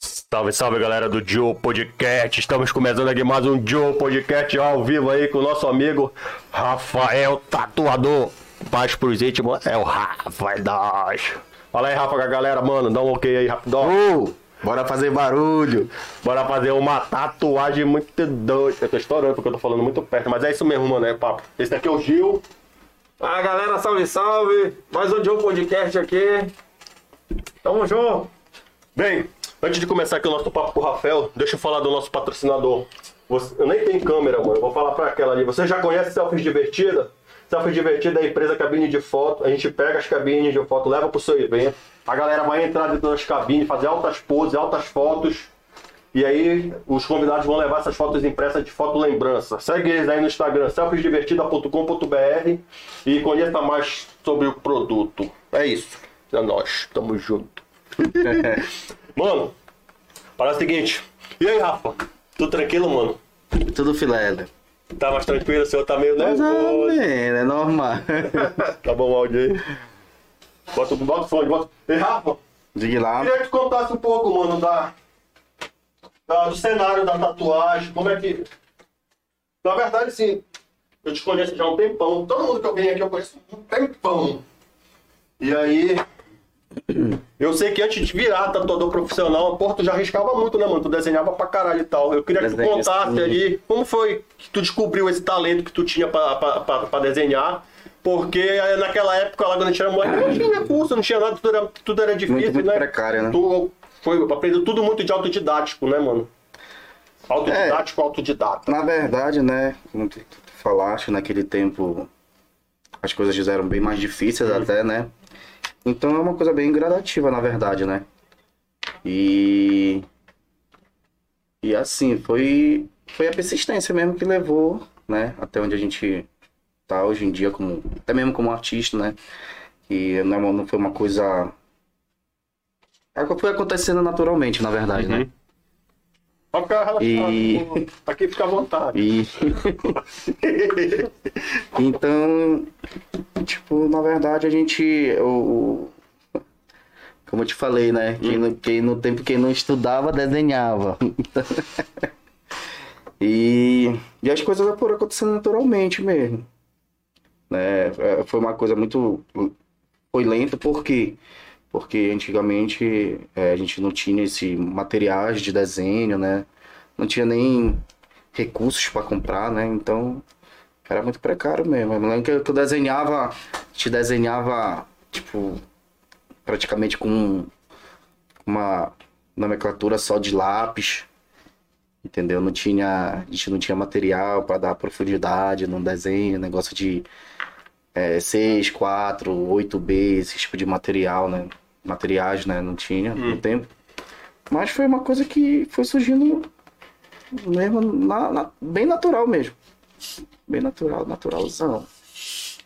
Salve, salve galera do Joe Podcast. Estamos começando aqui mais um Joe Podcast ao vivo aí com o nosso amigo Rafael Tatuador. Paz pros íntimos é o Rafa Dós. Fala aí, Rafa, com a galera, mano. Dá um ok aí, rapidão. Ô, bora fazer barulho. Bora fazer uma tatuagem muito doida. Eu tô estourando porque eu tô falando muito perto, mas é isso mesmo, mano. É papo. Esse daqui é o Gil. Ah, galera, salve, salve! Mais um Joe Podcast aqui. Tamo junto! Bem, antes de começar aqui o nosso papo com o Rafael, deixa eu falar do nosso patrocinador. Você- eu nem tenho câmera, mano. Eu Vou falar pra aquela ali. Você já conhece Selfies Divertida? Selfies Divertida é a empresa cabine de foto. A gente pega as cabines de foto, leva pro seu evento. A galera vai entrar dentro das cabines, fazer altas poses, altas fotos. E aí, os convidados vão levar essas fotos impressas de foto lembrança. Segue eles aí no Instagram, selfiesdivertida.com.br e conheça mais sobre o produto. É isso. É nóis. Tamo junto. Mano, parece o seguinte. E aí, Rafa? Tudo tranquilo, mano? Tudo filé, né? Tá mais tranquilo? O senhor tá meio Mas nervoso. é, né? normal. Tá bom o áudio aí. Bota, o- bota o fone, bota. Ei, Rafa, Diga lá. queria que tu contasse um pouco, mano, da, da- do cenário da tatuagem. Como é que. Na verdade, sim. Eu te conheço já há um tempão. Todo mundo que eu venho aqui eu conheço há um tempão. E aí. Eu sei que antes de virar tatuador profissional, pô, tu já arriscava muito, né, mano? Tu desenhava pra caralho e tal. Eu queria que tu Desenho, contasse sim. ali como foi que tu descobriu esse talento que tu tinha pra, pra, pra, pra desenhar. Porque eh, naquela época, lá quando a gente era moleque, não tinha recurso, não tinha nada, tudo era, tudo era difícil, Muito, muito né? precário, né? Tu foi, aprendeu tudo muito de autodidático, né, mano? Autodidático, autodidata. Na verdade, né, como tu tu falaste, naquele tempo as coisas eram bem mais difíceis até, né? Então é uma coisa bem gradativa, na verdade, né? E e assim, foi foi a persistência mesmo que levou, né, até onde a gente tá hoje em dia como até mesmo como artista, né? E não, é uma- não foi uma coisa é que foi acontecendo naturalmente, na verdade, né? Pode ficar relaxado, E- pô. Tá aqui fica à vontade. E Então, tipo, na verdade a gente. O, o- como eu te falei, né? Quem, não- quem no tempo quem não estudava, desenhava. Então, e, e as coisas foram acontecendo naturalmente mesmo. Né? É, Foi uma coisa muito. Foi lenta, por quê? Porque antigamente é, a gente não tinha esse materiais de desenho, né? Não tinha nem recursos para comprar, né? Então era muito precário mesmo. Eu me lembro que eu- que eu desenhava, te desenhava, tipo, praticamente com uma nomenclatura só de lápis. Entendeu? Não tinha, a gente não tinha material para dar profundidade num desenho, negócio de é, 6, 4, 8B, esse tipo de material, né? Materiais, né? Não tinha no tempo. Mas foi uma coisa que foi surgindo mesmo, um na- na- bem natural mesmo. Bem natural, naturalzão.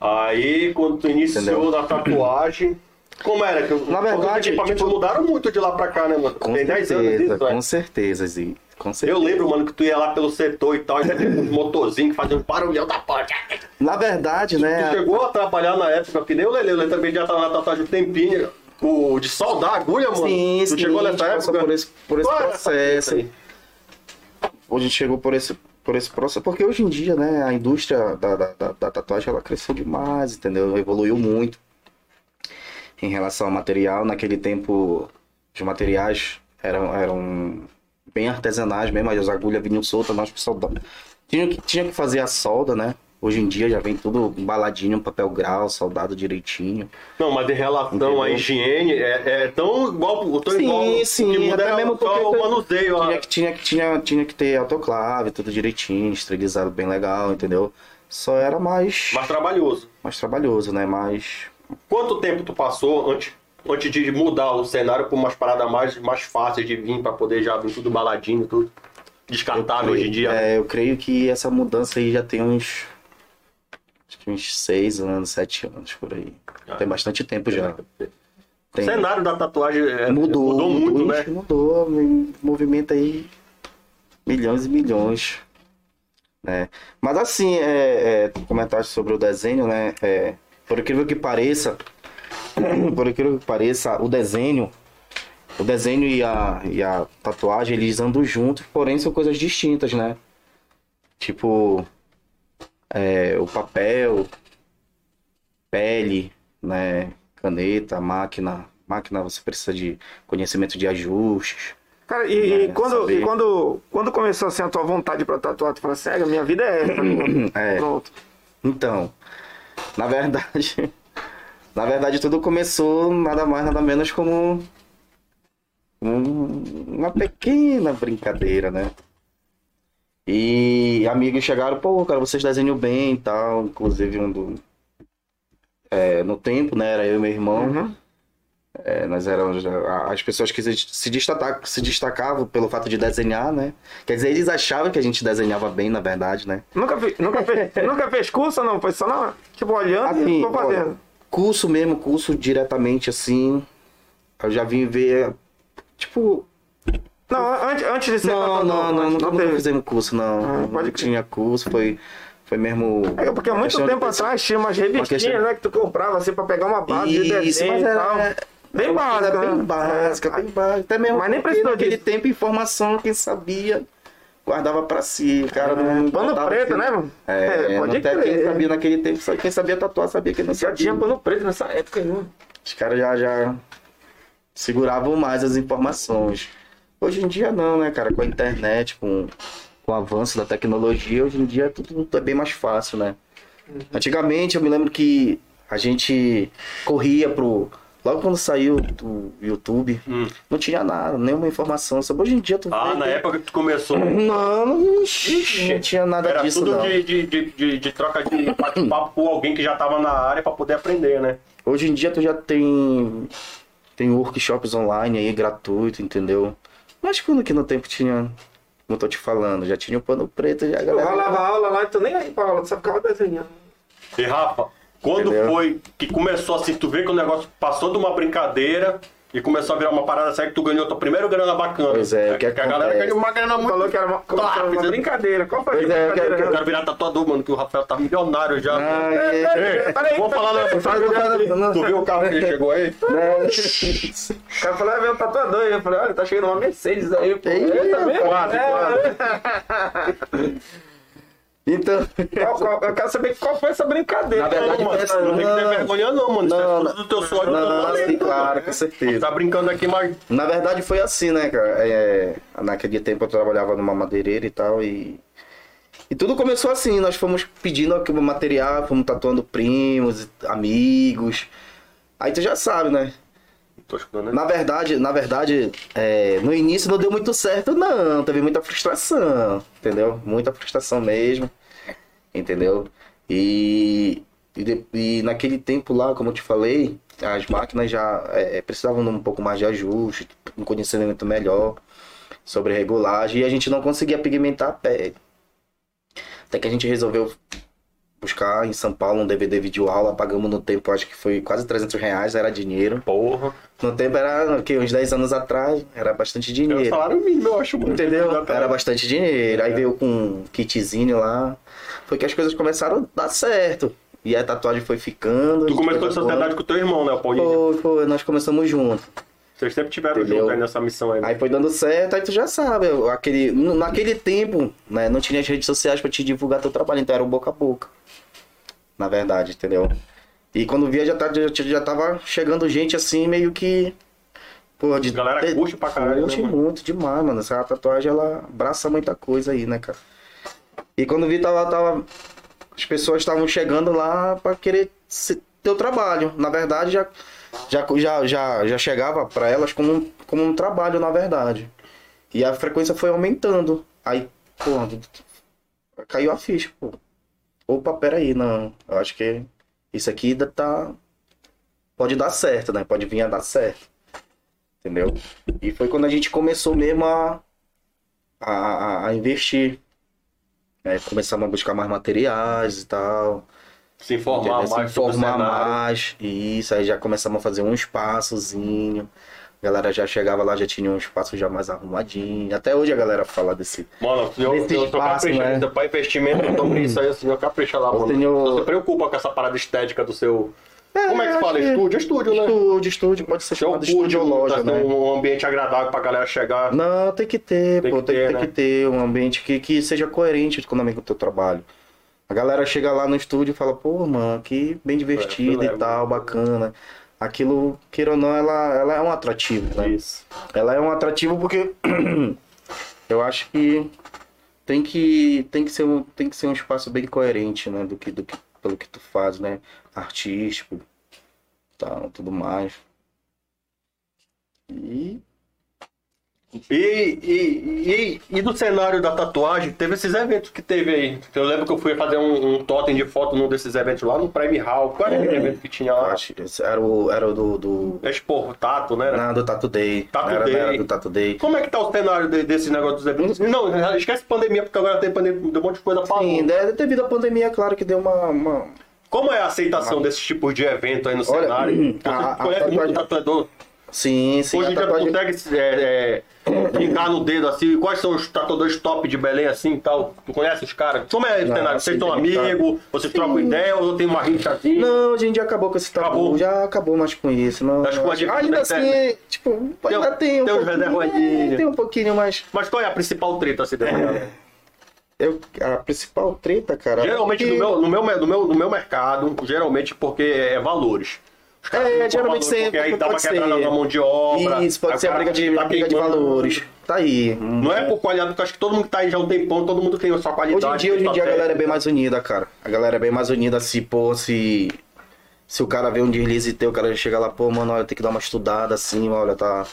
Aí, quando tu iniciou Entendeu? na tatuagem, como era? Que, Na porque os verdade, equipamentos tipo- mudaram muito de lá pra cá, né, mano? Com Tem 10 anos certeza, disso, né? com certeza, Zi. Com Eu certeza. lembro, mano, que tu ia lá pelo setor e tal, e tinha um motorzinho que fazia um barulhão da porta. Na verdade, né? Tu chegou a trabalhar na época, que nem o Lele, o Lele também já tava na tatuagem um tempinho, o, de soldar a agulha, mano. Sim, tu sim, chegou a gente nessa passou época? por esse, por esse Qual era essa processo. treta aí? Hoje a gente chegou por esse, por esse processo. Porque hoje em dia, né, a indústria da, da, da- da tatuagem ela cresceu demais, entendeu? Evoluiu muito em relação ao material. Naquele tempo, os materiais eram, eram bem artesanais mesmo, as agulhas vinham soltas, mas pro soldado. Tinha que, tinha que fazer a solda, né? Hoje em dia já vem tudo embaladinho, papel grau, soldado direitinho. Não, mas em relação Entendeu? à higiene, é, é tão igual, tão Sim, igual sim, que muda até era mesmo porque só o tu- manuseio. ó. Tinha que, tinha, que- tinha, tinha que ter autoclave, tudo direitinho, esterilizado bem legal, entendeu? Só era mais, Mais trabalhoso. mais trabalhoso, né? Mais. Quanto tempo tu passou antes, antes de mudar o cenário para umas paradas mais, mais fáceis de vir, para poder já vir tudo baladinho, tudo descartável hoje em dia? né? É, eu creio que essa mudança aí já tem uns. Acho que uns seis anos, sete anos por aí. Ah. Tem bastante tempo já. O Tem- cenário da tatuagem é, mudou, muito, né? ixi, Mudou, me- movimenta aí milhões e milhões. Né? Mas assim, é, é, tu comentaste sobre o desenho, né? É, por incrível que pareça, por incrível que pareça, o desenho o desenho e a, e a tatuagem, eles andam juntos, porém são coisas distintas, né? Tipo, é, o papel, pele, né? Caneta, máquina. Máquina você precisa de conhecimento de ajustes. Cara, e, e É, quando, saber. e quando, quando começou assim a tua vontade pra tatuar, tu falou assim, "É, minha vida é essa. É. Pronto. Então, na verdade, na verdade tudo começou nada mais nada menos como um- uma pequena brincadeira, né? E amigos chegaram, pô, cara, vocês desenham bem e tal, inclusive um do é, no tempo, né, era eu e meu irmão. Uhum. É, nós éramos a- as pessoas que se se destaca- se destacavam pelo fato de desenhar, né? Quer dizer, eles achavam que a gente desenhava bem, na verdade, né? Nunca, fe- nunca, fez, nunca fez curso, não? Foi só na, tipo, olhando e Assim, tô olha, fazendo. curso mesmo, curso diretamente assim. Eu já vim ver. Tipo. Não, an- antes, antes de ser Não, tatuador, não, não, antes, nunca, nunca fizemos curso, não. né? Ah, não pode crer. tinha curso, foi, foi mesmo. É, porque há uma muito questão de tempo pensar. atrás tinha umas questão- revistinhas, né, que tu comprava assim pra pegar uma base de Isso, desenho mas e era- tal. Bem básica, Era bem né? básica, É. bem básica. Até mesmo Mas nem porque precisou naquele disso. tempo, informação, quem sabia, guardava pra si. O cara não. Pano botava É, preto, assim. né, mano? É, É, pode até assim. quem crer. sabia naquele tempo, só quem sabia tatuar sabia que não Já sabia. tinha pano preto nessa época, né? Os caras já, já seguravam mais as informações. Hoje em dia não, né, cara? Com a internet, com, com o avanço da tecnologia, hoje em dia tudo, tudo é bem mais fácil, né? Uhum. Antigamente eu me lembro que a gente corria pro. Logo quando saiu o YouTube, não tinha nada, nenhuma informação. sobre Hoje em dia tu Hum. Ah, vê na que- época que tu começou. Não, não, ixi, não tinha nada Era disso. tudo não. De, de, de, de- de troca de bate-papo com alguém que já tava na área pra poder aprender, né? Hoje em dia tu já tem tem workshops online aí gratuito, entendeu? Mas quando que no tempo tinha, como eu tô te falando, já tinha o pano preto, já a Tu galera. rolava aula lá e tu nem aí pra aula, tu só ficava desenhando. E Rafa, quando Entendeu? foi que começou assim, tu vê que o negócio passou de uma brincadeira e começou a virar uma parada séria que tu ganhou tua primeira grana bacana. Pois é, o que que, a galera acontece? ganhou uma grana Tu muito. falou que era uma, como Claro, que era uma fiz- brincadeira. Qual foi a Pois é, eu quero- brincadeira? Eu quero virar tatuador, mano, que o Rafael tá milionário já. Ah, É, é. é, é, peraí, Vou falar na Fala, fala, fala. Tu viu o carro que ele chegou aí? Né? O cara falou, ah, veio um tatuador. Eu falei, olha, tá chegando uma Mercedes aí. Pô. Ei, Eu também, quase, é, quase. Então, Qual- qual- eu quero saber qual foi essa brincadeira. Na verdade, Não, mano, parece- não tem que ter não. vergonha não, mano. Isso Não, é não. tudo do teu sonho, do teu não, sim, talento. claro, com certeza. Tá brincando aqui, mas Na verdade foi assim, né, cara? É, naquele tempo eu trabalhava numa madeireira e tal, e. E tudo começou assim, nós fomos pedindo aquele material, fomos tatuando primos, amigos. Aí tu já sabe, né? Tô escutando, né? Na verdade, na verdade, é, no início não deu muito certo, não. Teve muita frustração, entendeu? Muita frustração mesmo, entendeu? E, e, de- e naquele tempo lá, como eu te falei, as máquinas já é, precisavam de um pouco mais de ajuste, um conhecimento melhor sobre regulagem, e a gente não conseguia pigmentar a pele. Até que a gente resolveu buscar em São Paulo um DVD vídeo aula, pagamos no tempo, acho que foi quase 300 reais, era dinheiro. Porra. No tempo era o quê? uns 10 anos atrás, era bastante É o dinheiro. salário mínimo, eu acho, mano. Entendeu? Exatamente. Era bastante dinheiro. Aí É. veio com um kitzinho lá. Foi que as coisas começaram a dar certo. E a tatuagem foi ficando. a Tu gente começou foi essa sociedade com teu irmão, né, o Paulinho? Foi, foi, nós começamos junto. Vocês sempre tiveram Entendeu? junto aí nessa missão aí. né? Aí foi dando certo, aí tu já sabe. Aquele, naquele tempo, né, não tinha as redes sociais pra te divulgar teu trabalho, então era o boca a boca. Na verdade, entendeu? E quando via, já, tá, já, já tava chegando gente assim, meio que. Pô, de, Galera de- curte pra caralho, Curte né, mano? muito demais, mano. Essa tatuagem, ela abraça muita coisa aí, né, cara? E quando vi, tava. tava as pessoas estavam chegando lá pra querer se- ter o trabalho. Na verdade, já, já, já, já, já chegava pra elas como, um- como um trabalho, na verdade. E a frequência foi aumentando. Aí, porra, caiu a ficha, pô. Opa, peraí, não. Eu acho que isso aqui ainda tá. Pode dar certo, né? Pode vir a dar certo. Entendeu? E foi quando a gente começou mesmo a, a, a- a investir. É, começamos a buscar mais materiais e tal. Se informar Entendeu? mais se sobre o informar cenário. mais. E isso aí já começamos a fazer um espaçozinho. A galera já chegava lá, já tinha um espaço já mais arrumadinho. Até hoje a galera fala desse. Mano, eu, eu, Nesse eu sou espaço, capricha né? ainda pra investimento sobre isso aí, assim, eu capricha lá, Eu mano. tenho- Não se preocupa com essa parada estética do seu. Como é que se fala? acho Estúdio? Estúdio, né? Estúdio, estúdio, pode ser Isso é o chamado estúdio ou público, loja, tá né? tendo Um ambiente agradável pra galera chegar. Não, tem que ter, Tem pô, que tem, ter, tem né? que ter um ambiente que, que seja coerente com também com o teu trabalho. A galera chega lá no estúdio e fala, pô, mano, que bem divertido filé, e tal, bacana. Aquilo, queira ou não, ela, ela é um atrativo, né? Isso. Ela é um atrativo porque eu acho que tem que tem que ser um tem que ser um espaço bem coerente, né, do que do que pelo que tu faz, né, artístico, tal, tudo mais. E E, e, e, e do cenário da tatuagem, teve esses eventos que teve aí. Eu lembro que eu fui fazer um, um totem de foto num desses eventos lá no Prime Hall. Qual era aquele É. evento que tinha eu lá? acho que esse era o era o do, do Expo, Tato, né? não, do Tatu Day. Tatu era, Day. era do Tatu Day. Como é que tá o cenário de- desse negócio dos eventos? Não, esquece pandemia, porque agora tem pandemia, deu um monte de coisa pra Sim, né, devido à pandemia, claro que deu uma, uma- Como é a aceitação desses tipos de evento aí no Olha, hum, cenário? Você a- a conhece muito tatuagem- tatuador? Sim, sim. Hoje a em dia tu tatuagem- consegue é, é, clicar no dedo assim, quais são os tatuadores top de Belém assim e tal? Tu conhece os caras? Como é o Não, cenário? Vocês sim, são tem, tá. amigos? Vocês trocam ideia ou tem uma rixa assim? Não, a gente já acabou com esse tabu. Acabou. Já acabou mais com isso. Não, Acho que não. o advento ainda da assim, internet- tipo, ainda tem tem um uns pouquinho. reservadinhos. é, tem um pouquinho, mas Mas qual é a principal treta assim dessa galera? eu, a principal treta, cara. é Geralmente no porque- meu, no, meu, no, meu, no meu mercado, geralmente porque é valores. Os caras É, ficam geralmente falando, porque sempre, Aí dá pra pode quebrar ser. na mão de obra. Isso, pode aí o ser a cara briga de, tá a briga de queimando. valores. Tá aí. Hum. Não é por qualidade, porque eu acho que todo mundo que tá aí já há um tempão, todo mundo tem a sua qualidade. Hoje em dia, hoje em sua dia a técnica. galera é bem mais unida, cara. A galera é bem mais unida se, pô, se. Se o cara vê um deslize teu, o cara chega lá, pô, mano, olha, tem que dar uma estudada assim, olha, tá.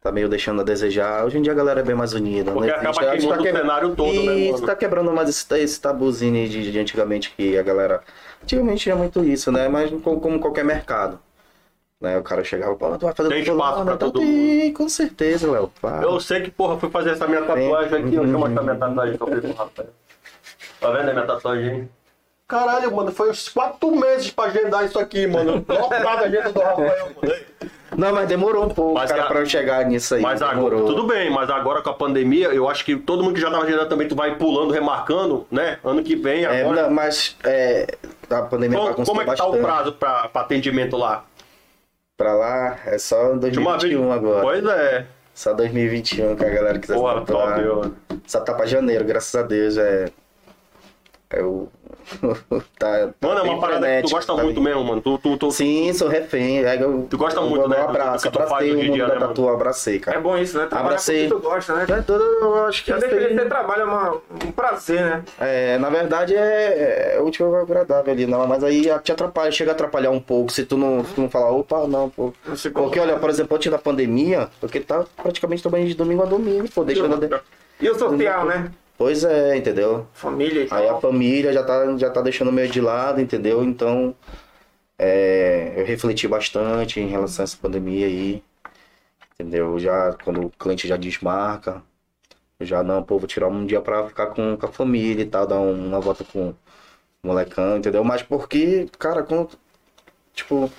Tá meio deixando a desejar. Hoje em dia a galera é bem mais unida. Porque né? A gente- acaba a gente queimando o quebra- cenário todo, né, Isso, mano? tá quebrando mais esse, esse tabuzinho de, de antigamente que a galera. Antigamente é muito isso, né? Mas como, como qualquer mercado. Né? O cara chegava, pô, tu vai fazer Tem tudo lá, espaço pra né? Então todo Tem, com certeza, Léo. claro. Eu sei que, porra, fui fazer essa minha tatuagem aqui, ó. Deixa eu mostrar Uhum. minha tatuagem que eu fiz pro rapaz. Tá vendo a minha tatuagem aí? Caralho, mano, foi uns quatro meses pra agendar isso aqui, mano. Lotada a agenda do Rafael, mano. Não, mas demorou um pouco, Mas cara, a- pra eu chegar nisso aí. Mas agora, demorou. tudo bem, mas agora com a pandemia, eu acho que todo mundo que já tava agendando também, tu vai pulando, remarcando, né? Ano que vem, É, agora. não, mas é, a pandemia como, bagunçou como é que tá o bastante. prazo pra, pra atendimento lá? Pra lá é só De uma vez. 2021 agora. Pois é. Só 2021 que a galera quiser Porra, se top, tatuar. ó. Só tá pra janeiro, graças a Deus. É. É o. tá, tá Mano, é bem uma parada que tu frenético tá gosta pra muito mim. mesmo, mano. Tu, tu, tu- Sim, sou refém. é, eu- Tu gosta eu- muito, eu né, do- do Abraço, que tu faz abracei hoje em dia, o mundo da né, mano? tatu, abracei, É cara. bom isso, né? Trabalhar com o Abracei. que tu gosta, né? É tudo, eu acho que Já deixa assim- de ser trabalho, é uma- um prazer, né? É, na verdade é, é o último agradável ali, não, mas aí te atrapalha, chega a atrapalhar um pouco, se tu não, se tu não falar, opa, não, pô. Não se Porque, olha, por exemplo, antes da pandemia, porque tá praticamente trabalhando de domingo a domingo, pô, deixando... a de- E o social, né? Pois é, entendeu? Família e tal. Aí a família já tá, já tá deixando meio de lado, entendeu? Então, é, eu refleti bastante em relação a essa pandemia aí, entendeu? Já, quando o cliente já desmarca, eu já não, pô, vou tirar um dia pra ficar com, com a família e tal, dar um, uma volta com o molecão, entendeu? Mas porque, cara, quando, tipo,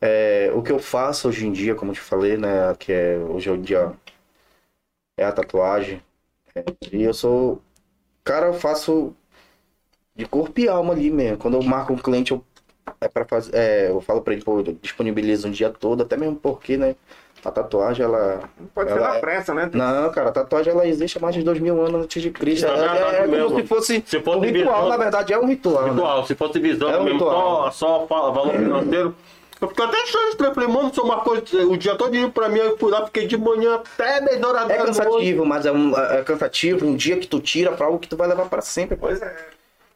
é, o que eu faço hoje em dia, como eu te falei, né, que é, hoje é o dia, é a tatuagem, é, e eu sou Cara, eu faço de corpo e alma ali mesmo. Quando eu marco um cliente, eu, é pra fazer, é, eu falo pra ele, pô, eu disponibilizo um dia todo, até mesmo porque, né? A tatuagem, ela. Não pode ser ela na é- pressa, né? Não, cara, a tatuagem ela existe há mais de dois mil anos antes de Isso Cristo. Tá é Ela- verdade é, é mesmo. como se fosse Se fosse um ritual, mesmo. na verdade, é um ritual. né? Ritual, se fosse visão É um mesmo, só, ritual. só fa- valor financeiro. Eu fico até achando estranho, falei, mano, o senhor marcou o dia todo dia pra mim, eu fui lá, fiquei de manhã até 10 horas É da noite. cansativo, mas é, um, é cansativo um dia que tu tira pra algo que tu vai levar pra sempre. Pô. Pois é.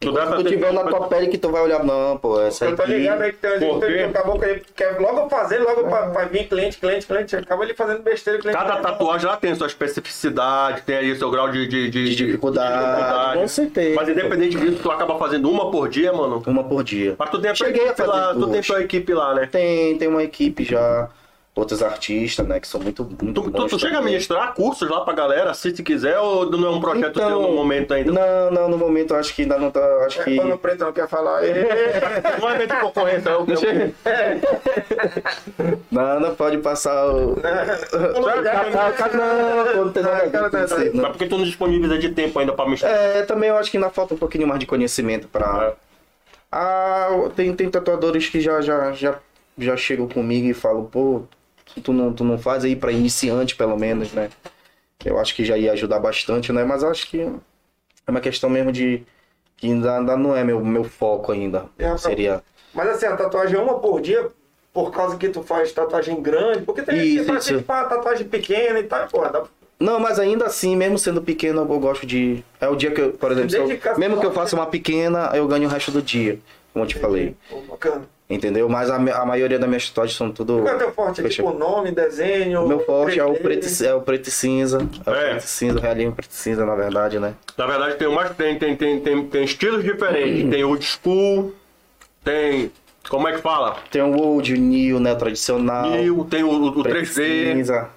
Tu dá Quando tu essa tiver na tua atenção, pele que tu vai olhar, não, pô, essa Eu tô aqui. ligado aí que tem Por gente quê? que acabou que ele quer logo fazer, logo É. pra, pra vir cliente, cliente, cliente. Acaba ele fazendo besteira, cliente. Cada tatuagem lá tem sua especificidade, tem ali seu grau de, de, de- De dificuldade, com certeza. Mas independente disso, tu acaba fazendo uma por dia, mano. Uma por dia. Mas tu tem a tua Cheguei a equipe lá, fazer tu tem duas. tua equipe lá, né? Tem, tem uma equipe já, outros artistas, né, que são muito, muito Tu, tu- bons tu chega a também. ministrar cursos lá pra galera, se tu quiser, ou não é um projeto teu no momento ainda? Então, Não, não, no momento eu acho que ainda não tá, eu acho É, que... Quando o preto não quer falar, ele... Não é evento de concorrência, é o Não, não pode passar o... né? Ah, cara, não, pô, não tem nada a ver Cara, com isso aí, Mas não. porque tu não disponibiliza de tempo ainda pra mostrar. É, também eu acho que ainda falta um pouquinho mais de conhecimento pra... Ah, tem, tem tatuadores que já, já, já, já chegam comigo e falam, pô, tu não, tu não faz aí pra iniciante, pelo menos, né? Eu acho que já ia ajudar bastante, né? Mas acho que é uma questão mesmo de. que ainda, ainda não é meu, meu foco ainda. É, tá. Seria. Mas assim, a tatuagem é uma por dia, por causa que tu faz tatuagem grande, porque tem gente que Isso, faz isso. tipo, uma tatuagem pequena e tal, e, porra, dá... Não, mas ainda assim, mesmo sendo pequeno, eu gosto de. É o dia que eu, por exemplo, se eu- dedicar- mesmo que eu faça uma pequena, eu ganho o resto do dia, como eu te falei. Pô, bacana. Entendeu? Mas a, me- a maioria das minhas tatuagens são tudo. Qual é o teu forte? É Fechou. tipo nome, desenho. Meu forte é o 3D? preto, e- é o preto e cinza. É, o É. preto e cinza, o realismo preto e cinza, na verdade, né? Na verdade, tem mais. Tem, tem, tem, tem, tem estilos diferentes. Tem old school, tem. Como é que fala? Tem o old, o new, né? O tradicional. New, tem o, o- o preto e 3D. cinza.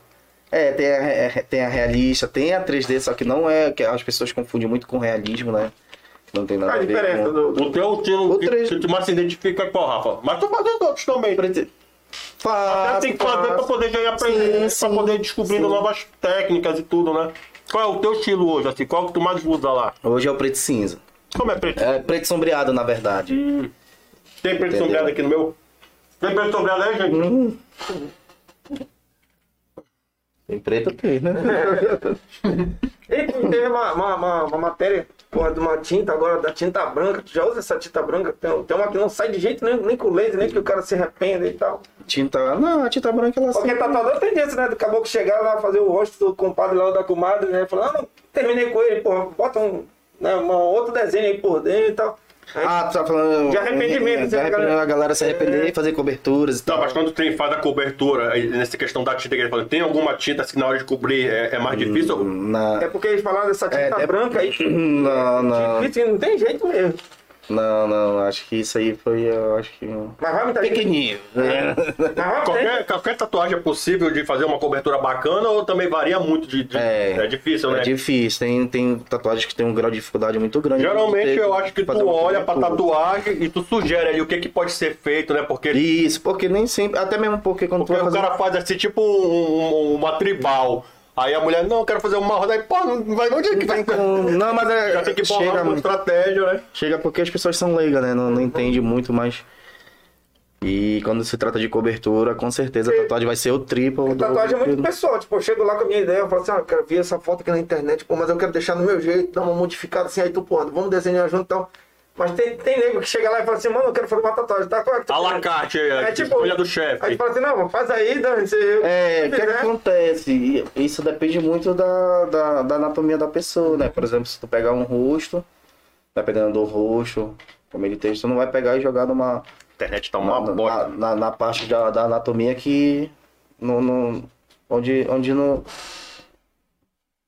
É, tem a, re- tem a realista, tem a 3D, só que não é. que As pessoas confundem muito com realismo, né? Não tem nada Qual a a ver diferença né? com... do, do- O teu estilo O que, 3D. que tu mais se identifica é qual, Rafa? Mas tu fazendo outros também. Preto... Faço, Até tem que fazer pra faço. poder já ir aprendendo, Sim, pra sim, poder ir descobrindo sim. novas técnicas e tudo, né? Qual é o teu estilo hoje, assim? Qual que tu mais usa lá? Hoje é o preto e cinza. Como é preto? É preto sombreado, na verdade. Hum. Tem preto Entendeu? sombreado aqui no meu? Tem preto sombreado aí, gente? Tem preto tem, né? E tu teve uma, uma, uma- uma matéria, porra, de uma tinta agora, da tinta branca. Tu já usa essa tinta branca? Tem, tem uma que não sai de jeito nenhum, nem com laser, nem que o cara se arrependa e tal. Tinta. Não, a tinta branca ela Porque tatuador tem disso, né? Do caboclo chegar lá, fazer o rosto do compadre lá ou da comadre, né? Falar, ah, não, terminei com ele, porra, bota um, né, um outro desenho aí por dentro e tal. Aí, Ah, tu tá falando. é, De arrependimento, De né, arrependimento, galera? a galera se É. arrepender e fazer coberturas e Não, tal. Tá, mas quando tem faz a cobertura, aí, nessa questão da tinta que ele falou, tem alguma tinta assim, que na hora de cobrir é, é mais difícil? Na- é porque eles falaram dessa tinta tá tá é- Ah. branca aí. É Não, não, Difícil, não tem jeito mesmo. não, não, acho que isso aí foi, eu acho que... É. um- Mas vai muita gente. Pequenininho. Mas vai muita gente. Qualquer, qualquer tatuagem é possível de fazer uma cobertura bacana ou também varia muito de. de- é, difícil, né? É difícil, tem, tem tatuagens que tem um grau de dificuldade muito grande. Geralmente Tem eu acho que fazer tu uma olha pra cobertura. tatuagem e tu sugere ali o que, que pode ser feito, né? Porque Isso, porque nem sempre, até mesmo porque quando Porque tu vai o fazer... cara faz assim, tipo um- um- uma tribal. Aí a mulher, não, eu quero fazer uma roda. Aí, pô, não vai onde é que vai. com- Não, mas é, Já tem que bolar chega, uma estratégia, né? chega porque as pessoas são leigas, né? Não, não entende muito, mas... E quando se trata de cobertura, com certeza a tatuagem vai ser o triplo do... Tatuagem é muito pessoal, tipo, eu chego lá com a minha ideia, eu falo assim, ah, eu quero ver essa foto aqui na internet, pô, mas eu quero deixar no meu jeito, dar uma modificada assim, aí tu, porra, vamos desenhar junto e tal. Mas tem, tem nego que chega lá e fala assim, mano, eu quero fazer uma tatuagem, tá? Qual é que tu A quer? la carte, é, É tipo, escolha do Aí tu chefe. fala assim, não, faz aí, dane-se. eu- É, o que, fizer. que acontece? Isso depende muito da, da, da anatomia da pessoa, né? Por exemplo, se tu pegar um rosto, dependendo do rosto, como ele tem, tu não vai pegar e jogar numa. A internet tá uma Na, bosta. na, na- na parte da, da anatomia que. Não, não, onde, onde não.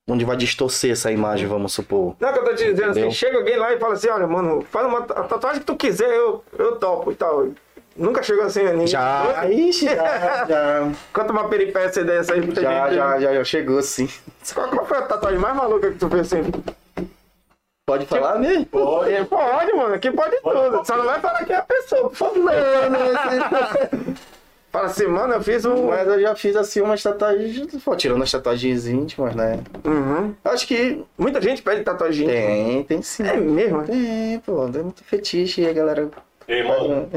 Onde vai distorcer essa imagem, vamos supor. Não é o que eu tô te dizendo assim, Entendeu? chega alguém lá e fala assim, olha, mano, faz uma ta- a tatuagem que tu quiser, eu, eu topo e tal. Nunca chegou assim, ninguém. Já. Ixi, já, já. Conta uma peripécia dessa aí pra Já, gente. já, já, já chegou sim. Qual, qual foi a tatuagem mais maluca que tu fez assim? Pode falar, né? Pode, pode, mano. Aqui pode tudo. Só não vai falar que é a pessoa, por favor. Fala assim, mano, eu fiz um. Mas eu já fiz assim umas tatuagens. Pô, tirando as tatuagens íntimas, né? Uhum. Acho que Muita gente pede tatuagem. tem, tem sim. É mesmo? né? Tem, pô, tem muito fetiche e a galera. Ei, irmão,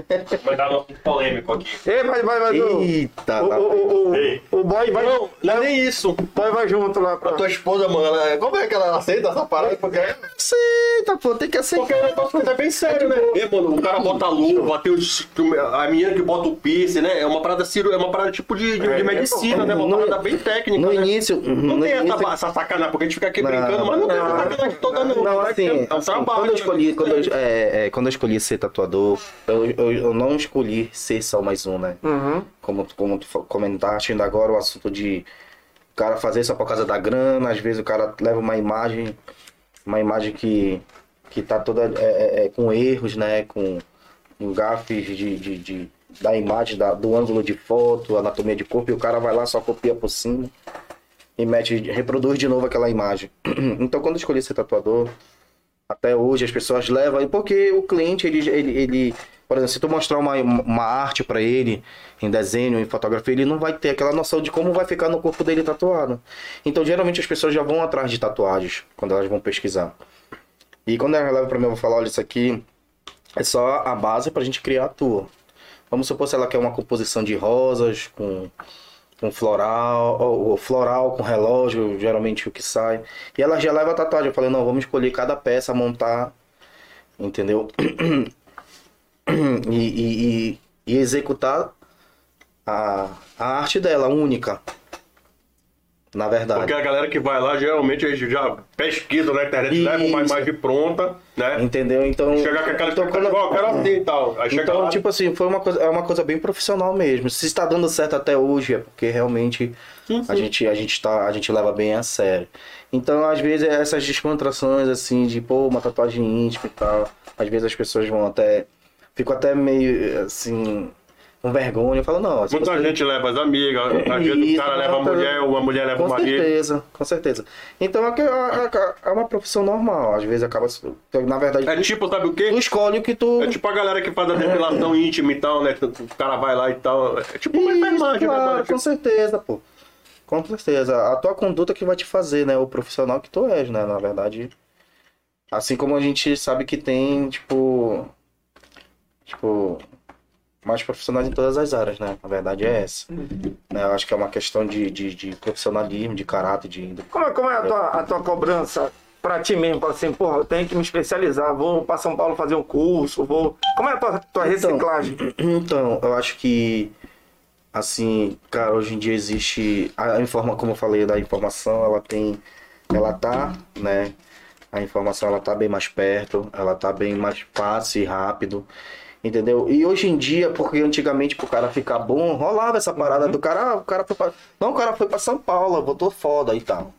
vai dar um polêmico aqui. Ei, mas vai, mas o. Eita, O, tá- o, o, Ei. o, o boy vai. Não, não é nem isso. O boy vai junto lá pra. A tua esposa, mano, ela- como é né? que ela aceita essa parada? Porque Aceita, pô, tem Porque que o aceitar. negócio é bem sério, né? É, mano, o cara bota a luva, tem os, a menina que bota o piercing, né? É uma parada, ciru- é uma parada tipo de, de, de medicina, né? Uma No- parada bem técnica, No né? início. Não no tem essa, início- ba- essa sacanagem, porque a gente fica aqui Não, brincando, mas não tem essa não, sacanagem toda, não. Não, É que assim, é um assim, trabalho. quando, eu né? escolhi, quando, eu, é, é, quando eu escolhi ser tatuador, eu, eu, eu não escolhi ser só mais um, né? Uhum. Como, tu- como tu fa- comentaste ainda agora, o assunto de o cara fazer só por causa da grana, às vezes o cara leva uma imagem, uma imagem que, que tá toda é, é, é, com erros, né? Com, com gafes de, de, de- da imagem, da- do ângulo de foto, anatomia de corpo, e o cara vai lá, só copia por cima e mete, reproduz de novo aquela imagem. Então quando eu escolhi ser tatuador, até hoje as pessoas levam, porque o cliente, ele, ele, ele por exemplo, se tu mostrar uma, uma arte para ele, em desenho, em fotografia, ele não vai ter aquela noção de como vai ficar no corpo dele tatuado. Então, geralmente, as pessoas já vão atrás de tatuagens, quando elas vão pesquisar. E quando elas levam para mim, eu vou falar, olha, isso aqui É só a base pra gente criar a tua. Vamos supor se ela quer uma composição de rosas com, com floral, ou, ou floral com relógio, geralmente o que sai. E ela já leva a tatuagem. Eu falei, não, vamos escolher cada peça, montar, entendeu? E, e- e- e executar a, a arte dela, única. Na verdade. Porque a galera que vai lá, geralmente, eles já pesquisa na internet, Isso. leva uma imagem pronta, né? Entendeu? Então. Chegar com aquela então, então, quando- igual, eu quero assim e tal. Aí chega Então, lá, tipo assim, foi uma coisa, é uma coisa bem profissional mesmo. Se está dando certo até hoje, é porque realmente Sim, sim. a gente a gente tá, a gente leva bem a sério. Então, às vezes essas descontrações assim de, pô, uma tatuagem íntima e tal, às vezes as pessoas vão até fico até meio assim com vergonha, eu falo, não, se muita você- gente leva as amigas, às vezes o Isso, cara não, leva a tá- mulher, uma mulher leva o Com marido. certeza, com certeza. Então é que- é- é- é uma profissão normal, às vezes acaba se- na verdade É tipo, sabe o tu quê? escolhe o que tu É tipo a galera que faz a depilação íntima e tal, né? Que O cara vai lá e tal. É tipo uma É. Isso, enfermagem, claro, né? com mano? certeza, pô. Com certeza. A tua conduta que vai te fazer, né? O profissional que tu és, né? Na verdade. Assim como a gente sabe que tem, tipo. Tipo. Mais profissionais em todas as áreas, né? A verdade é essa. Uhum. Né, Eu acho que é uma questão de, de, de profissionalismo, de caráter, de índole. Como é, como é a, tua, a tua cobrança pra ti mesmo? Fala assim, porra, eu tenho que me especializar, vou pra São Paulo fazer um curso, vou. Como é a tua, tua Então, reciclagem? Então, eu acho que assim, cara, hoje em dia existe a informa, como eu falei, da informação, ela tem ela tá, né? A informação ela tá bem mais perto, ela tá bem mais fácil e rápido. Entendeu? E hoje em dia, porque antigamente pro cara ficar bom, rolava essa parada do cara, ah, o cara foi pra... Não, o cara foi pra São Paulo, botou foda e tal.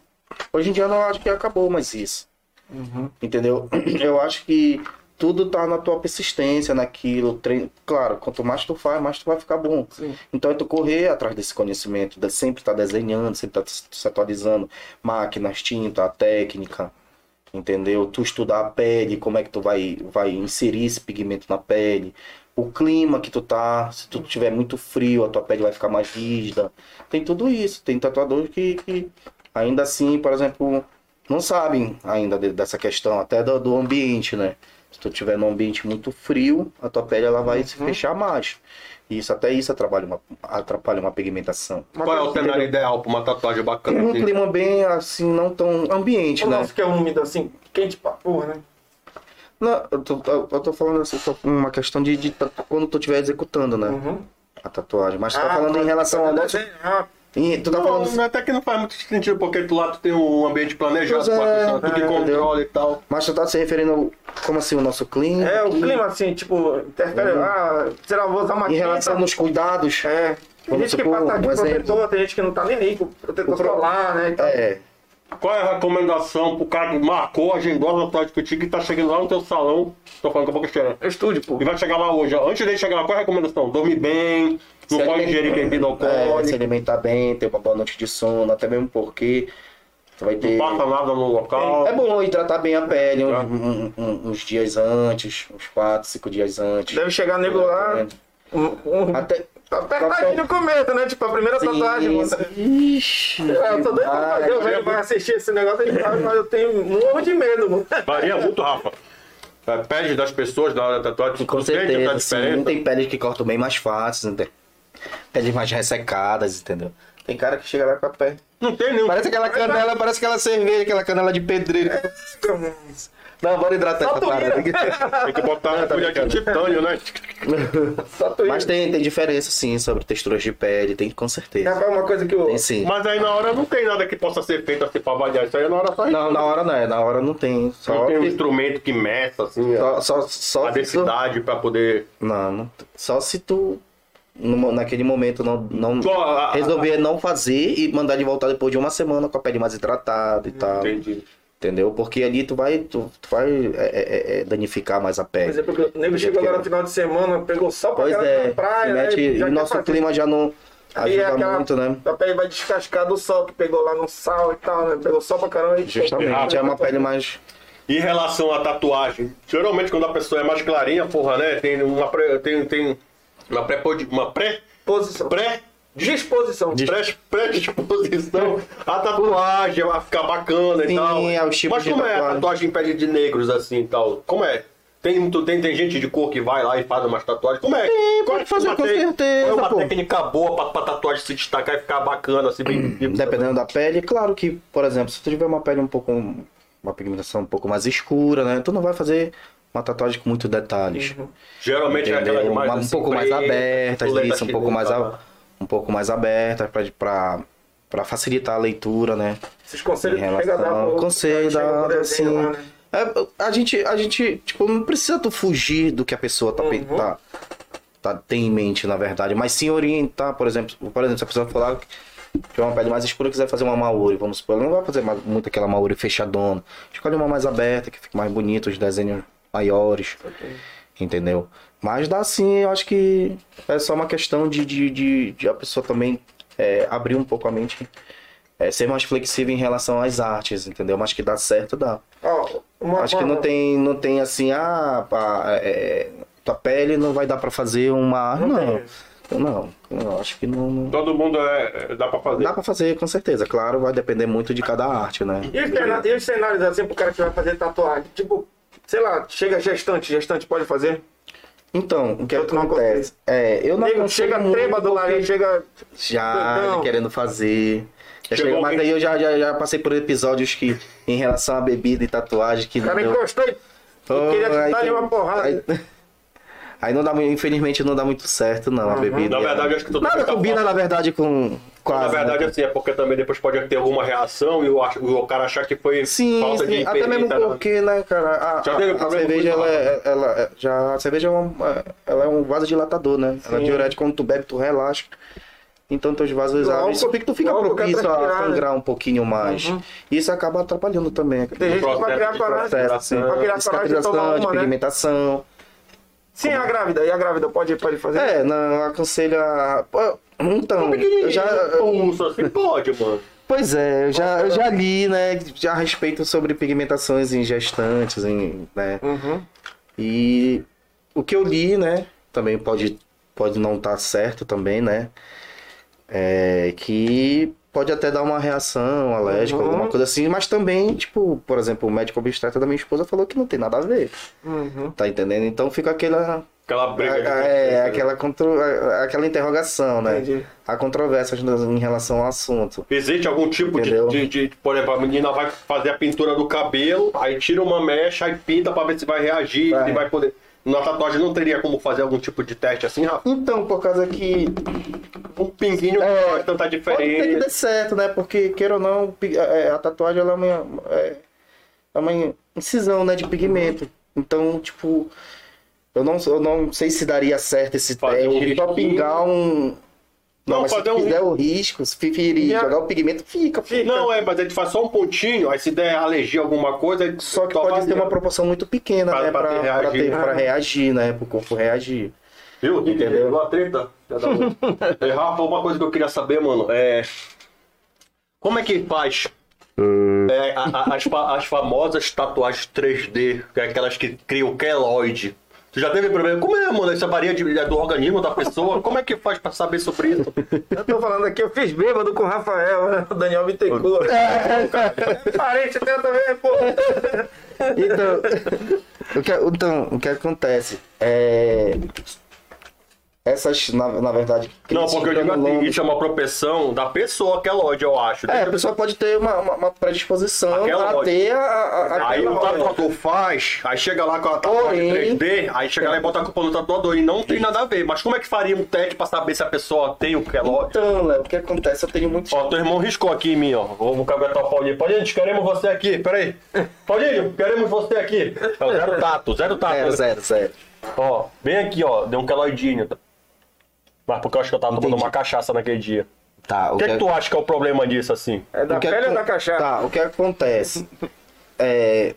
Hoje em dia eu não acho que acabou mais isso. Uhum. Entendeu? Eu acho que tudo tá na tua persistência, naquilo. Treino. Claro, quanto mais tu faz, mais tu vai ficar bom. Sim. Então é tu correr atrás desse conhecimento, de sempre tá desenhando, sempre tá se atualizando. Máquinas, tinta, a técnica. Entendeu? Tu estudar a pele, como é que tu vai, vai inserir esse pigmento na pele. O clima que tu tá, se tu tiver muito frio, a tua pele vai ficar mais rígida. Tem tudo isso. Tem tatuadores que, que ainda assim, por exemplo, não sabem ainda de- dessa questão, até do, do ambiente, né? Se tu tiver num ambiente muito frio, a tua pele ela vai se fechar mais. E Isso até isso atrapalha uma, atrapalha uma pigmentação. Qual é o cenário ideal pra uma tatuagem bacana? Um assim? clima bem assim, não tão ambiente, O né? nosso que é úmido assim, quente pra porra, né? Não, eu tô, eu- eu tô falando assim, só uma questão de, de tatu- quando tu estiver executando, né? Uhum. A tatuagem. Mas tu tá Ah, falando em relação ao nosso. Ah, em- Tu tá Não, falando. até que não faz muito sentido, porque tu lá tu tem um ambiente planejado, Pois é, tu é, que controla e tal. Mas tu tá se referindo ao- como assim o nosso clima? É, o aqui, clima assim, tipo, interfere. Uhum. Ah, será que eu vou usar uma Em tinta? relação aos cuidados. É. Tem Vamos gente que supor, passa de um exemplo. protetor, tem gente que não tá nem aí com protetor O pro- solar, né? Então, É. Qual é a recomendação pro cara que marcou, agendou a tatuagem contigo e tá chegando lá no teu salão, tô falando que eu vou chegar. É Estúdio, pô. E vai chegar lá hoje, ó. antes de chegar lá, qual é a recomendação? Dormir bem, não Se pode alimentar- ingerir bebida É, se alcoólica, alimentar bem, ter uma boa noite de sono, até mesmo porque tu vai ter. não passa nada no local. É bom hidratar bem a pele uns, Tá. um- um- uns dias antes, uns 4, 5 dias antes. Deve chegar nego É, lá. Um, um... Até. Apertadinho no começo, né? Tipo, a primeira tatuagem, mano. Ixi, É, Eu tô doido pra fazer, o verdade. velho vai assistir esse negócio, ele fala, mas eu tenho um monte de medo, mano. Varia muito, Rafa. É, pede das pessoas na hora da tatuagem, Com tu sente tá certeza, essa sim. diferença. Tem peles que cortam bem mais fáceis, entendeu? Peles mais ressecadas, entendeu? Tem cara que chega lá com a pele. Não tem nenhum. Parece aquela canela, parece aquela cerveja, aquela canela de pedreiro. É. Não, bora hidratar essa Saturina. parada. né? Tem que botar tá colher de titânio, né? Tatuí. Mas tem, tem diferença, sim, sobre texturas de pele, tem com certeza. Rapaz, uma coisa que eu. Tem sim. Mas aí na hora não tem nada que possa ser feito assim pra avaliar. Isso aí na hora só Não, na hora não é, na hora não tem. Não Só, tem um instrumento que meça, assim, a- só, só, só a se tu- densidade pra poder. Não, não tem. só se tu no mo- naquele momento não, não Só a- a- resolver não fazer e mandar de voltar depois de uma semana com a pele mais hidratada e Hum, tal. Entendi. Entendeu? Porque ali tu vai, tu, tu vai é, é, é, danificar mais a Por pele. exemplo, o nego chegou agora no final de semana, pegou só pra Pois cara é, na praia, se né? mete, e Já o quer nosso fazer. clima já não Aí ajuda aquela- muito, né? A pele vai descascar do sol que pegou lá no sal e tal, né? Pegou sol pra caramba e. Justamente, é uma né? pele mais. Em relação à tatuagem, geralmente quando a pessoa é mais clarinha, porra, né? Tem uma pré. Tem, tem uma pré. Uma pré. Posição. Pré. Disposição. pré- Pré-disposição a tatuagem vai ficar bacana e Sim, tal. é o tipo Mas de como é a tatuagem. tatuagem em pele de negros assim e tal? Como é? Tem, tu- tem, tem gente de cor que vai lá e faz umas tatuagens. Como é? Qual Tem, pode é fazer, uma com te- certeza, Qual é uma pô. técnica boa pra, pra tatuagem se destacar e ficar bacana, assim, Hum, bem vivo. Dependendo da pele, claro que, por exemplo, se tu tiver uma pele um pouco. uma pigmentação um pouco mais escura, né? Tu não vai fazer uma tatuagem com muitos detalhes. Uhum. Geralmente é aquela Entendeu? imagem Uma- um assim, pouco mais preta, abertas, letra isso, um pouco mais chinesa, tá a- um pouco mais abertas para para facilitar a leitura, né? Esses Em conselhos que chega a dar relação, pro- conselho chega pro dado, assim. desenho lá, né? É, a gente a gente tipo não precisa tu fugir do que a pessoa tá, pe- Uhum. tá, tá- tem em mente, na verdade, mas sim orientar, por exemplo, por exemplo, se a pessoa falar que tiver uma pele mais escura e quiser fazer uma maori, vamos supor, ela não vai fazer mais- muito aquela maori fechadona. Escolhe uma mais aberta, que fique mais bonita, os desenhos maiores. Entendeu? Mas dá sim, eu acho que é só uma questão de, de, de, de a pessoa também é, abrir um pouco a mente, é, ser mais flexível em relação às artes, entendeu? Mas que dá certo, dá. Ó, uma- Acho que uma- não tem, não tem assim, ah, pá, é, tua pele não vai dar pra fazer uma. Não Não, tem. não, não, acho que não, não- Todo mundo é, é- dá pra fazer. Dá pra fazer, com certeza. Claro, vai depender muito de cada arte, né? E os, cena- e os cenários assim pro cara que vai fazer tatuagem? Tipo, sei lá, chega gestante, gestante pode fazer? Então, o que Eu não acontece? É, eu não Nego, aconselho chega muito, treba do lado, chega. Já Então- ele querendo fazer. Já Chegou chegou, mas alguém- aí eu já, já, já passei por episódios que, em relação à bebida e tatuagem, que O cara não. encostou e. Pô, queria te aí dar tem- uma porrada. Aí, aí não dá, mu- infelizmente não dá muito certo, não, a bebida. Na verdade, acho que tu Nada fica combina, na verdade, com quase. Na verdade, né? assim, é porque também depois pode ter alguma reação e o, ach- o cara achar que foi Sim, falta sim, de até mesmo perícia, né? porque, né, cara, a, Já a- teve a problema cerveja, com ela, isso, é- ela, é- já, a cerveja é, uma, ela é um vasodilatador, né? Ela é Sim. diurética, quando tu bebe, tu relaxa. Então teus vasos O abrem, álcool- só que tu fica o álcool quer propício a transpirar, né? Uhum. sangrar um pouquinho mais. Isso acaba atrapalhando também. assim, Tem gente que Processo vai criar de coragem. processo. Certo, sim. Pra criar coragem de tomar Cicatrização, de uma, né? pigmentação. Sim, a grávida. E a grávida pode, pode fazer? É, não, aconselho a... Pô, Então, eu já... Pulso, assim, pode, mano. Pois é, eu já, eu já li, né, já a respeito sobre pigmentações em gestantes, em, né, Uhum. E o que eu li, né? Também pode, pode não estar certo também, né? É que pode até dar uma reação alérgica, Uhum. alguma coisa assim, mas também, tipo, por exemplo, o médico obstetra da minha esposa falou que não tem nada a ver, Uhum. tá entendendo? Então fica aquela, Aquela briga. de- né? é, aquela, contro, aquela interrogação, né? Entendi. Há controvérsias no- em relação ao assunto. Existe algum tipo de, Entendeu? de, de- Por exemplo, a menina vai fazer a pintura do cabelo, aí tira uma mecha aí pinta pra ver se vai reagir, Vai. se vai poder. Na tatuagem não teria como fazer algum tipo de teste assim, Rafa? Então, por causa que Um pinguinho É, não faz tanta Pode ter que diferença. dar certo, né? Porque, queira ou não, pi- é, a tatuagem ela é, uma, é, é uma incisão né, de pigmento. Então, tipo, eu não, eu não sei se daria certo esse Fazer um teste. Só risquinho. pingar um. Não, Não, mas se fazer um fizer o risco, se ferir, E a- jogar o pigmento, fica. fica. Não, é, mas a gente faz só um pontinho, aí se der alergia a alguma coisa. aí Só que só pode vai- ter uma proporção muito pequena, Pra- né? pra Pra, ter pra ter- reagido. pra reagir, né? Pro corpo reagir. Viu? Entendeu? Entendeu? Uma treta. filha da puta. É, Rafa, uma coisa que eu queria saber, mano, é. Como é que faz Hum. é, a- a- as, fa- as famosas tatuagens 3D, que é aquelas que criam queloide? Tu já teve problema? Como é, mano? Isso varia de, é do organismo da pessoa? Como é que faz pra saber sobre isso? Eu tô falando aqui, eu fiz bêbado com o Rafael, né? O Daniel Bittencourt. É, Parente teu também, pô. Então, o que, então, o que acontece? É, essas, na, na verdade. Não, porque eu digo assim, granulomas- isso é uma propensão da pessoa queloide, eu acho. É, a pessoa pode ter uma, uma, uma predisposição Aquela pra ódio. ter a, a, a- Aí aquela o ódio. tatuador faz, aí chega lá com a tatuagem Porém- 3D, aí chega lá e bota a culpa no tatuador e não tem nada a ver. Mas como é que faria um teste pra saber se a pessoa tem o queloide? Então, Léo, o que acontece? Eu tenho muitos. Ó, teu irmão riscou aqui em mim, ó. Vou, vou caguetar o Paulinho. Paulinho, queremos você aqui, peraí. Paulinho, queremos você aqui. É o zero tato, zero tato. Zero, zero, zero. Ó, vem aqui, ó, deu um queloidinho. Mas porque eu acho que eu tava tomando Entendi. uma cachaça naquele dia. Tá, O que, é que tu acha que é o problema disso, assim? É da o que pele acon- ou da cachaça? Tá, o que acontece? É,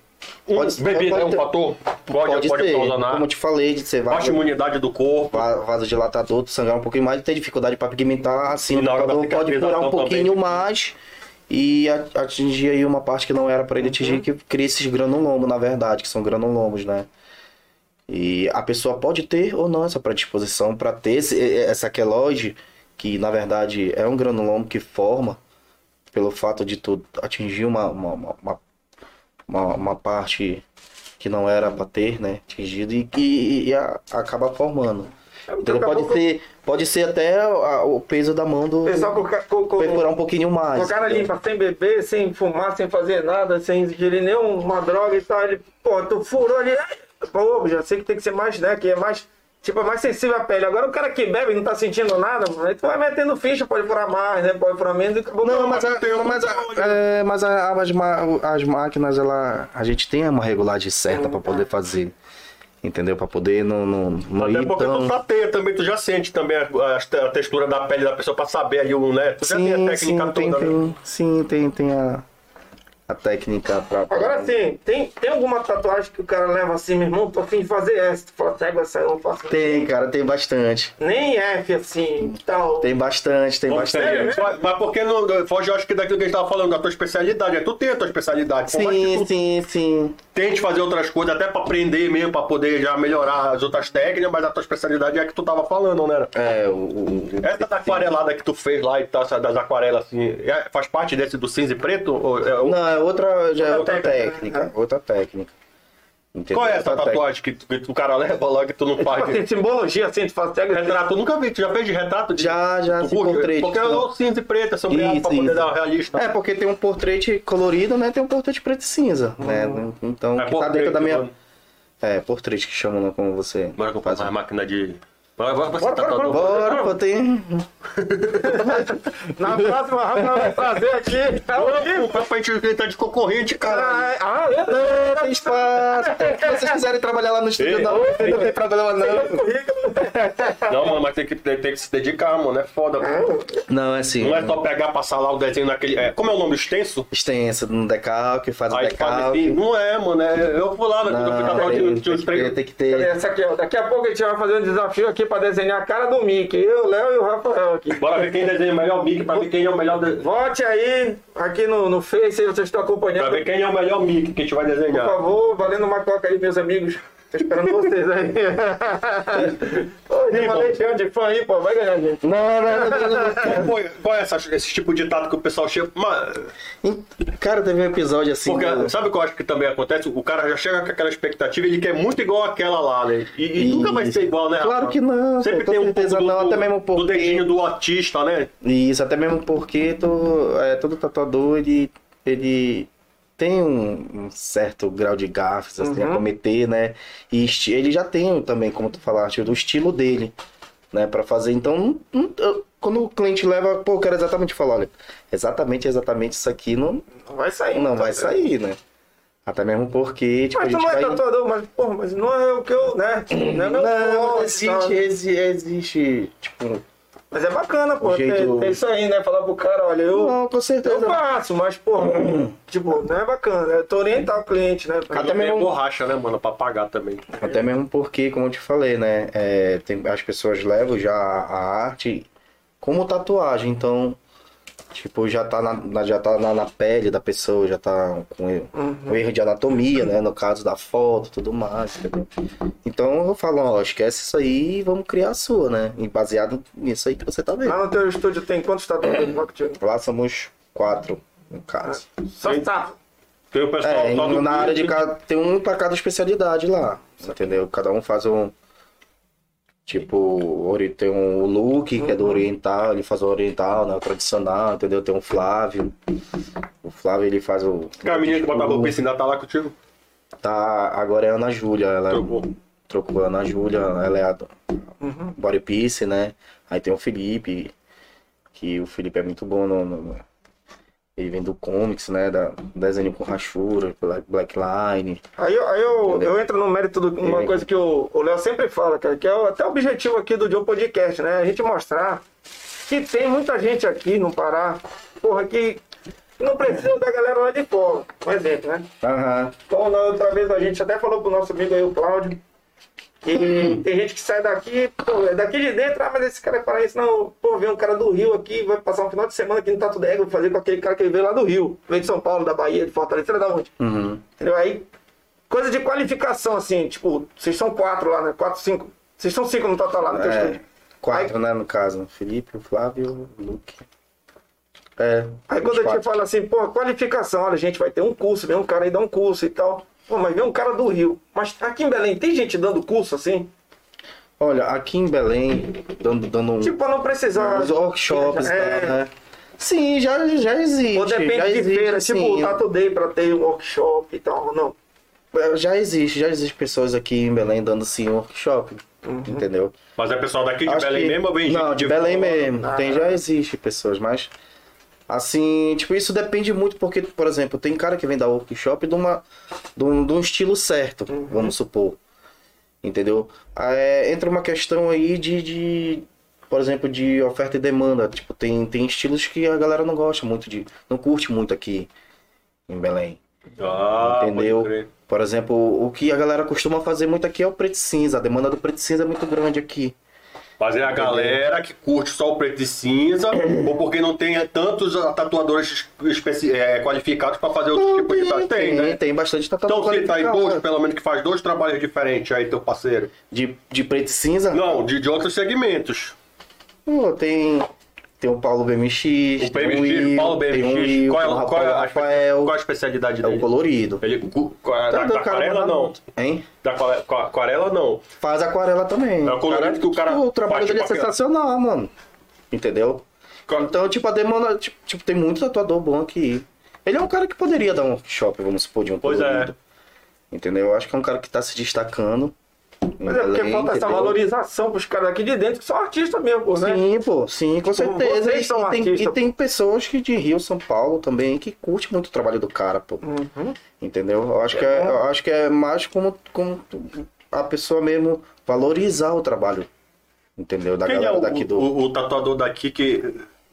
pode, Hum, bebida é um pode, ter- fator? pode, Pode, pode ser, causar como eu nada. te falei, de ser Baixa vaso, imunidade do corpo. va- vasodilatador, tu sangrar um pouquinho mais, tu tem dificuldade pra pigmentar, assim, E na hora da então pode furar cicatrização um pouquinho também. mais e a- atingir aí uma parte que não era pra ele Uhum. atingir, que cria esses granulomos, na verdade, que são granulomos, né? E a pessoa pode ter ou não essa predisposição para ter esse- eh, essa queloide, que na verdade é um granulomo que forma pelo fato de tu atingir uma, uma, uma, uma, uma- uma parte que não era pra ter, né? Atingido e que e a- acaba formando. É, porque Então pode acabou ser, pode ser até a- o peso da mão do. O pessoal com, ca- com, com, perfurar um pouquinho mais. com cara limpa, sem beber, sem fumar, sem fazer nada, sem ingerir nenhuma droga e tal. Ele, pô, tu furou ali. ai, Pô, já sei que tem que ser mais, né? Que é mais. Tipo, é mais sensível à pele. Agora o cara que bebe e não tá sentindo nada, mano, aí tu vai metendo ficha, pode furar mais, né? Pode furar menos e acabou. Não, mas, a, tem um mas, a- controle. é, mas a- as, ma- as máquinas, ela, a gente tem uma regulagem certa pra poder fazer. Entendeu? Pra poder não, não, não Até ir porque tão... tu tateia também, tu já sente também a, a- a textura da pele da pessoa pra saber ali o, né? Tu já tem a técnica sim, toda, tem, né? tem, sim, tem, tem a, a técnica pra... Agora sim, tem, tem alguma tatuagem que o cara leva assim, meu irmão, tô afim de fazer essa. Tu fala, cego, essa eu não faço. Tem, cara, tem bastante. Nem F assim, tal. Tem bastante, tem Bom, bastante. sério, mas- Mas porque não. Foge, eu acho que daquilo que a gente tava falando, da tua especialidade, né? Tu tem a tua especialidade. Por mais que Sim, tu sim, sim. tente fazer outras coisas, até pra aprender mesmo, pra poder já melhorar as outras técnicas, mas a tua especialidade é a que tu tava falando, né? É, o... o- o- Essa da aquarelada que tu fez lá e tal, essa das aquarelas assim, é- faz parte desse do cinza e preto? Ou é um- Não, é outra, já é outra, Outra técnica, técnica. né? Outra técnica. Entendeu? Qual é essa Outra técnica. tatuagem que, tu- que tu- o cara leva lá que tu não Tipo assim, faz? simbologia assim, tu fala, cego, retrato, eu nunca vi. Tu já fez de retrato? De... Já, já, Tu se curte? encontrei. Porque é tipo, o cinza e preto, é sombreado Isso, pra poder isso. dar uma realista. É, porque tem um portrait colorido, né? Tem um portrait preto e cinza, né? Uhum. Então, que tá dentro da minha... É, portrait que chamam, né, como você... Bora comprar faz. uma máquina de... Bora, tá bora, bora, Bora, bora, tatuador. Bora, pô, tem... Na próxima roda vai trazer aqui. Tá Bora, horrível. comprar pra gente inventar de concorrente, cara. Ah, ah, eu Não, tem espaço. Se vocês quiserem trabalhar lá no estúdio, Ei, não, não tem problema não. Não, mano, mas tem que, tem, tem que se dedicar, mano. É foda. Não, é assim. Não é só pegar, passar lá o desenho naquele... é, como é o nome? Extenso? Extensa no decalque, faz o Aí tu faz assim, decalque. não é, mano. É, eu vou lá, velho. Eu fui Não, tatuar tem, de, tem, que de, ter, de, tem que ter. Essa aqui, ó. Daqui a pouco a gente vai fazer um desafio aqui pra desenhar a cara do Mickey. Eu, o Léo e o Rafael aqui. Bora ver quem desenha melhor o Mickey, pra ver quem é o melhor... De... Vote aí, aqui no, no Face, aí vocês estão Pra acompanhando. ver quem é o melhor Mickey que a gente vai Por desenhar. favor, valendo uma coca aí, meus amigos. Tô esperando vocês aí. Ô, tem uma legião de fã aí, pô. Vai ganhar, gente. Não, não, não, não, não. Qual é- Qual é essa- esse tipo de tato que o pessoal chega... Mano, Ent- Cara, teve um episódio assim. Porque do- sabe o que eu acho que também acontece? O cara já chega com aquela expectativa, ele quer muito igual aquela lá, né? E, e nunca vai ser igual, né? Claro Rafa? que não, Sempre com tem um pouco certeza do, não, do- até mesmo do porque- dedinho do artista, né? Isso, até mesmo porque tu, é, todo tatuador ele, ele tem um, um certo grau de gafes assim, Uhum. a cometer, né? E esti- ele já tem um também, como tu falaste, o estilo dele, né? Pra fazer. Então, não- não- eu- quando o cliente leva, pô, eu quero exatamente falar, olha, exatamente, exatamente isso aqui não, Não vai sair. não vai sair, né? Até mesmo porque, tipo, a Mas tu gente não é vai. tatuador, mas, porra, mas não é o que eu, né? Não é meu Não, forte, existe, exi- existe, tipo. Mas é bacana, pô. O jeito- Tem, tem isso aí, né? Falar pro cara, olha, eu, Não, com eu certeza. faço, mas, pô, tipo, não é bacana. Eu tô orientar o cliente, né? Cada Até meio mesmo- borracha, né, mano? Pra pagar também. Até mesmo porque, como eu te falei, né? é, tem- as pessoas levam já a arte como tatuagem, então, tipo, já tá na, na- já tá na, na pele da pessoa, já tá com erro, com erro de anatomia, né? No caso da foto e tudo mais, entendeu? Então eu falo, ó, esquece isso aí e vamos criar a sua, né? E baseado nisso aí que você tá vendo. Lá no teu estúdio tem quantos tatuadores? Qual que tinha? Lá somos quatro, no caso. Só tá. Tem o pessoal um É, só em- do na área de cliente, cada. Tem um pra cada especialidade lá. Entendeu? Cada um faz um. Tipo, ori- tem um Luke, que é Uhum. do Oriental, ele faz o Oriental, né? O tradicional, entendeu? Tem um Flávio. O Flávio ele faz o. Cara, a menina que botava Tipo, o piscina tá lá contigo? Tá, agora é a Ana Júlia. Ela Trocou. Uhum. trocou a Ana Júlia, ela é a do- Body Piece, né? Aí tem o Felipe, que o Felipe é muito bom no. no- no- Ele vem do comics, né? Da desenho com rachura, Black- Blackline. Aí, eu- aí eu, eu entro no mérito de uma É. coisa que o o Léo sempre fala, cara, que é o- até o objetivo aqui do Joe Podcast, né? A gente mostrar que tem muita gente aqui no Pará, porra, que não precisa da galera lá de fora. Um exemplo, né? Aham. Então, na outra vez a gente até falou pro nosso amigo aí, o Cláudio, que tem gente que sai daqui, pô, é daqui de dentro, ah, mas esse cara é paraense, não, pô, vem um cara do Rio aqui, vai passar um final de semana aqui no Tatu da Égua, fazer com aquele cara que veio lá do Rio, veio de São Paulo, da Bahia, de Fortaleza, sei lá da onde. Entendeu? Aí, coisa de qualificação, assim, tipo, vocês são quatro lá, né? Quatro, cinco. Vocês são cinco no total lá no teu É, estúdio. quatro, né, no caso. Felipe, o Flávio, o Luke. É. Aí quando a gente 24. fala assim, pô, qualificação, olha, gente, vai ter um curso, vem um cara aí dá um curso e tal. Pô, mas vem um cara do Rio. Mas aqui em Belém tem gente dando curso assim? Olha, aqui em Belém, dando, dando um- Tipo, pra não precisar. uns workshops, É. tá, né? Sim, já, já existe. Ou já depende de existe, assim, feira, tipo sim. o Tato Day pra ter um workshop e tal, não. Já existe, já existe pessoas aqui em Belém dando sim workshop, Uhum. entendeu? Mas é pessoal daqui de Acho Belém que- mesmo ou vem Não, gente de, Belém fora? mesmo. Ah. Tem, já existe pessoas, mas assim, tipo, isso depende muito porque, por exemplo, tem cara que vem dar workshop de uma de um, de um estilo certo, vamos supor. Entendeu? Ah, é, entra uma questão aí de, de, por exemplo, de oferta e demanda, tipo, tem tem estilos que a galera não gosta muito de, não curte muito aqui em Belém. Ah, pode Entendeu? crer. Por exemplo, o que a galera costuma fazer muito aqui é o preto e cinza. A demanda do preto e cinza é muito grande aqui. Mas é a galera que curte só o preto e cinza, É. ou porque não tem tantos tatuadores especi- é, qualificados pra fazer outros tipos de tatuagem. Tem, né? tem bastante tatuagem. Então se tá aí qualificada. dois, pelo menos que faz dois trabalhos diferentes aí, teu parceiro. de, de preto e cinza? Não, de, de outros segmentos. Pô, tem, tem o Paulo O BMX, tem PMX, o Will, Paulo tem o BMX, Will, qual, é, tem o qual, é a, Rafael, qual é a especialidade é o dele? colorido. Ele cu- qual é- da, Então, da o cara aquarela manda não. muito. tá, Hein? Da aqua- aqua- aquarela não. Faz aquarela também. É o colorido que o cara O trabalho bate dele é papel. sensacional, mano. Entendeu? Qual- Então, tipo, a demanda. Tipo, tipo, tem muito tatuador bom aqui. Ele é um cara que poderia dar um workshop, vamos supor, de um Pois é. colorido. Entendeu? Eu acho que é um cara que tá se destacando. Mas é porque falta essa valorização pros caras aqui de dentro que são artistas mesmo, pô, né? Sim, pô, sim, com certeza. vocês E, são e tem, artistas. e tem pessoas que de Rio, São Paulo também, que curte muito o trabalho do cara, pô. Uhum. Entendeu? Eu acho, que é, eu acho que é mais como, como a pessoa mesmo valorizar o trabalho. Entendeu? Da Quem é galera o, daqui do. o- o tatuador daqui que.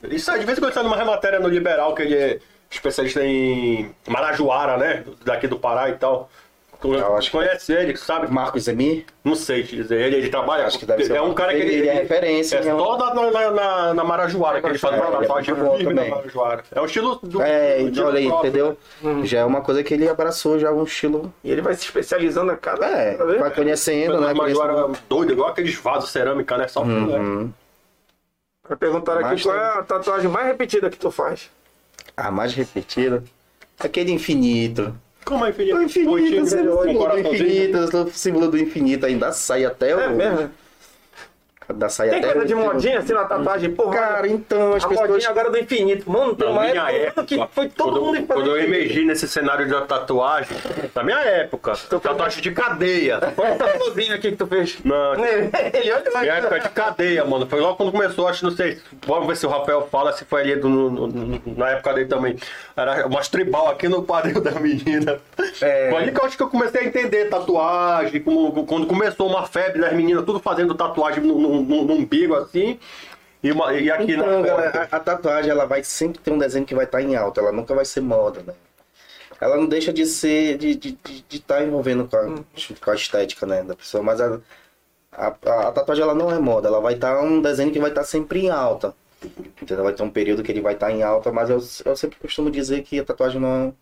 Isso aí, de vez em quando sai numa matéria no Liberal, que ele é especialista em Marajoara, né? Daqui do Pará e tal. Tu Eu acho que- conhece ele, sabe? Marcos Emir? Não sei te dizer. Ele, ele trabalha. Acho que deve ser é um o- cara que ele, ele é referência, É né? só na, na, na- na Marajoara, que ele faz uma Marajoara, tatuagem é muito bom firme na também. Marajoara. É o estilo do. É, do- então, olha aí, próprio. entendeu? Já é uma coisa que ele abraçou, já um estilo. E ele vai se especializando a cada. É, cada vez. vai conhecendo, Na né? Marajoara Conhecendo- doido, igual aqueles vasos cerâmica, né? Só Uhum. Perguntaram aqui Mas qual tem- é a tatuagem mais repetida que tu faz. A mais repetida. Aquele infinito. Como é infinito? O infinito, Pontinho, o símbolo um do coraçãozinho. infinito, o símbolo do infinito ainda sai até o. É mesmo? Da sai Tem até coisa o- de modinha assim na tatuagem, porra. Cara, então, as a pessoas. modinha agora é do infinito. Mano, tem Na uma minha época, época, mano, que foi todo quando, mundo que fazia quando eu infinito. emergi nesse cenário da tatuagem, na minha época, tatuagem de cadeia. Olha essa blusinha aqui que tu fez. Não, Ele olha lá. minha época de cadeia, mano. Foi logo quando começou, acho, não sei, vamos ver se o Rafael fala, se foi ali do- no- no- na época dele também. Era umas tribal aqui no quadril da menina. É. Foi ali que eu acho que eu comecei a entender tatuagem, como- quando começou uma febre das meninas, tudo fazendo tatuagem no, no- no- no umbigo, assim, e, uma- e aqui né? Então, na galera, costa. a, a tatuagem ela vai sempre ter um desenho que vai estar em alta, ela nunca vai ser moda, né? Ela não deixa de ser, de estar de, de tá envolvendo com a, Hum. com a estética né, da pessoa, mas a, a, a tatuagem ela não é moda, ela vai estar um desenho que vai estar sempre em alta. Entendeu? Vai ter um período que ele vai estar em alta, mas eu, eu sempre costumo dizer que a tatuagem não,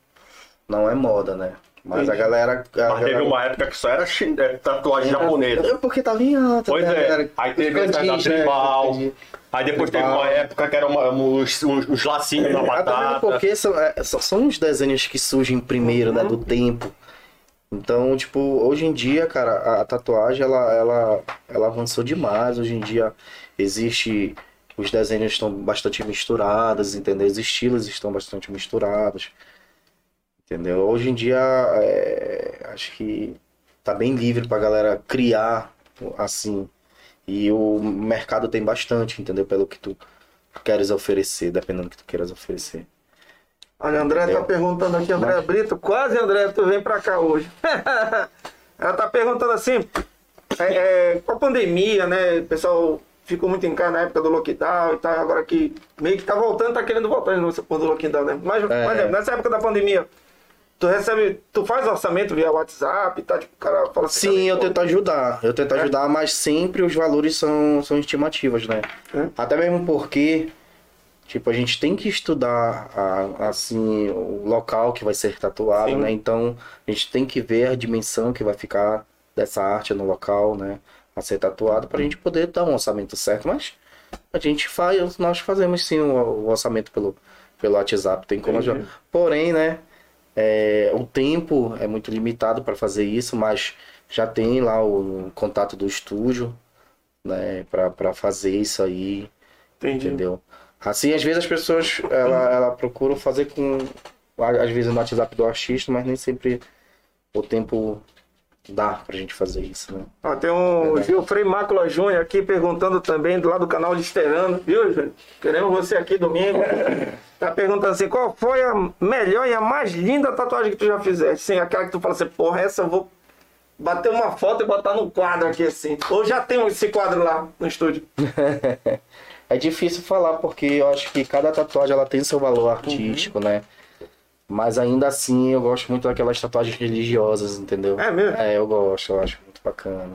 não é moda, né? Mas a galera. A Mas teve galera- uma época que só era chi- é, tatuagem japonesa. É porque tava em alta, Pois né, é. galera? Aí teve Os essa da kanjis, né, tribal. os kanjis. Aí depois teve Tribal. uma época que era uma- uns, uns- uns lacinhos na Até mesmo batata. porque são, é, são, são os desenhos que surgem primeiro, né? Uhum. Do tempo. Então, tipo, hoje em dia, cara, a, a tatuagem, ela, ela, ela avançou demais. Hoje em dia existe... Os desenhos estão bastante misturados, entendeu? Os estilos estão bastante misturados. Entendeu? Hoje em dia, é, acho que tá bem livre pra galera criar, assim. E o mercado tem bastante, entendeu? Pelo que tu queres oferecer, dependendo do que tu queiras oferecer. Olha, André É. tá perguntando aqui, André Brito, quase André, tu vem pra cá hoje. Ela tá perguntando assim, é, é, com a pandemia, né, o pessoal ficou muito em casa na época do lockdown e tal, agora que meio que tá voltando, tá querendo voltar de novo essa porra do lockdown, né? Mas, por É. exemplo, nessa época da pandemia, tu recebe, tu faz orçamento via WhatsApp e tal, tipo, o cara fala assim... Sim, eu pô, tento ajudar, eu É. tento ajudar, mas sempre os valores são, são estimativas, né? É. Até mesmo porque, tipo, a gente tem que estudar, a- assim, o local que vai ser tatuado, Sim. né? Então, a gente tem que ver a dimensão que vai ficar dessa arte no local, né? A ser tatuado, pra gente poder dar um orçamento certo, mas a gente faz, nós fazemos sim o, o orçamento pelo, pelo WhatsApp, tem como Entendi. ajudar. Porém, né? É, o tempo é muito limitado para fazer isso, mas já tem lá o contato do estúdio, né, para fazer isso aí, Entendi. entendeu? Assim, às vezes as pessoas ela, ela procuram fazer com às vezes no WhatsApp do artista, mas nem sempre o tempo dá pra gente fazer isso, né? Ó, tem um Verdade. Gilfrei Mácula Júnior aqui perguntando também, do lado do canal de Esterano, viu, Júnior? Queremos você aqui domingo. Tá perguntando assim, qual foi a melhor e a mais linda tatuagem que tu já fizeste? Sim, aquela que tu fala assim, porra, essa eu vou bater uma foto e botar no quadro aqui, assim. Ou já tem esse quadro lá no estúdio. É difícil falar porque eu acho que cada tatuagem ela tem seu Uhum. valor artístico, né? Mas ainda assim eu gosto muito daquelas tatuagens religiosas, entendeu? É mesmo? É, eu gosto, eu acho muito bacana.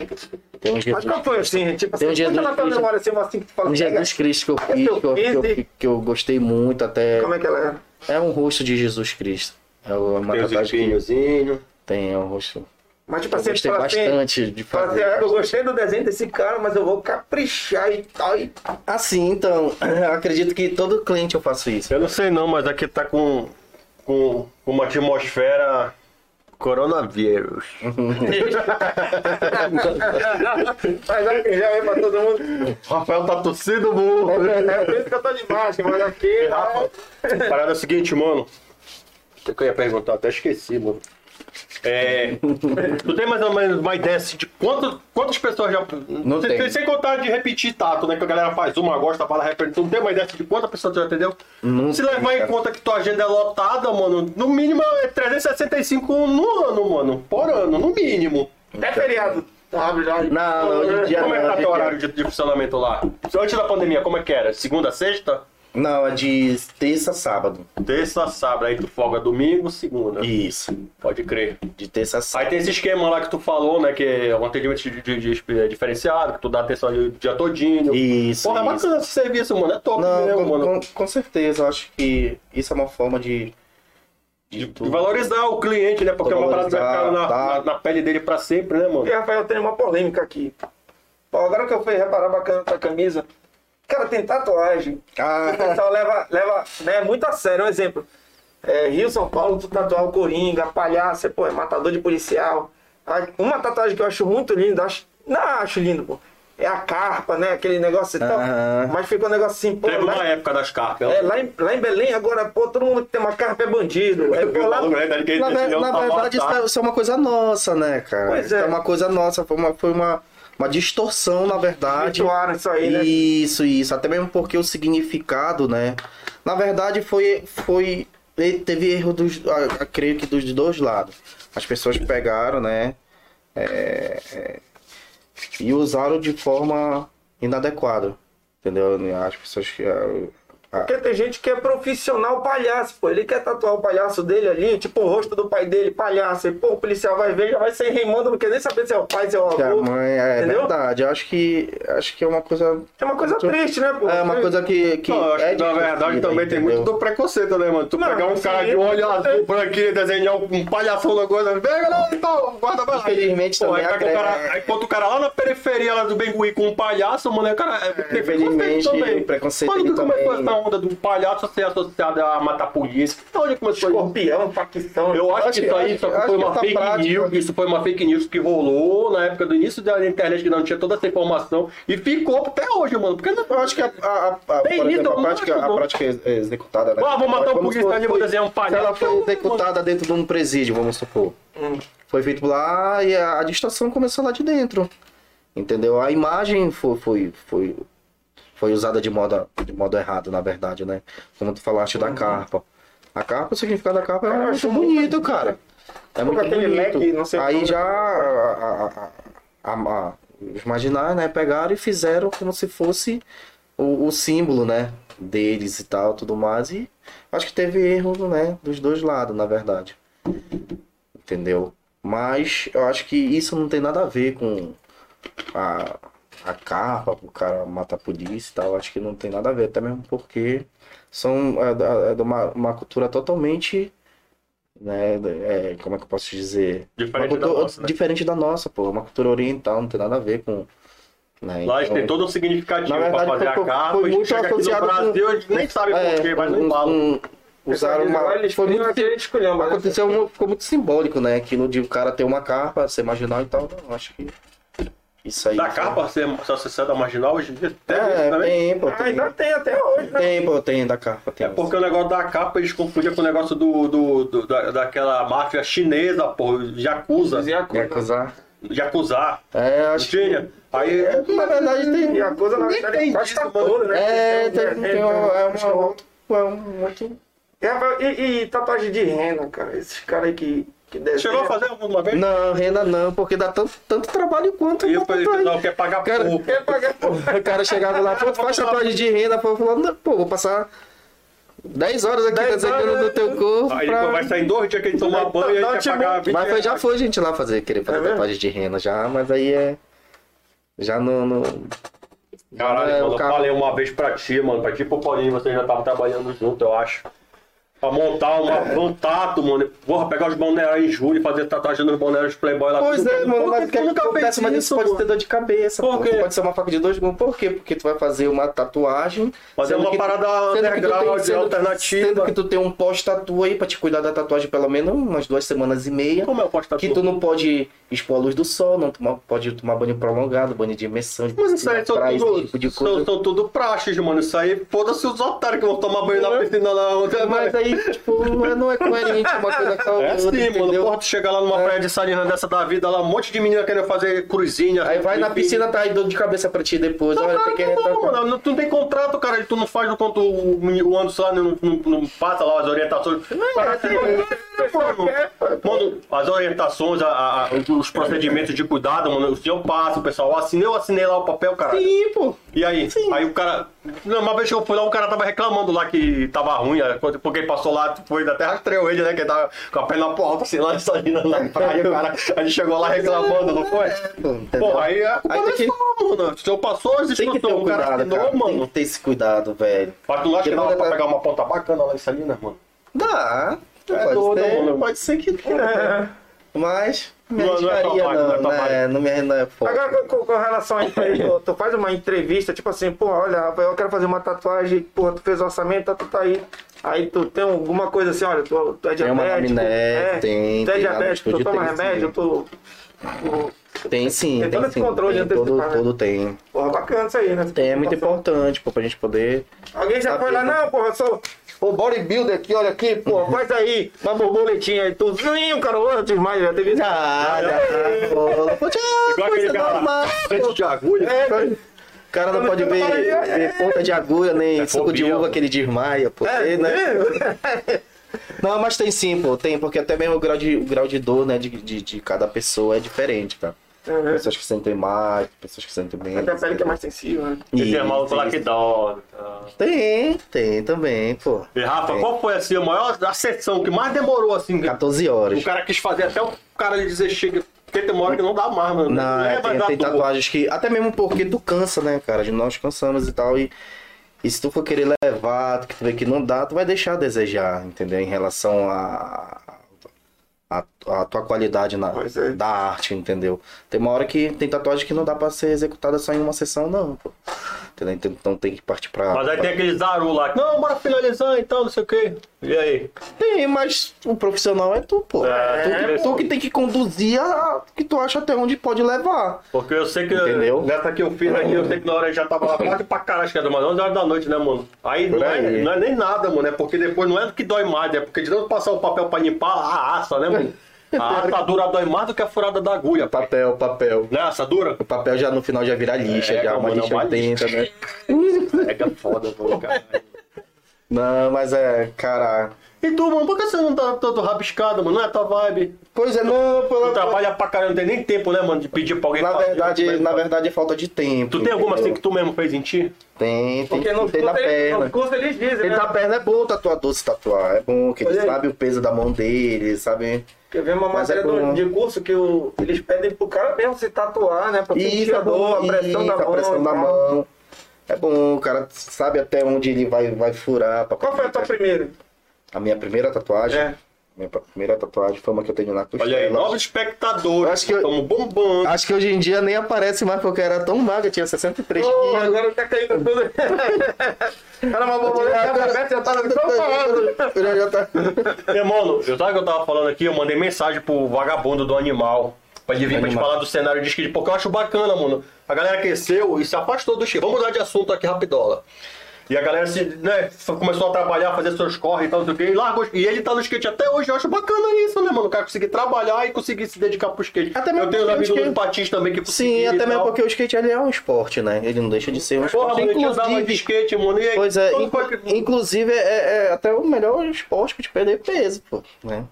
Tem um Mas Jesus, qual foi assim, tipo assim, Tem um dia conta do- na tua memória assim, uma assim que tu fala, um pega, Jesus Cristo que eu É fiz, que eu, que eu, fiz e- que eu gostei muito até. como é que ela é? É um rosto de Jesus Cristo. É uma Tem os tatuagem que espinhozinhos. tem, é um rosto. Mas tipo Eu assim, tu gostei fala assim, bastante de fala assim, fazer. ah, eu gostei do desenho desse cara, mas eu vou caprichar e tal, e Assim, então, eu acredito que todo cliente eu faço isso. Eu não sei não, mas aqui tá com, com uma atmosfera coronavírus. Mas aqui já é pra todo mundo. Rafael tá tossindo burro. É por isso que eu tô de máscara, mas aqui. ó, A parada é o seguinte, mano. O que que eu ia perguntar? Até esqueci, mano. É. Tu tem mais ou menos uma ideia assim, de quanto, quantas pessoas já. Não sem, tenho. sem contar de repetir tato, né? Que a galera faz uma, gosta, fala, repete. Tu não tem uma ideia assim, de quantas pessoas tu já atendeu? Não Se levar em conta que tua agenda é lotada, mano, no mínimo é 365 no ano, mano. Por ano, no mínimo. É feriado. Sabe, já. Ah, Não, não, hoje em dia Como é que tá não, hoje em teu dia- horário de, de funcionamento lá? Antes da pandemia, como é que era? Segunda, sexta? Não, é de terça a sábado. Terça, sábado, aí tu folga domingo, segunda. Isso. Pode crer. De terça a Aí sábado. tem esse esquema lá que tu falou, né? Que é um atendimento de, de- de- é diferenciado, que tu dá atenção ali o dia todinho. Isso. Porra, é isso. bacana esse serviço, mano. É top Não, mesmo, com, mano. com- com certeza. Eu acho que isso é uma forma de. De, De, de tu- valorizar o cliente, né? Porque é uma parada que vai Valorizar, ficar na, tá. na- na pele dele pra sempre, né, mano? E Rafael tem uma polêmica aqui. Pô, agora que eu fui reparar bacana tua camisa. Cara, tem tatuagem. O Ah, pessoal leva, leva né, muito a sério. Um exemplo. É, Rio, São Paulo, tu tatuar o Coringa, palhaço, pô, é matador de policial. Ah, Uma tatuagem que eu acho muito linda, acho, não acho lindo, pô. É a carpa, né? Aquele negócio e tal. Aham. Mas ficou um negócio assim, pô. Teve lá- uma época das né? carpas. É, lá em, lá em Belém, agora, pô, todo mundo que tem uma carpa é bandido. É, pô, lá- né, na, ver- um na tá. verdade, isso é- isso é uma coisa nossa, né, cara? tá Pois Isso é. é uma coisa nossa. Foi uma, foi uma, uma distorção, na verdade. Habituaram isso aí, né? Isso, isso. Até mesmo porque o significado, né? Na verdade, foi. foi e- teve erro dos. ah, ah, creio que dos dois lados. As pessoas pegaram, né? é, é, e usaram de forma inadequada. Entendeu? As pessoas. que, ah, ah, Porque tem gente que é profissional palhaço, pô. Ele quer tatuar o palhaço dele ali, tipo o rosto do pai dele, palhaço. E, pô, o policial vai ver, já vai sair rimando, não quer nem saber se é o pai, se é o que a avô. mãe, é entendeu? verdade. Eu acho que. Acho que é uma coisa. É uma coisa muito- triste, né, pô? É uma coisa que. que Não, eu acho é que, na difícil, verdade também tem muito entendeu? assim, do preconceito, né, mano? Tu Não, pegar um sim. cara de olho azul branquinho e desenhar um palhação na coisa, pega lá e tal, guarda pra lá. Infelizmente, também aí, é- pega o agrega- né? cara, aí bota o cara lá na periferia lá do Bengui com um palhaço, mano, aí o cara é infelizmente, o preconceito Quando que também- começou essa onda do palhaço ser associado a matar polícia? Então, onde começou isso? é Escorpião, facção. Eu acho, Acho que que- isso aí acho só que- acho foi que uma essa fake prática- news. Isso foi uma fake news que rolou na época do início da internet, que não tinha toda essa informação. E ficou até hoje, mano. Porque não é Eu acho que a, a, a, a- Tem isso, por exemplo, eu a não prática, acho, a não. prática ex- executada. Né? Ah, vou matar um Vamos policial supor, e vou foi- desenhar um palhaço. Ela foi Não, executada dentro de um presídio, vamos supor. Hum. Foi feito lá e a, a distorção começou lá de dentro. Entendeu? A imagem foi, foi, foi, foi usada de modo, de modo errado, na verdade, né? Como tu falaste Uhum. da carpa. A carpa, o significado da carpa é Cara, eu acho muito bonito, cara. É muito aquele bonito. leque, não sei Aí como- é já a- a- a- a- a- os marginais, né, pegaram e fizeram como se fosse o, o símbolo, né, deles e tal, tudo mais. E acho que teve erro, né, dos dois lados, na verdade. Entendeu? Mas eu acho que isso não tem nada a ver com a, a capa, o cara mata a polícia e tal. Acho que não tem nada a ver, até mesmo porque são é, da- é de uma, uma cultura totalmente, né, é, como é que eu posso dizer? Uma Diferente da cultura nossa, né? diferente da nossa, pô. Uma cultura oriental, não tem nada a ver com. Né? Lá então- tem todo um significativo Na verdade, pra fazer foi- a foi- capa. foi e muito chega aqui no associado com- Brasil, a gente nem sabe É, por quê, tipo mas um- não fala. um- usaram uma. Agora eles Foi criam muito, aquele esculhamba, né? aconteceu um- ficou muito simbólico, né? Aquilo de o cara ter uma capa, ser marginal e tal. Não, então, acho que. Isso aí. Da foi- capa, você você é associado à marginal hoje em dia? Teve isso É, também? então tá. tem, Ah, pô. ainda Tem, tem até hoje, né? tem, pô, tem da capa. Tem. É porque o negócio da capa eles confundiam com o negócio do, do, do- da, daquela máfia chinesa, porra, Yakuza, Yakuza. Yakuza. É, Não acho que. tinha? Aí, É, Na verdade, tem. E a coisa na é Nem verdade tem quase disso, tá mano. toda, né? É, Tem- um um tem, tem- tem né? uma, né? é uma tem- outra. É um outro. É, Rafael, e, e tatuagem de rena, cara. Esses caras aí que, que desenham. chegou a fazer alguma vez? Não, renda não, porque dá tanto, tanto trabalho quanto. E eu uma falei, tatuagem. não, quer pagar Cara, pouco. Quer pagar por O cara chegava lá, pô, tu faz tatuagem de renda, pô, falando, "Não, pô, vou passar 10 horas aqui 10 desenhando horas, né?" no teu corpo. Aí pra- depois vai sair dois dias que ele tomar banho e Não, aí quer tipo, pagar 20 Mas foi- reais. já foi gente lá fazer, querer fazer É mesmo? tatuagem de renda já, mas aí é. Já no. no... Caralho, é, mano, o eu cara- falei uma vez pra ti, mano. Pra ti e pro Paulinho, vocês já estavam trabalhando junto, eu acho. Pra montar uma, um tato, mano. Porra, pegar os balneários em julho e fazer tatuagem nos balneários Playboy lá. Pois tudo. é, mano, Por que mas que tu nunca fez acontece, mas isso pode mano? ter dor de cabeça, Por pô. quê? Pode ser uma faca de dois gumes. Por quê? Porque tu vai fazer uma tatuagem. Fazer sendo uma que- parada sendo que tu tem- underground, sendo- alternativa. Sendo que tu tem um pós-tatu aí pra te cuidar da tatuagem pelo menos umas duas semanas e meia. Como é o posto Que tu não pode expor a luz do sol, não toma- pode tomar banho prolongado, banho de imersão, de Mas isso piscina, aí é são praia, tudo, esse tipo de são, coisa. são tudo praxes, mano. Isso aí, foda-se os otários que vão tomar banho na piscina lá. Uhum. Mas aí, tipo, não é coerente uma coisa com a É assim, outra, mano. entendeu? É. Porra, tu chega lá numa praia de salinha dessa da vida, lá um monte de menina querendo fazer cruzinha. Aí vai na enfim. piscina, tá aí dor de cabeça pra ti depois. Não, Olha, cara, tem não, que não, retratar. mano, tu não tem contrato, cara. Tu não faz o quanto o, o Anderson lá não, não, não passa lá as orientações. é, Cara, tu não- é, mano, mano, as orientações, a- a- os procedimentos de cuidado, mano, o senhor passa, o pessoal assina, eu assinei lá o papel, cara. Sim, pô. E aí? Aí o cara. Não, uma vez que eu fui lá, o cara tava reclamando lá que tava ruim, né? Quando- porque ele passou lá, foi até rastreou ele, né? Que ele tava com a perna pro alto, assim, lá saindo na praia, o cara. Aí ele chegou lá reclamando, não foi? É, pô, entendeu? Pô, aí a culpa Aí não é tem que- sua, mano. Se eu passou, existe Tem que ter um o cara cuidado, assinou, cara. Tem que mano. ter esse cuidado, velho. Mas tu não acha que Depois dava pra da- pegar uma ponta bacana lá em Salinas, mano? Dá. É pode, doido, ser, mano. pode ser que não, né? Mas me Não, não é arriscaria, trabalho, não é não, não, trabalho. é, não, me- não é foda. Agora, com, com- com relação a isso aí, tu, tu faz uma entrevista, tipo assim, pô, olha, Rafael, eu quero fazer uma tatuagem, porra, tu fez o orçamento, tá, tu tá aí. Aí tu tem alguma coisa assim, olha, tu, tu é Tem uma diabético. anamnese, é, tem- tu é tem lá no diabético, tu estúdio, toma tem sim. remédio, tu, tu- Tem sim, Tem tem, todo esse sim. controle tem, antecipado, todo, né? todo tem. Porra, bacana isso aí, né? Tem, é muito importante, né? pô, pra gente poder. Alguém já foi lá, não, porra, eu sou o bodybuilder aqui, olha aqui, pô, Uhum. faz aí uma borboletinha aí, tu zinho, cara, ô, demais, já teve isso. Ah, já, pô, Igual já, aquele coisa cara lá, normal, frente pô. de agulha. É, O cara não pode ver, ver ponta de agulha, nem suco de fobia, uva mano. que ele desmaia, pô. é, tem, né? né? Não, mas tem sim, pô, tem, porque até mesmo o grau de, o grau de dor, né, de, de, de cada pessoa é diferente, cara. É. Pessoas que sentem mais, pessoas que sentem menos. Até a pele que é mais sensível, né? E tem Isso, maluco lá isso. que dorme. tá? Tem, tem também, pô. É. E Rafa, Tem. qual foi assim, a maior a sessão que mais demorou assim? que- 14 horas. O cara quis fazer até o cara ele dizer chega, porque tem uma hora que não dá mais, mano. Não, é, vai tem, dar tem dor. tatuagens que. Até mesmo porque tu cansa, né, cara? De nós cansamos e tal. E, e se tu for querer levar, tu que tu vê que não dá, tu vai deixar a desejar, entendeu? Em relação a. a, a tua qualidade na, Pois é. da arte, entendeu? Tem uma hora que tem tatuagem que não dá pra ser executada só em uma sessão, não, pô. Entendeu? Então, Então tem que partir pra. Mas aí tem aquele zaru lá, que, não, bora finalizar então, não sei o quê. E aí? Tem, mas o profissional é tu, pô. É, tu, que- pô. tu que tem que conduzir a, que tu acha até onde pode levar. Porque eu sei que. Entendeu? Nessa que eu fiz aqui, eu sei que na hora eu já tava lá quase pra caralho, acho que era umas 11 horas da noite, né, mano? Aí não, É, aí. não é nem nada, mano. É porque depois não é que dói mais, é porque de tanto passar o papel pra limpar, a assa, né, mano? A assadura dói mais do que a furada da agulha, pá. Papel, papel. Né, a assadura? O papel já no final já vira lixa, É, já uma mano, é lixa uma atenta, né? É que é foda, mano, cara. Não, mas é, cara. E tu, mano, por que você não tá todo rabiscado, mano? Não é tua vibe? Pois é, não, Tu pô, trabalha pra caralho, não tem nem tempo, né, mano, de pedir pra alguém na fazer. verdade, na verdade é falta de tempo. Tu tem alguma assim entendeu? que tu mesmo fez em ti? Tem, tem, Porque tem, no na curso, eles, no perna. curso eles dizem, Tem né? na perna é bom o tatuador se tatuar, é bom, que ele Olha aí. sabe o peso da mão dele, sabe? Quer ver uma Mas é matéria do, com- de curso que o- eles pedem pro cara mesmo se tatuar, né? Pra sentir Isso, a é bom, dor, a pressão da isso, mão. a pressão e da né? tal. mão. É bom, o cara sabe até onde ele vai, vai furar. pra- Qual foi a tua primeira? A minha primeira tatuagem? É. Minha primeira tatuagem foi uma que eu tenho na costela. Olha aí, nove espectadores. Acho que eu- Estamos bombando. Acho que hoje em dia nem aparece mais porque eu era tão magro, eu tinha 63 Pô, quilos. agora tá caindo tudo. Era uma borboleta Agora- alfabeto, já tá tava tão falando. Eu já tá- Meu mano, eu tava, eu tava falando aqui, eu mandei mensagem pro vagabundo do animal. Pra ele vir pra gente falar do cenário de skate, porque eu acho bacana, mano. A galera aqueceu e se afastou do skate. Vamos mudar de assunto aqui rapidola. E a galera se, né, f- começou a trabalhar, fazer seus corre e tal, não sei o quê, e largou. E ele tá no skate até hoje, eu acho bacana isso, né, mano? O cara conseguir trabalhar e conseguir se dedicar pro skate. Até mesmo eu tenho um porque o amigo skate- do Patins também que Sim, conseguiu e até mesmo tal. porque o skate ele é um esporte, né? Ele não deixa de ser um Porra, esporte. mano, eu andava de skate, mano. E aí, Pois é, todo in- foi que- inclusive é, é até o melhor esporte que te perder peso, pô. Né?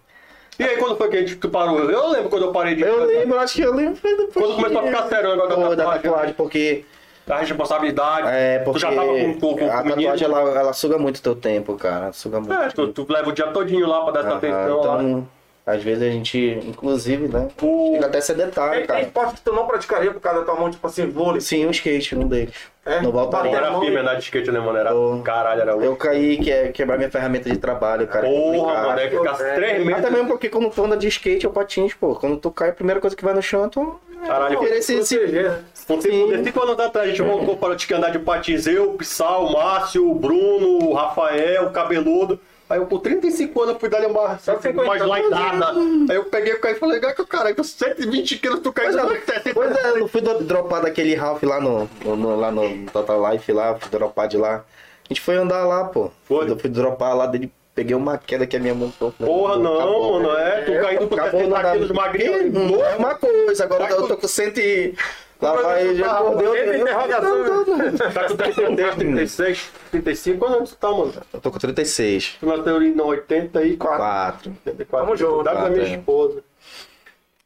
E aí, quando foi que a gente parou? Eu lembro quando eu parei de Eu lembro, acho que eu lembro foi depois. Quando começou a ficar sério o negócio da Pô, tatuagem, né? porque. da responsabilidade. É, Tu porque já tava com, um com, com a o menino. tatuagem ela, ela suga muito teu tempo, cara. Suga muito. É, tu, tu leva o dia todinho lá pra dar essa Aham, atenção lá. então, às vezes a gente, inclusive, né? Pô. Chega até a ser detalhe, Tem tem cara. esporte que tu não praticaria um por causa da tua mão, tipo assim, vôlei. Sim, o skate, um deles. É? No Valparaíso. Porra, era Não, firme eu- andar de skate, né, mano? Era Pô. caralho, era Eu caí, que é quebrar minha ferramenta de trabalho, cara. é Porra, complicado. mano, é que ficar É. três meses. Até mesmo porque quando tu anda de skate ou patins, pô, quando tu cai, a primeira coisa que vai no chão, tu. Caralho, é, querer se, se... proteger, né? Um tempo, assim. um tempo anos atrás, a gente voltou para te andar de patins, eu, o Pissal, o Márcio, o Bruno, o Rafael, o Cabeludo. Aí eu, por 35 anos, fui dar uma, mais 50. laidada. Aí eu peguei o cara e falei, cara, cara, com 120 quilos, tu caiu Pois com é, 70. pois é, eu não fui do- dropar daquele Ralph lá no, no- no- lá no Total Life lá, fui dropar de lá. A gente foi andar lá, pô. Foi? Eu fui dropar lá dele, peguei uma queda que a minha mão ficou- Porra, não, Acabou, mano, né? é. Tu caindo com Acabou, 70 nada. quilos magrinho, Não novo. é uma coisa, agora Vai eu tô com- com 100 e... Lá Vai vai, já com- acordei, eu- Tem eu- interrogação, né? Tá com 33, 36, 35, quantos anos tu tá, mano? Eu tô com 36. Tu nasceu em 84. 4. 84. Tamo junto. Dá pra Ah, minha tem. esposa.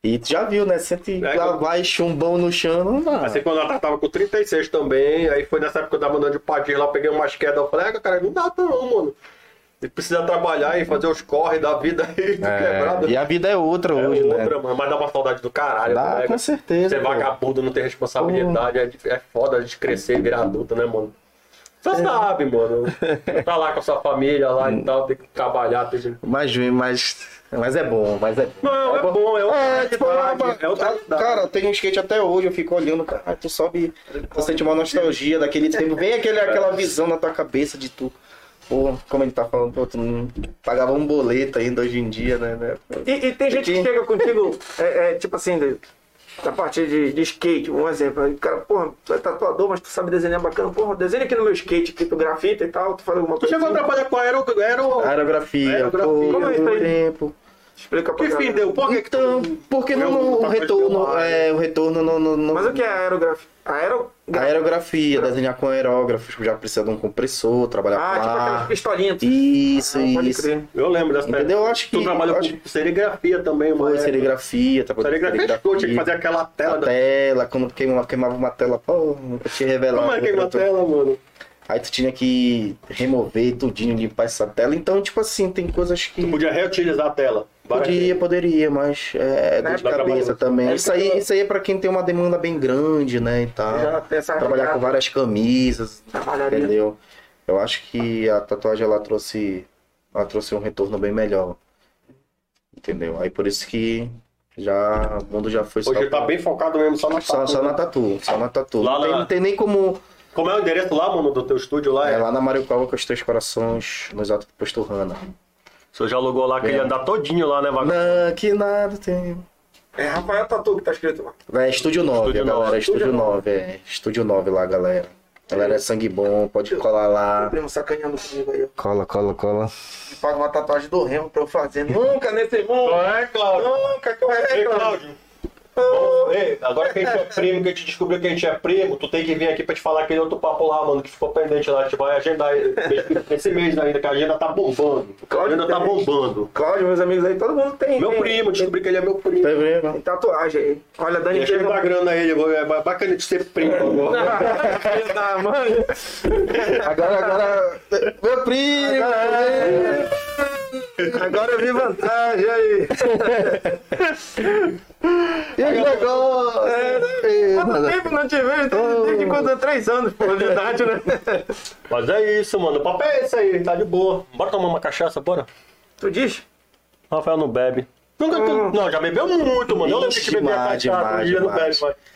E tu já viu, né? 100 É, lá eu- vai chumbão no chão, não dá. Assim, quando ela tava com 36 também, aí foi nessa época que eu tava andando de patins lá, peguei umas quedas, eu falei, ah, cara, não dá não, mano. Você precisa trabalhar e fazer os corre da vida aí, do quebrado. É, e a vida é outra É hoje, outra, né? mano, mas dá uma saudade do caralho. Dá, né? com certeza, Ser pô. vagabundo, não ter responsabilidade, é, é foda de crescer e virar adulto, né, mano? Você É. sabe, mano. Tá lá com a sua família lá Hum. e tal, tem que trabalhar, tem que... Mas, mas, mas é bom, mas é bom. Não, é bom, tá é outra É, realidade, tipo, uma- é outra cara, realidade. eu tenho um skate até hoje, eu fico olhando, cara, tu sobe, tu sente uma nostalgia daquele tempo, vem aquele, aquela visão na tua cabeça de tu, pô, como ele tá falando, pô, tu não pagava um boleto ainda hoje em dia, né, né? E, e tem gente que Aqui. chega contigo, é, é, tipo assim, de- da parte de, de skate, um exemplo. Aí o cara, porra, tu é tatuador, mas tu sabe desenhar bacana. Porra, desenha aqui no meu skate, aqui tu grafita e tal, tu faz alguma Tu coisa. chegou a assim. trabalhar com aero... aero... Ah, Aerografia, Aerografia, pô, como é isso aí? do tempo. Explica pra Que fim galera. deu? Por que que Então, tu- porque não, Eu- o retorno, é, o retorno não, não, não- Mas o que é aerografia? Aero... Aerografia, desenhar com aerógrafo, já precisa de um compressor, trabalhar Ah, tipo aquelas com ar. pistolinhas. Isso, Ah, pode isso. crer. Eu lembro dessa Entendeu? Eu acho Tu que- trabalhou eu com serigrafia também, mano. Foi serigrafia, tá é Serigrafia, eu tinha que fazer aquela tela né? A da- tela, quando queimava, queimava uma tela, pô, eu te revelava. Como é que é na tela, mano? Aí tu tinha que remover tudinho, limpar essa tela. Então, tipo assim, tem coisas que. Tu podia reutilizar a tela. Várias Podia, poderia, mas é Na dor de época cabeça trabalhava- também. época Isso aí, eu- isso aí é pra quem tem uma demanda bem grande, né, e tal. Já tem essa Trabalhar jogada. com várias camisas, Tá Trabalharia. entendeu? Eu acho que a tatuagem, ela trouxe, ela trouxe um retorno bem melhor, entendeu? Aí por isso que já, o mundo já foi Hoje tá salvo. bem focado mesmo só na Só, tatu, só né? na tatu, só na tatu. Lá não, tem, na- não tem nem como. Como é o endereço lá, mano, do teu estúdio lá? É É. lá na Mario Calva com os três corações, nos atos do posto Hanna. O senhor já alugou lá, queria É. andar todinho lá, né, Vaga? Não, que nada tem. É Rafael Tatu que tá escrito lá. É Estúdio 9, Estúdio a galera. 9. Estúdio 9, é. Estúdio 9 lá, galera. Galera, é sangue bom, pode colar Meu lá. primo sacaneando comigo aí. ó. Cola, cola, cola. Me paga uma tatuagem do Remo pra eu fazer. Nunca nesse mundo. É, Cláudio. Nunca, que eu Ei, reclamo. Cláudio. Bom, ei, agora que a gente é primo, que a gente descobriu que a gente é primo, tu tem que vir aqui pra te falar aquele outro papo lá, mano, que ficou pendente lá. A gente vai agendar esse mês ainda, que a agenda tá bombando. A Cláudio agenda tá tem. bombando. Cláudio, meus amigos aí, todo mundo tem. Meu tem- primo, descobri que ele é meu primo. Tem tatuagem aí. Olha, Dani Deixa fez eu dar grana ele, vou- é bacana de ser primo agora. Filho da mãe. Agora, agora. Meu primo! é. Agora eu vi vantagem aí. E aí, agora? É. É, Quanto tempo não te vejo? Desde- Desde quando eu três anos, pô, de idade, né? Mas é isso, mano. O papo é esse aí, tá de boa. Bora tomar uma cachaça, bora? Tu diz? O Rafael não bebe. Nunca, Não, já bebeu muito, mano. Eu lembro Hum. Ixi, que bebia demais, cachaça, hoje em dia não demais, É, bebe, mas...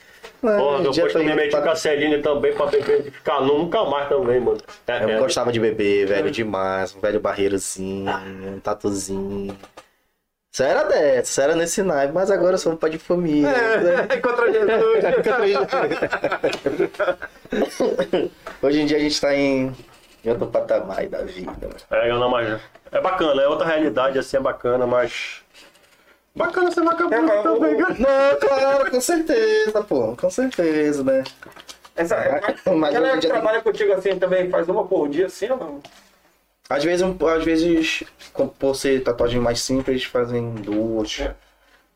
Porra, já depois tô também indo meti pra- o Cacelini também pra beber. Ficar nunca mais também, mano. É, Eu é. gostava de beber, velho, demais. Um velho barreirozinho, Ah. um tatuzinho. Isso era dessa, isso era nesse naipe, mas agora eu sou um pai de família. É. né? É, Contra Jesus. Hoje em dia a gente tá em, em outro patamar aí da vida. É, eu não, mas é bacana, é outra realidade, assim, é bacana, mas. Bacana ser vagabundo É, também, eu- cara. Não, claro, com certeza, pô, com certeza, né? Essa, é Mas hoje ela em dia tem- trabalha contigo assim também, faz uma por dia assim, ou não? Às vezes, um- às vezes com- por ser tatuagem mais simples, fazem duas. É.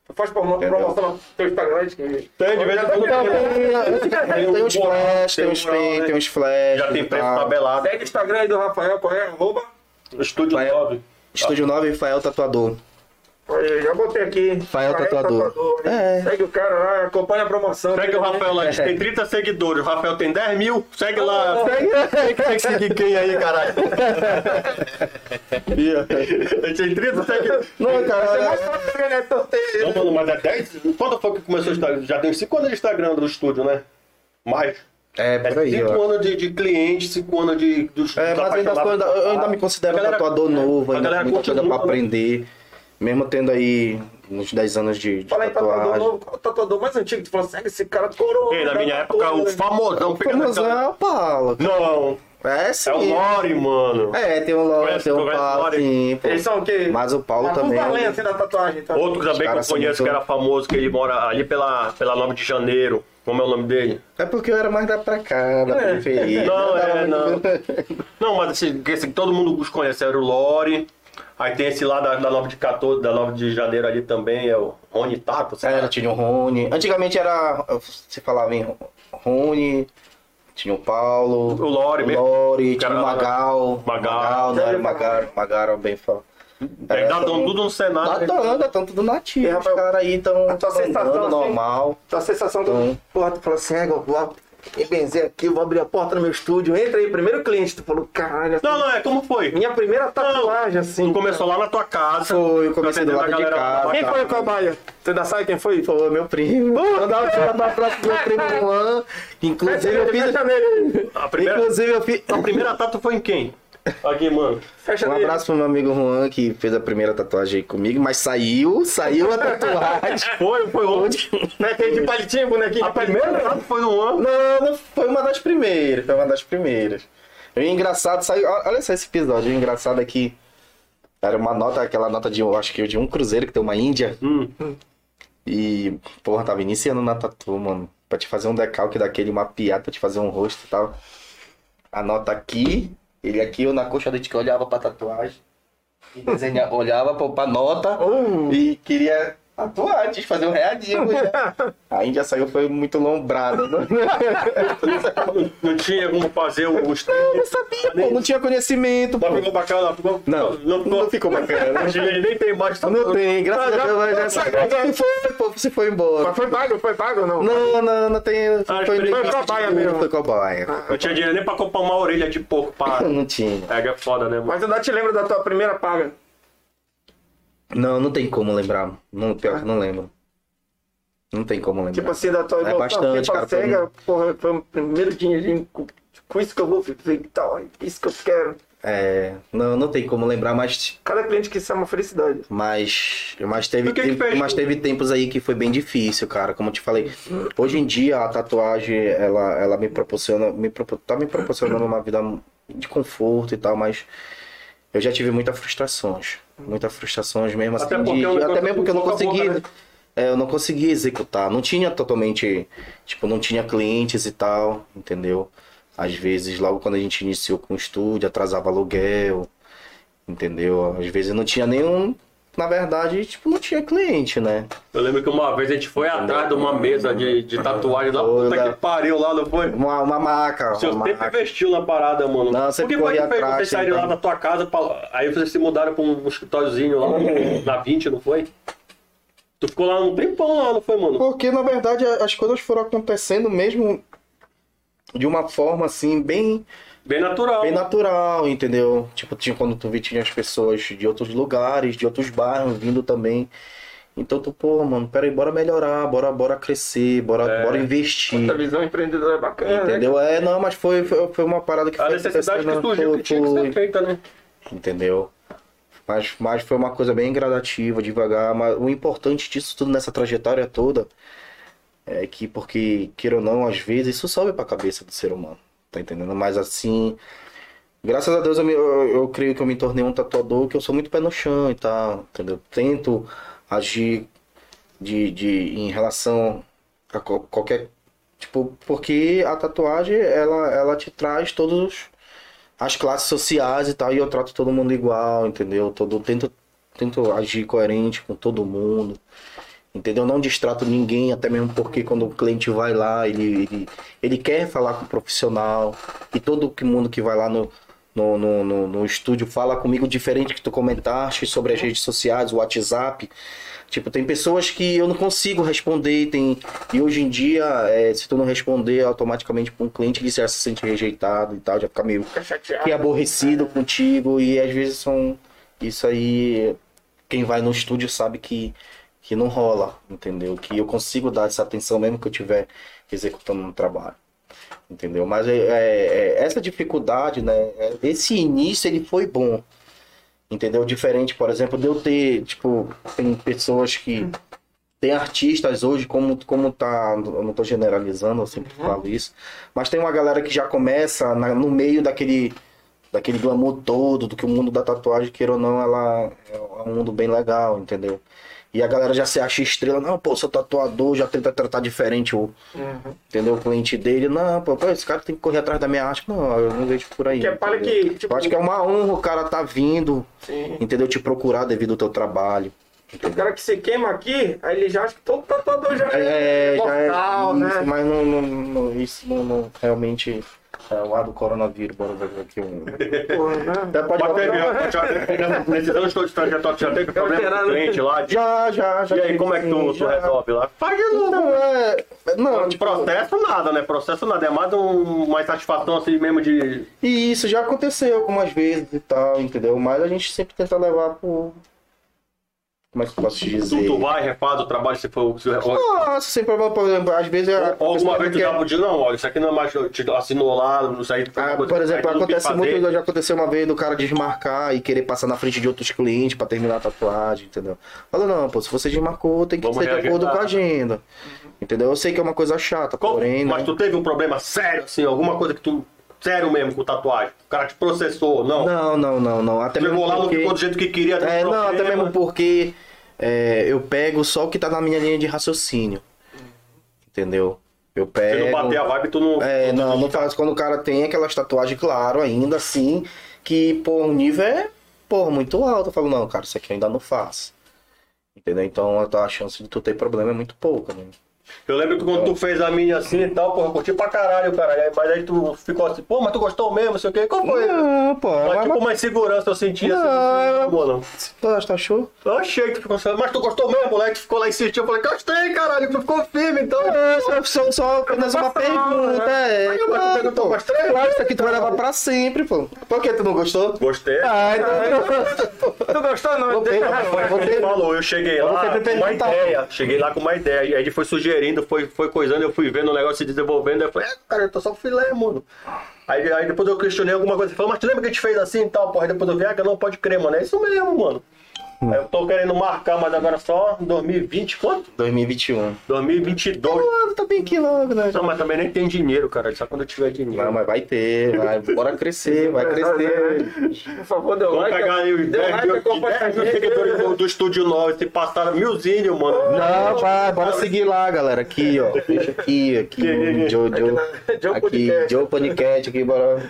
Tu faz promo- Entendeu? promoção no teu Instagram? que- Tem, de vez em quando né? tem. Tem um uns flash, tem uns pin, tem uns flash. né? Já tem e preço tal. tabelado. Segue o Instagram aí do Rafael, qual é? Arroba. Estúdio Vai. 9. Estúdio 9 Rafael Tatuador. Aí, Já botei aqui. Rafael Rafael Tatuador. né? É. Segue o cara lá, acompanha a promoção. Segue o Rafael lá, tem 30 seguidores, o Rafael tem 10 mil, segue lá. Segue, tem que seguir quem aí, caralho? Ih, tem 30 seguidores. Não, cara, Não, mano, mas é 10? Quando foi que começou o Instagram? Já tem 5 anos de Instagram do estúdio, né? Mais. é por É aí, 5 ó. anos de, de cliente, 5 anos de, dos É, dos mas ainda, apaixonados sou- ainda- eu ainda me considero A galera- é, tatuador novo, a ainda galera muita continua, coisa pra né? aprender. Mesmo tendo aí uns 10 anos de, de Fala tá aí, tatuador tatuagem. novo, qual o tatuador mais antigo? que Tu falou, segue esse cara, tá coroa. Ei, na minha época, o famosão pegando Famosão é o Paulo. Não, É sim. é o Lore, mano. É, tem o Lore, Conhece, tem o conhece o Paulo, Lore? sim, pô. Eles são o quê? Mas o Paulo Tá Mas também. é Um valente da tatuagem, tá? Outro também que caras eu são conheço muito- que era famoso, que ele mora ali pela, pela 9 de janeiro. Como é o nome dele? É porque eu era mais da pra cá, da periferia. Não, é, Não não. dava Não, mas esse, esse que todo mundo os conhece, era o Lore. Aí tem esse lá da, da 9 de 14, da 9 de janeiro ali também, é o Rony Taco, sei Era, lá. tinha o Rony. Antigamente era. Se falava em Rony, tinha o Paulo. O Lore o mesmo. Lore, tinha Cara, o Magal. Magal. não era o Magaro. Magaro bem falado. Ainda dão tudo né? no Senado. Nada, anda, estão tudo nativo. E, Os Rafael, caras aí estão a tua sensação, assim? normal. Então, a sensação do. Então. Porra, tu falou assim, é, eu vou me benzer aqui, eu vou abrir a porta no meu estúdio. Entra aí, primeiro cliente. Tu falou, caralho, assim, Não, não, é como foi? minha primeira tatuagem, assim. Tu começou lá na tua casa. Foi, eu comecei do atendendo lado a né? de galera lá na casa. tua Quem foi o cobaia? Tu ainda sabe quem foi? Foi meu primo. Mandava tirar pra trás pro meu primo Juan. Inclusive eu fiz. Fecha nele. A é primeira, Inclusive eu fiz. a primeira tatu foi em quem? Aqui, mano. Fecha Um nele. abraço pro meu amigo Juan, que fez a primeira tatuagem comigo, mas saiu, saiu a tatuagem. Foi, foi onde? Não é aquele de palitinho, bonequinho A de palitinho? primeira tatu foi no ano. Não, não, foi uma das primeiras, foi uma das primeiras. E o engraçado, saiu, ó, olha só esse episódio, o engraçado é que era uma nota, aquela nota de, eu acho que de um cruzeiro que tem uma Índia. Hum. E, porra, tava iniciando na tatu, mano. Pra te fazer um decalque daquele, uma piada, pra te fazer um rosto e tal. A nota aqui, ele aqui, eu na coxa dele que olhava pra tatuagem. E desenha, olhava pra, pra nota e queria tatuar antes, fazer um realismo. né? A Índia saiu, foi muito lombrada. né? Não tinha como fazer os Eu não sabia, pô, não tinha conhecimento, pô. Mas ficou bacana, ficou... Não, não, não ficou bacana. Hoje ele nem tem mais Não tem, graças a Deus, mas já Mas se foi, pô, se foi embora. Mas foi pago, foi pago ou não? Não, não, não tem. Ah, Foi meio foi que- cobaia mesmo. Foi cobaia. Não tinha dinheiro nem pra comprar uma orelha de porco pra... Não tinha. É, é foda, né, mano? Mas ainda te lembro da tua primeira paga. Não, não tem como lembrar. Não, pior que não lembro. Não tem como lembrar. Tipo assim, da tua É bastante, tipo, cara. foi cega, muito- porra, foi o primeiro dinheirinho com, com isso que eu vou viver e tal, é isso que eu quero. É, não, não tem como lembrar, mas. Cada cliente que isso é uma felicidade. Mas, mas, teve, Por que que tempo- fez? mas teve tempos aí que foi bem difícil, cara. Como eu te falei, hoje em dia a tatuagem ela, ela me proporciona, me, propo- tá me proporcionando uma vida de conforto e tal, mas eu já tive muitas frustrações. Muitas frustrações mesmo assim. Até Até, porque é um negócio até mesmo porque eu não boca a boca, consegui. né? é, eu não consegui executar. Não tinha totalmente. Tipo, não tinha clientes e tal, entendeu? Às vezes, logo quando a gente iniciou com o estúdio, atrasava aluguel, entendeu? Às vezes não tinha nenhum. Na verdade, tipo, não tinha cliente, né? Eu lembro que uma vez a gente foi atrás de uma mesa de, de tatuagem lá, Foi puta lá. que pariu lá, não foi? Uma, uma maca. Seu uma tempo maca. investiu na parada, mano. Não, Por sempre que foi que corri fez atrás, vocês saíram lá então. da tua casa? pra- Aí vocês se mudaram pra um escritóriozinho lá na 20, não foi? Tu ficou lá um tempão lá, não foi, mano? Porque, na verdade, as coisas foram acontecendo mesmo de uma forma assim, bem, Bem natural. bem natural, entendeu? Tipo, tinha quando tu vê, tinha as pessoas de outros lugares, de outros bairros vindo também. Então tu, pô, mano, peraí, bora melhorar, bora, bora crescer, bora, É. bora investir. Essa visão empreendedora é bacana, né? Entendeu? É, não, mas foi, foi, foi uma parada que A foi necessidade que acontecendo surgiu que tinha que por- ser feita, né? entendeu? Mas, mas foi uma coisa bem gradativa, devagar. Mas o importante disso tudo nessa trajetória toda é que, porque, queira ou não, às vezes isso sobe pra cabeça do ser humano, tá entendendo? Mas assim, graças a Deus eu, me- eu, eu creio que eu me tornei um tatuador que eu sou muito pé no chão e tal, entendeu? Tento agir de, de, em relação a qual- qualquer. Tipo, porque a tatuagem ela, ela te traz todos os as classes sociais e tal, e eu trato todo mundo igual, entendeu? Todo, tento, tento agir coerente com todo mundo, entendeu? Não distrato ninguém, até mesmo porque quando o cliente vai lá, ele, ele, ele quer falar com o profissional, e todo que- mundo que vai lá no, no, no, no, no estúdio fala comigo diferente que tu comentaste sobre as redes sociais, o WhatsApp. Tipo, tem pessoas que eu não consigo responder, e tem... e hoje em dia, eh, se tu não responder automaticamente para um cliente, ele já se sente rejeitado e tal, já fica meio Fica chateado. que é aborrecido contigo e às vezes são isso aí quem vai no estúdio sabe que que não rola, entendeu? Que eu consigo dar essa atenção mesmo que eu estiver executando um trabalho, entendeu? Mas é, é- é- essa dificuldade, né? é- Esse início ele foi bom, entendeu? Diferente, por exemplo, de eu ter tipo tem pessoas que tem artistas hoje, como, como tá. Eu não tô generalizando, eu sempre falo isso. Mas tem uma galera que já começa na- no meio daquele, daquele glamour todo, do que o mundo da tatuagem, queira ou não, ela é um mundo bem legal, entendeu? E a galera já se acha estrela, não, pô, sou tatuador, já tenta tratar diferente o, Uhum. entendeu? o cliente dele. Não, pô, pô, esse cara tem que correr atrás da minha arte. Não, eu não vejo por aí. Que é para entendeu? que, tipo- Eu acho que é uma honra o cara tá vindo, Sim. entendeu? Te procurar devido ao teu trabalho. O cara que se queima aqui, aí ele já acha que todo tatuador já É, já é, mortal, né? isso, mas não, não- não- isso não, não- realmente é lá do coronavírus, bora ver aqui um. Porra, né? Até pode Pode botar- até ver, pode até- nesses anos todos de trajetória, já teve problema com o cliente lá. de- Já, já, já. E aí, como é que tu, tu já- resolve lá? Faz de novo. Não, é. Não, De processo nada, né? Processo nada. É mais um- uma satisfação assim mesmo de. E isso já aconteceu algumas vezes e tal, entendeu? Mas a gente sempre tenta levar pro. Como é que eu posso te Tu, dizer? tu vai, refaz o trabalho se for. Se, ou, Nossa, sem problema, por exemplo, às vezes. a ou alguma pessoa vez tu quer- já podia, não, olha, isso aqui não é mais. eu Te assinou lá, não sei. coisa- Ah, por aí tu exemplo, não quis acontece fazer. muito, já aconteceu uma vez do cara desmarcar e querer passar na frente de outros clientes pra terminar a tatuagem, entendeu? Fala, não, pô, se você desmarcou, tem que Vamos ser de acordo reagendar. com a agenda. Entendeu? Eu sei que é uma coisa chata, Qual- porém. mas né? tu teve um problema sério, assim, alguma coisa que tu. Sério mesmo com tatuagem. O cara te processou, não. Não, não, não, não. Até Chegou mesmo lá, não porque- ficou do jeito que queria. teve É, não, problema. até mesmo porque é, eu pego só o que tá na minha linha de raciocínio. Entendeu? Eu Se pego. não bater a vibe, tu não. É, não, tá- não faz quando o cara tem aquelas tatuagens, claro, ainda assim, que, pô, o nível é, pô, muito alto. Eu falo, não, cara, isso aqui eu ainda não faço. Entendeu? Então a tua chance de tu ter problema é muito pouca, né? Eu lembro que quando tu fez a minha assim e tal, porra, eu curti pra caralho, cara. Aí- Mas aí tu ficou assim, pô, mas tu gostou mesmo, não sei o quê. Qual foi? Não, pô, é- mas, mas, tipo, uma insegurança eu sentia assim, Não, não, não, não. mas, tu achou? Eu achei que tu ficou assim, mas tu gostou mesmo, moleque? Tu ficou lá insistindo, eu falei, gostei, caralho, tu ficou firme, então. É, só- só, só apenas uma pergunta, é. Aí eu gosto de perguntar, pô. né? mas três Claro, isso aqui tu vai levar pra sempre, pô. Por que tu não gostou? Gostei. Ah, é, então. Tu gostou não? Não tem, Deixa não, eu- eu vou Ele ter- falou, eu cheguei lá vou ter que com uma perguntar. ideia, cheguei lá com uma ideia, e aí ele foi sugerindo, foi, foi coisando, eu fui vendo o negócio se desenvolvendo, aí eu falei, é, cara, eu tô só filé, mano. Aí, aí depois eu questionei alguma coisa, ele falou, mas tu lembra que a gente fez assim e tal, porra, aí depois eu vi, ah, que não pode crer, mano, é isso mesmo, mano. Aí eu tô querendo marcar, mas agora só 2020, quanto? 2021. 2022. Mano, tá bem aqui logo, né? Não, mas também nem tem dinheiro, cara, só quando eu tiver dinheiro. Não, mas vai ter, vai. Bora crescer, vai crescer. né? Por favor, deu Vamos like. pegar aí os deu 10 like, mil, acompanha a 10 mil gente. seguidores do, do Estúdio 9, se passaram milzinho, mano. Não, vai, bora seguir lá, galera. Aqui, ó. Deixa aqui, aqui. Aqui, aqui. Joe, Joe. Joe Aqui, Podcast. Joe Panicat, aqui, bora.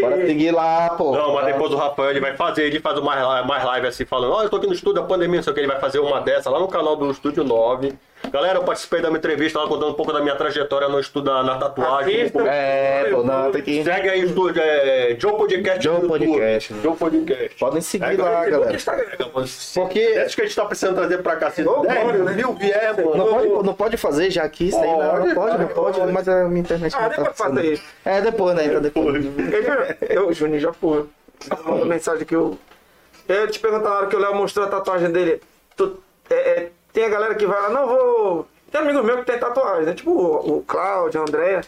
Bora seguir lá, pô. Não, mas depois o Rafael ele vai fazer, ele faz mais, mais live assim, falando, ó, eu tô aqui no estúdio da pandemia, não sei o que, ele vai fazer uma dessa lá no canal do Estúdio 9. Galera, eu participei da minha entrevista lá contando um pouco da minha trajetória no estudo da- na tatuagem. Um Assista. pouco- É, pô, não, tem que. Segue aí o estúdio, é Joe Podcast. Joe no YouTube. Podcast. Joe Podcast. Podem seguir É, lá, Facebook, galera. Porque. Desde que a gente tá precisando trazer pra cá, se Ô, 10 bora, né? mil vier, mano. Não pode, não pode fazer já aqui, isso aí não, não pode, não pode, mas a minha internet Ah, não tá depois faz funcionando. aí. É, depois, né? Então depois. Eu, Juninho, já foi. Mandou mensagem que eu. Eu te perguntar na hora que o Léo mostrou a tatuagem dele. Tu, é, é, tem a galera que vai lá, não, vou. Tem amigo meu que tem tatuagem, né? Tipo o, o Cláudio, a Andréia.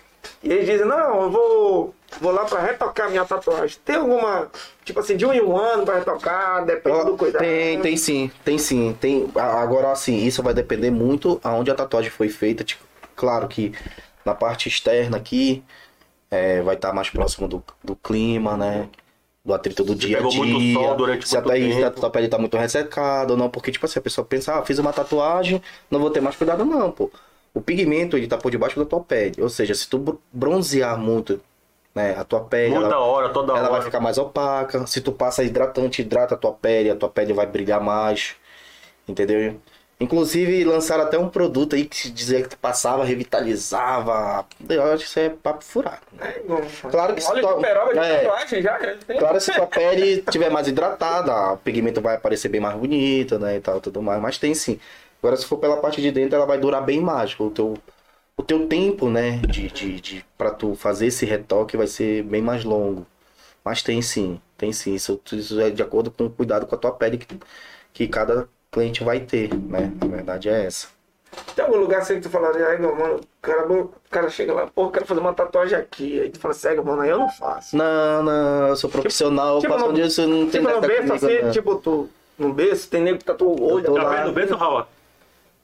E eles dizem, não, eu vou. Vou lá pra retocar minha tatuagem. Tem alguma. Tipo assim, de um em um ano pra retocar, depende do Ó, cuidado. Então, Tem, tem sim, tem sim. Tem, a- agora, assim, isso vai depender muito aonde a tatuagem foi feita. Tipo, claro que na parte externa aqui é, vai estar mais próximo do, do clima, né? Do atrito do dia a pegou dia. muito sol durante se muito até tempo. a tua pele tá muito ressecada ou não. Porque, tipo assim, a pessoa pensa, ah, fiz uma tatuagem, não vou ter mais cuidado, não, pô. O pigmento, ele tá por debaixo da tua pele. Ou seja, se tu br- bronzear muito, né, a tua pele... Muita ela- hora, toda ela vai hora. ficar mais opaca. Se tu passa hidratante, hidrata a tua pele, a tua pele vai brilhar mais. Entendeu? Inclusive, lançaram até um produto aí que se dizia que tu passava, revitalizava. Eu acho que isso é papo furado. Claro que se Olha tua- de peroba de é. tatuagem já. já tem. Claro, se tua pele estiver mais hidratada, o pigmento vai aparecer bem mais bonito, né, e tal, tudo mais. Mas tem sim. Agora, se for pela parte de dentro, ela vai durar bem mais. O teu, o teu tempo, né, de, de, de, pra tu fazer esse retoque vai ser bem mais longo. Mas tem sim, tem sim. Isso, isso é de acordo com o cuidado com a tua pele que, que cada cliente vai ter, né? A verdade é essa. Tem algum lugar assim que tu falaria, aí, meu mano, o cara, o cara chega lá, pô, eu quero fazer uma tatuagem aqui. Aí tu fala, cega, mano, aí eu não faço. Não, não, eu sou profissional, tipo eu faço no- disso, não tem Tipo, no nada berço, comigo, assim, não. tipo, tu, no berço, tem nego que tatuou o Eu olho. tô Tá lá, vendo bem, seu Raul?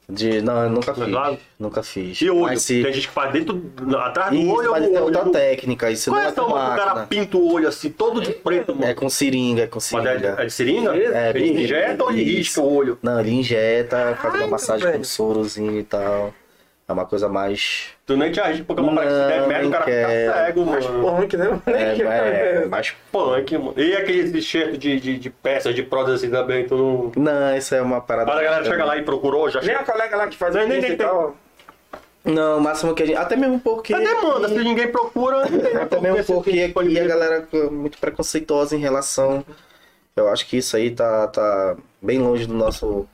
de, não, eu nunca é fiz, Claro. nunca fiz. E olho. Mas se- Tem gente que faz dentro, atrás do Isso, olho mas ou é no outra olho. técnica, isso Qual não é é essa com mano que o cara máquina. pinta o olho assim, todo de preto, mano? É com seringa, é com Mas seringa. é, é de seringa? É, ele com- injeta ou ele risca isso. o olho? Não, ele injeta, faz uma Caralho, massagem com velho. sorozinho e tal. É uma coisa mais. Tu nem te arrisca, porque é uma Não, parada que se der merda, o cara quero. fica cego, Mas mano. punk, né? É, é, mais. Punk, mano. E aqueles enxerto de, de, de peças, de prosas assim também, tu não... Não, isso é uma parada. Para a galera chega lá e procurou, já Nem chega. a colega lá que faz Nem- isso nem- e nem tal. Né. Não, o máximo que a gente. Até mesmo porque. Até demanda, se ninguém procura, não tem tipo Até por que mesmo você porque tem um aqui a disponibilidade. galera é muito preconceituosa em relação. Eu acho que isso aí tá, tá bem longe do nosso.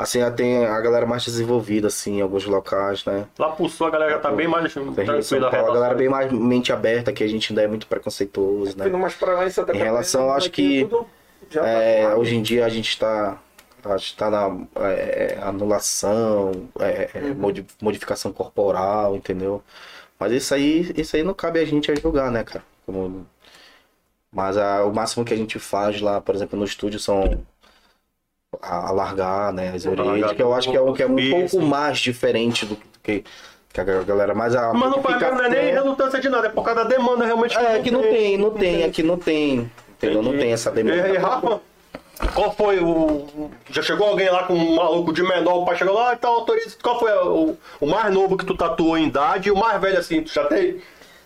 Assim, tem a galera mais desenvolvida, assim, em alguns locais, né? Lá pro sul a galera já tá bem mais Tem gente em São tranquila. a Paulo, um a relação. galera bem mais mente aberta, que a gente ainda é muito preconceituoso, Fui né? numas pra lá em Santa Em relação, Catarina, acho aqui que, tudo já É, tá- hoje em dia a gente está a gente tá na é, anulação, é, Uhum. é, modi- modificação corporal, entendeu? Mas isso aí, isso aí não cabe a gente a julgar, né, cara? Como- Mas a- o máximo que a gente faz lá, por exemplo, no estúdio são a- alargar, né, as orelhas, Alargar que eu acho que é, o que é um isso. pouco mais diferente do que, que a galera, mas a Mas não, paga- não é nem modificação- relutância de nada, é por causa da demanda realmente. É, que não tem, não tem, aqui não tem. Entendeu? Não tem essa E, e, demanda. Rafa, é, qual foi o. Já chegou alguém lá com um maluco de menor, o pai chegou lá, então autoriza. Qual foi o, o mais novo que tu tatuou em idade e o mais velho assim? Tu já tem?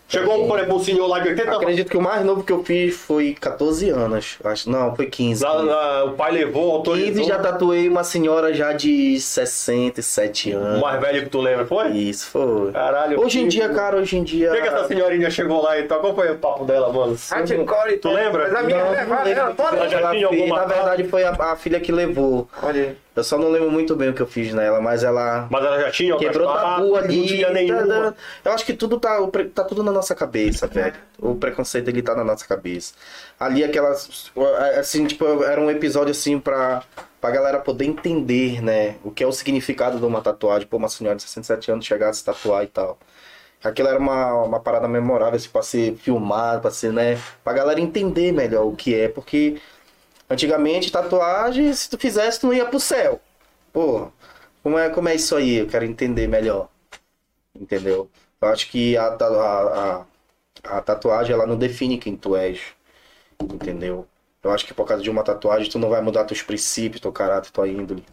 Chegou, por exemplo, um senhor lá de 80 anos. Acredito que o mais novo que eu fiz foi 14 anos. Acho, não, foi 15. Lá- lá, o pai levou, 15 autorizou. já tatuei uma senhora já de 67 O anos. mais velho que tu lembra, foi? Isso foi. Caralho. Hoje em que- dia, cara, hoje em dia. Por que, que essa senhorinha chegou lá e tal? Qual foi o papo dela, mano? Hardcore e Tu tudo. lembra? Mas a minha Não, não é levada, lembro ela que toda. né? Ela já ela tinha fez. alguma Na verdade, foi a, a filha que levou. Olha aí. Eu só não lembro muito bem o que eu fiz nela, mas ela Mas ela já tinha alguma Quebrou parada, tabu ali. Não tinha tá nenhuma. dando- Eu acho que tudo tá, o pre- tá tudo na nossa cabeça, velho. O preconceito ele tá na nossa cabeça. Ali aquelas assim, tipo, era um episódio assim pra pra galera poder entender, né, o que é o significado de uma tatuagem, pô, uma senhora de 67 anos chegar a se tatuar e tal. Aquilo era uma, uma parada memorável, assim, pra ser filmado, pra ser, né, pra galera entender melhor o que é, porque antigamente tatuagem, se tu fizesse, tu não ia pro céu. Porra, como é, como é isso aí? Eu quero entender melhor. Entendeu? Eu acho que a, ta- a, a, a tatuagem ela não define quem tu és. Entendeu? Eu acho que por causa de uma tatuagem tu não vai mudar teus princípios, teu caráter, tua índole.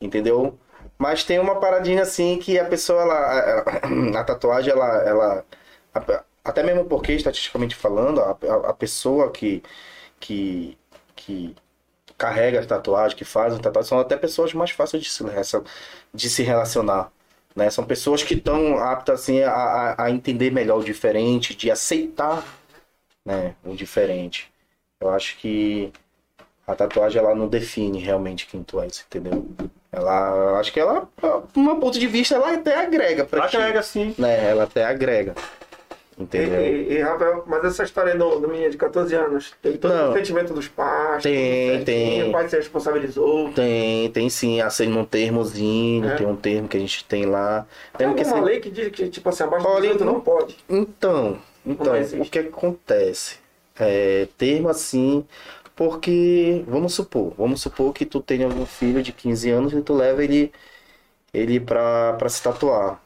Entendeu? Mas tem uma paradinha assim que a pessoa, ela, ela- a tatuagem, ela, ela. a- Até mesmo porque, estatisticamente falando, a, a- a pessoa que, que, que carrega as tatuagens, que fazem tatuagem, são até pessoas mais fáceis de se, relacion- de se relacionar. Né? São pessoas que estão aptas assim, a, a- a entender melhor o diferente, de aceitar né, o diferente. Eu acho que a tatuagem ela não define realmente quem tu és, entendeu? Ela, eu acho que ela, por um ponto de vista, ela até agrega pra ti. Agrega sim. Né? Ela até agrega. E, Entendeu? e, e, Rafael, mas essa história do, do menino de 14 anos, teve todo Não. o sentimento dos pais. Tem, tudo certinho, tem. O pai se responsabilizou. Tem, tem sim, assina um termozinho, É. tem um termo que a gente tem lá. Tem Lembra que alguma esse- lei que diz que, tipo assim, abaixo Olha, de 18 não pode. Então, então existe. o que acontece? É, termo assim, porque vamos supor, vamos supor que tu tenha algum filho de 15 anos e tu leva ele ele pra, pra se tatuar,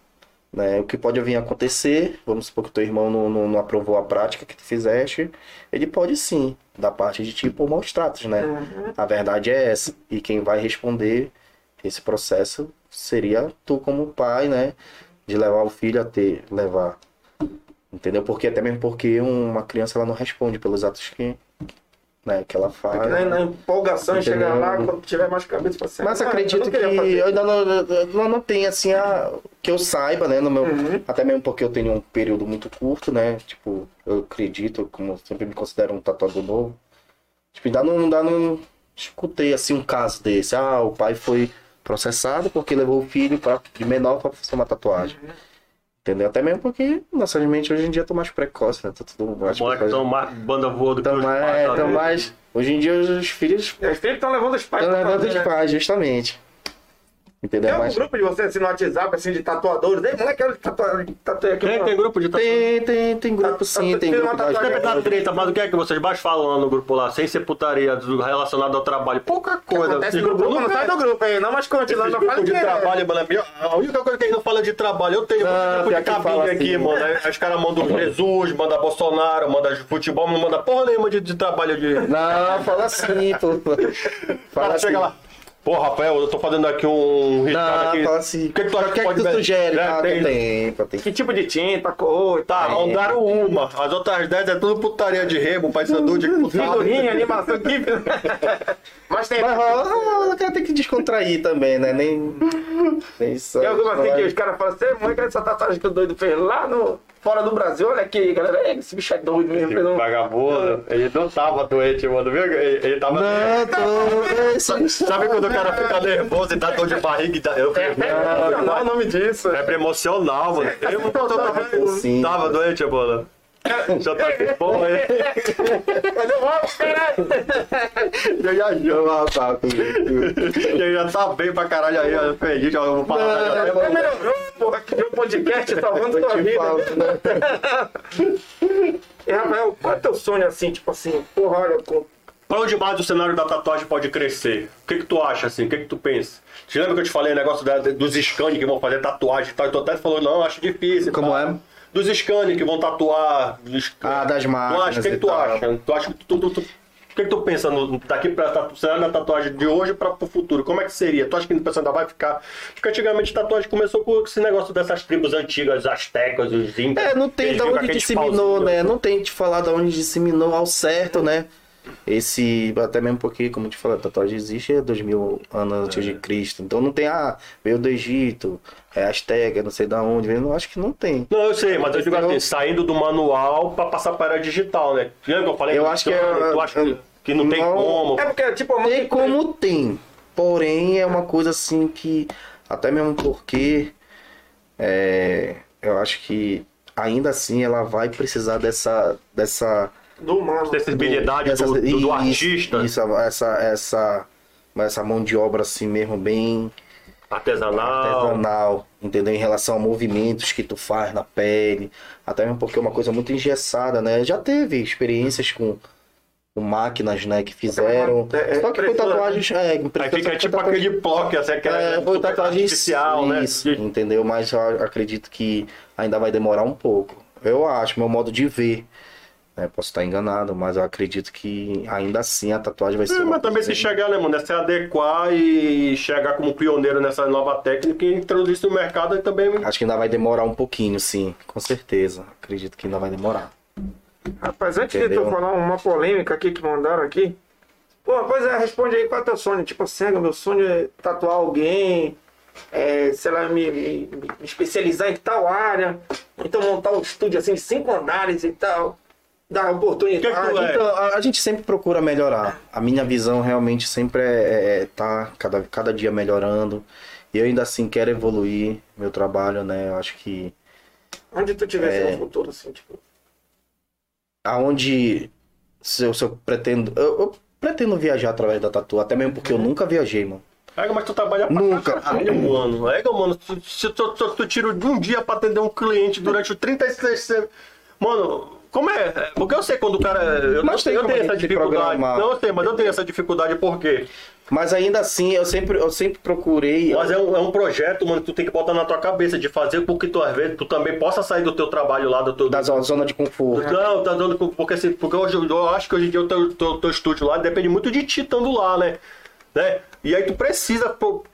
né? O que pode vir a acontecer, vamos supor que teu irmão não, não, não aprovou a prática que tu fizeste, ele pode sim, da parte de ti por maus tratos, né? Uhum. A verdade é essa. E quem vai responder esse processo seria tu como pai, né? De levar o filho a ter, levar. Entendeu? Porque até mesmo porque uma criança ela não responde pelos atos que, né, que ela faz. Porque é- na, na empolgação, Entendeu? chegar lá, quando tiver mais cabeça, assim, "Ah, você Mas acredito que Fazer. eu ainda não, não, não tem assim a, que eu saiba, né? No meu, Uhum. Até mesmo porque eu tenho um período muito curto, né? Tipo, eu acredito, como eu sempre me considero um tatuador novo. Tipo, ainda não, ainda não escutei assim um caso desse. Ah, o pai foi processado porque levou o filho pra, de menor pra fazer uma tatuagem. Uhum. Entendeu? Até mesmo porque, nossa, gente, hoje em dia eu tô mais precoce, né? Tô tudo mais Os moleques precoce. tão mais banda voa do que Tão os mais, é, pais, tão sabe? mais- Hoje em dia os filhos Os filhos estão levando os pais estão pra levando fazer, de né? paz, justamente. Tem Entendeu? algum Mas- grupo de vocês assim, no WhatsApp, assim, de tatuadores? Ei, moleque, olha, tatuagem tatuei aqui. Tem, pra- tem grupo de Tem, tá- tem, tem grupo sim, tem Tem grupo Tá uma das tatuagem Sempre dá drogas. treta, mas o que é que vocês mais falam lá no grupo lá? Sem ser putaria do- relacionado ao trabalho. Pouca coisa. Acontece Esse no grupo grupo, nunca- não sai do grupo aí, não, mas continua, Esses não grupos fala de que é. trabalho, mano, é melhor- a única coisa que eles não falam é de trabalho. Eu tenho Ah, um grupo pior de que fala cabine assim. aqui, mano. Aí Os caras mandam Jesus, manda Bolsonaro, manda futebol, não manda porra nenhuma de, de trabalho de. Não, fala assim, pô. Fala Cara, assim. Tá, chega lá. Pô, Rafael, eu tô fazendo aqui um Não, riscado aqui. fala assim. O que, que tu acha que, é pode tu ver? sugere? É, Ah, tem- tem tempo, tem Que tipo de tinta, cor e Tá, tal. mandaram uma. As outras 10 é tudo putaria de rebo, pai sandu de putado. Figurinha, animação, gif. Mas tem. Mas rola, rola, o cara tem que descontrair também, né? Nem. Nem só. Tem alguma assim que os Mas- caras falam assim, mãe, cadê essa tatuagem que o doido fez lá no... fora do Brasil? Olha aqui, galera, esse bicho é doido mesmo. ele não- Vagabundo, ele não tava doente, mano, viu? Ele, ele tava. Não, tô. Sabe, sabe quando o cara fica nervoso e dá dor de barriga? e dá- Eu falei, É emocional o nome disso. É pra emocional, mano. Eu não tô- tava, Sim. tava doente, mano. Já tá com porra aí. Cadê o óculos, caralho? Eu já jogo, rapaz. Ele já tá bem pra caralho aí, ó, feliz, ó, eu vou falar. Não, já não, até- não. Primeiro, porra, que meu tá podcast salvando Tá tua Te vida. falo, né? E, Rafael, qual é teu sonho assim, tipo assim, porra, olha, com- Pra onde mais o cenário da tatuagem pode crescer? O que que tu acha, assim? O que que tu pensa? Te lembra que eu te falei o negócio da- dos scans que vão fazer tatuagem e tal? E tu até falou, não, acho difícil. Como pá. é? Dos scans que vão tatuar. dos- Ah, das Tu acha? máquinas O que que e tu tal. acha? Tu acha que tu... tu- tu- o que, que tu pensa no, daqui pra tatu- cenário da tatuagem de hoje para o futuro? Como é que seria? Tu acha que o pessoal ainda vai ficar? Porque antigamente tatuagem começou com esse negócio dessas tribos antigas, os astecas, os incas. É, não tem Eles de ficam com onde aqueles disseminou, pauzinhos. né? Não tem de falar de onde disseminou ao certo, né? Esse, até mesmo porque, como eu te falei, a tatuagem existe há dois mil anos antes de Cristo. Então não tem, ah, veio do Egito, é Azteca, não sei da onde, veio. Não, acho que não tem. Não, eu sei, mas eu digo assim, Eu- saindo do manual pra passar para a era digital, né? Lembra que eu falei? Eu que acho que funciona, é- tu acha que, que não tem não- como. É porque, tipo, a Tem mãe... como tem. Porém, é uma coisa assim que, até mesmo porque, é, eu acho que ainda assim ela vai precisar dessa, dessa Do humano. Acessibilidade Essa- do, do- do isso, artista Isso, essa, essa, essa mão de obra assim mesmo, bem artesanal. artesanal, entendeu? Em relação a movimentos que tu faz na pele, até mesmo porque é uma coisa muito engessada, né? Já teve experiências com, com máquinas, né, que fizeram. É, é, Só que foi impressora, tatuagens. É, Aí impressora- fica foi tipo tatuagem- aquele bloco, assim, aquela é, foi tatuagem artificial, né? Isso, entendeu? Mas eu acredito que ainda vai demorar um pouco. Eu acho, meu modo de ver. né? posso estar enganado, mas eu acredito que ainda assim a tatuagem vai ser. É, uma mas também coisa se bem- chegar, né, mano? É se adequar e chegar como pioneiro nessa nova técnica e introduzir isso no mercado e também. Acho que ainda vai demorar um pouquinho, sim, com certeza. Acredito que ainda vai demorar. Rapaz, antes de Entendeu? tu falar uma polêmica aqui que mandaram aqui, Uma coisa, responde aí qual é o teu sonho. Tipo, cega, meu sonho é tatuar alguém, é, sei lá, me, me- me especializar em tal área, então montar um estúdio assim de cinco andares e tal. Dar oportunidade. Que que tu é? Então, Então, a, a gente sempre procura melhorar. A minha visão realmente sempre é, é- é tá cada, cada dia melhorando. E eu ainda assim quero evoluir meu trabalho, né? Eu acho que onde tu tivesse É. no futuro, assim, tipo. aonde se eu, se eu pretendo. Eu, eu pretendo viajar através da tatu, até mesmo porque eu nunca viajei, mano. Ega, mas tu trabalha pra Nunca. caralho, mano. Ega, mano, tu- é um se tu, tu, tu tira de um dia pra atender um cliente durante os 36 semanas. Mano, como é? Porque eu sei quando o cara. Eu, Mas tem eu como tenho a essa gente dificuldade. programar. Não, eu sei, mas eu tenho essa dificuldade por quê? Mas ainda assim, eu sempre, eu sempre procurei. Mas é um, é um projeto, mano, que tu tem que botar na tua cabeça de fazer com que tu, às vezes, tu também possa sair do teu trabalho lá, do teu. da zo- zona de conforto. Não, tá dando. com- Porque, assim, porque hoje, eu acho que hoje em dia o teu, teu- teu estúdio lá depende muito de ti estando lá, né? né? E aí tu precisa pô,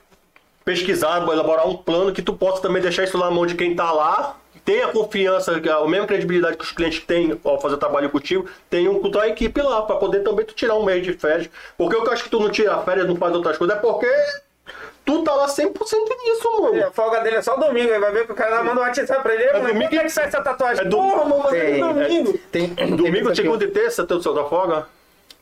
pesquisar, elaborar um plano que tu possa também deixar isso na mão de quem tá lá, tenha confiança, que a a mesma credibilidade que os clientes têm ao fazer trabalho contigo, tenham com tua equipe lá, pra poder também tu tirar um mês de férias. Porque o que eu acho que tu não tira férias, não faz outras coisas, é porque. Tu tá lá 100% nisso, mano. A folga dele é só domingo, aí vai ver que o cara manda um WhatsApp pra ele. É domingo Quando é que sai essa tatuagem? É do- Porra, mano, é Tem- domingo. Tem, tem Domingo, coisa que eu- segunda e terça, teu seu da folga?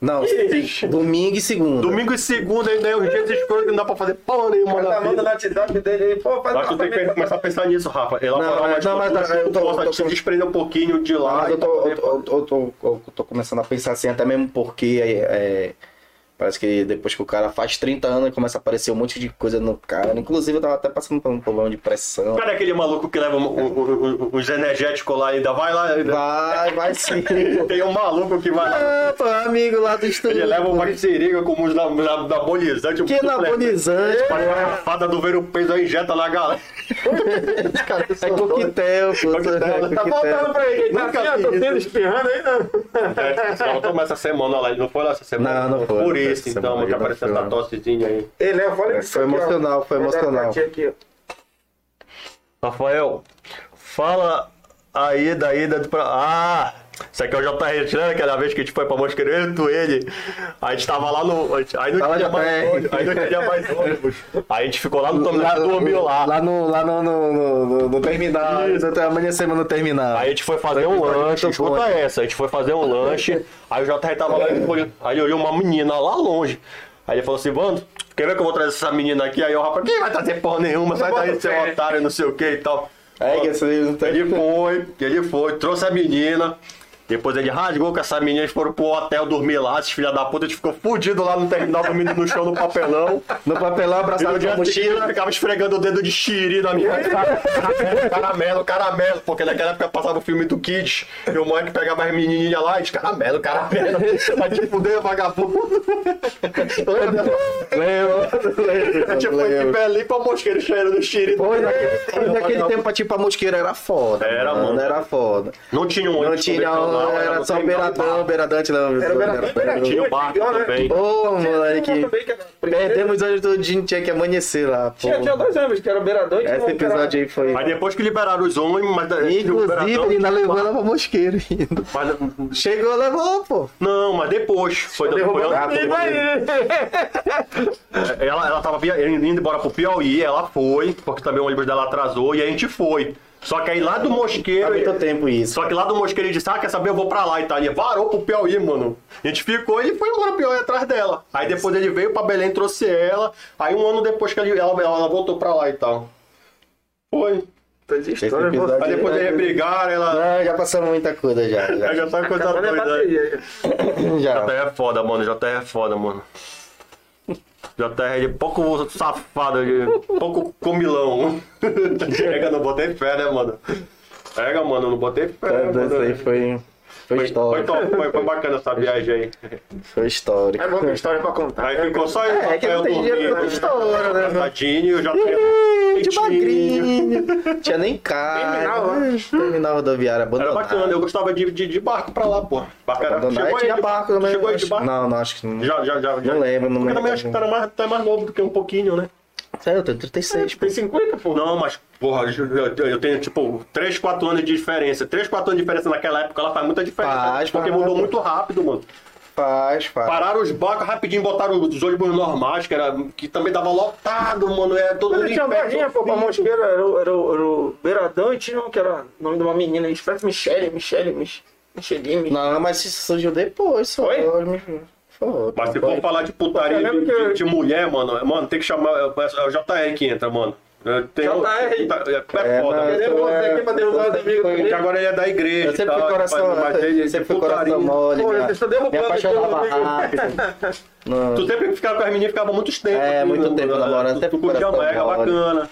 Não, Ixi. domingo e segunda. Domingo e segunda, ainda é os dias escuros que não dá pra fazer porra O nenhuma cara na tá mandando vida. no WhatsApp dele aí, pô, faz Acho uma que eu tenho que família. começar a pensar nisso, Rafa. "Ah, Elaborar Não, uma mas- não, mas estrutura eu tô- que possa eu tô- te desprender um pouquinho de lá. Mas e eu tô, poder- eu, tô- eu tô- eu tô começando a pensar assim, até mesmo porque é, parece que depois que o cara faz 30 anos começa a aparecer um monte de coisa no cara. Inclusive, eu tava até passando por um problema de pressão. Cara, é aquele maluco que leva um- um- um- uns energéticos lá ainda vai lá. ainda- Vai, vai sim. Tem um maluco que vai lá. Ah, pô, amigo lá do estúdio. Ele é leva uma seringa com uns na- na- anabolizante. um Que supletivo. anabolizante, Faz pô. uma fada do ver o peso aí, injeta na galera. É coquetel, pô. Coquetel. um É Tá voltando coquetel. pra ele. Tá Nunca assim, ó, fiz tô isso. sendo espirrando aí, né? não. É, só tomar essa semana lá. Ele não foi lá essa semana. Não, não foi. Por isso, Essa então, semana mano, que já não apareceu foi, essa não. tossezinha aí. Ele é, É, olha foi emocional, é foi emocional. Rafael, fala aí da ida pra. Ah! Isso aqui eu já tá retirando aquela vez que a gente foi pra Mosqueiro, ele. A gente tava lá no. a gente- Aí não Tava tinha de mais pé. ônibus. Aí não tinha mais ônibus. Aí a gente ficou lá no terminal, a gente dormiu lá. Lá no, lá no, no, no- no- no terminal. Eu amanhecemos no terminal. Aí a gente foi fazer um lanche, escuta essa, a gente foi fazer um lanche, aí o JR tava lá, ele olhou- aí ele olhou uma menina lá longe. Aí ele falou assim, mano, quer ver que eu vou trazer essa menina aqui? Aí o rapaz, quem vai trazer porra nenhuma, sai daí, seu otário, não sei o que e tal. É que esse aí não tem- Ele foi, ele foi, trouxe a menina. Depois ele rasgou com essa menina, eles foram pro hotel dormir lá, esses filha da puta, a gente ficou fudido lá no terminal, dormindo no chão, no papelão. No papelão E no abraçado com dia a seguinte eu mochila. ficava esfregando o dedo de xiri na minha cara. Caramelo, caramelo, caramelo. Porque naquela época passava o filme do Kids. E o moleque pegava as menininhas lá e diz, caramelo, caramelo. Vai te fuder, vagabundo. Lembra? Lembro, lembro, A gente foi de lembro. Belém pra Mosqueiro cheirando o xiri. Foi naquele, naquele tempo, tipo, a mosqueira era foda. né? Era, mano. Era foda. Não tinha um Não ônibus tinha, convencional, era no só terminal beiradão, beiradante não. Era do bar. assim, Tinha o barco também. Ô, Tinha moleque. também que era- Perdemos hoje todo dia, tinha que amanhecer lá, pô. Tinha, tinha dois anos, que era o beirador e tinha um Esse que era- episódio aí foi. Mas depois que liberaram os ônibus, mas... Inclusive, então. ele ainda levou ela pra mosqueira. ainda. Mas- Chegou, levou, pô. Não, mas depois. Foi depois. derrubou- Ah, foi Ele vai- É, Ela, ela tava via- indo embora pro Piauí, ela foi, porque também o ônibus dela atrasou, e a gente foi. Só que aí lá do Há Mosqueiro. muito tempo isso. Só que lá do Mosqueiro ele disse, ah, quer saber, eu vou pra lá, Itália. Varou pro Piauí, mano. A gente ficou e foi embora pro Piauí atrás dela. Aí depois ele veio pra Belém, trouxe ela. Aí um ano depois que ele- ela, ela voltou pra lá e tal. Foi. Tantas Esse histórias, episódio- você- Aí depois eles brigaram, ela. Ah, já passamos muita coisa já. Aí É, Já. Já tá coisa Olha a doida. né? bateria aí. é, já. JR é foda, mano. JR é foda, mano. JR ele é pouco safado, ele é pouco comilão. Pega, não botei fé, né, mano? Pega, mano, não botei fé. né, Tá, mano. Isso aí foi. Foi, Foi foi, histórico. top, foi, foi bacana essa viagem aí. Foi histórico. É bom ter história pra contar. Aí ficou só eu, É, que não tem dinheiro pra história, né, mano? Tadinho e o é JR. De magrinho. Tinha nem Terminal, carro. Terminal rodoviário Era abandonado. bacana, eu gostava de, de, de barco pra lá, pô. Barco era- Abandonado. chegou Aí tinha de- barco também. Chegou aí acho- de barco? Não, não, acho que não. Já, já, já. já. lembro, Porque não lembro. também acho que tá mais, tá mais novo do que um pouquinho, né? Sério, eu tenho 36, pô. Tem 50, Tipo, pô. Não, mas, porra, eu, eu tenho, tipo, 3, 4 anos de diferença. 3, 4 anos de diferença naquela época, ela faz muita diferença. Faz, porque faz. mudou muito rápido, mano. Faz, faz. Pararam os barcos rapidinho, botaram os ônibus normais, que, era, que também tava lotado, mano. É todo mundo Ele tinha em pé, barrinha, pô, pra Mosqueira, era, o- era, o- era o Beiradão e tinha um que era o nome de uma menina, eles parece Michele, Michele, Mich- Micheline. Mich- Não, mas isso surgiu depois, só. Foi? Eu me- Foi. Mas se for falar de putaria Eu de, lembro que- de- de mulher, mano, mano, tem que chamar. É o JR que entra, mano. É, Tem um- JR? tá- é, é É, foda. mas- né? Cadê você aqui pra derrubar os amigos Foi- Porque dele? agora ele é da igreja. Eu e sempre tal, fui coração, mas tem de- eu de sempre fui putaria. coração mole. Pô, minha- vocês estão derrubando Me apaixonava aqui, meu amigo. rápido. Não. Tu sempre ficava com as meninas, ficava muito tempo. É, assim, muito né, tempo mano? namorando, Tu, tu sempre curtia coração mega mole. bacana.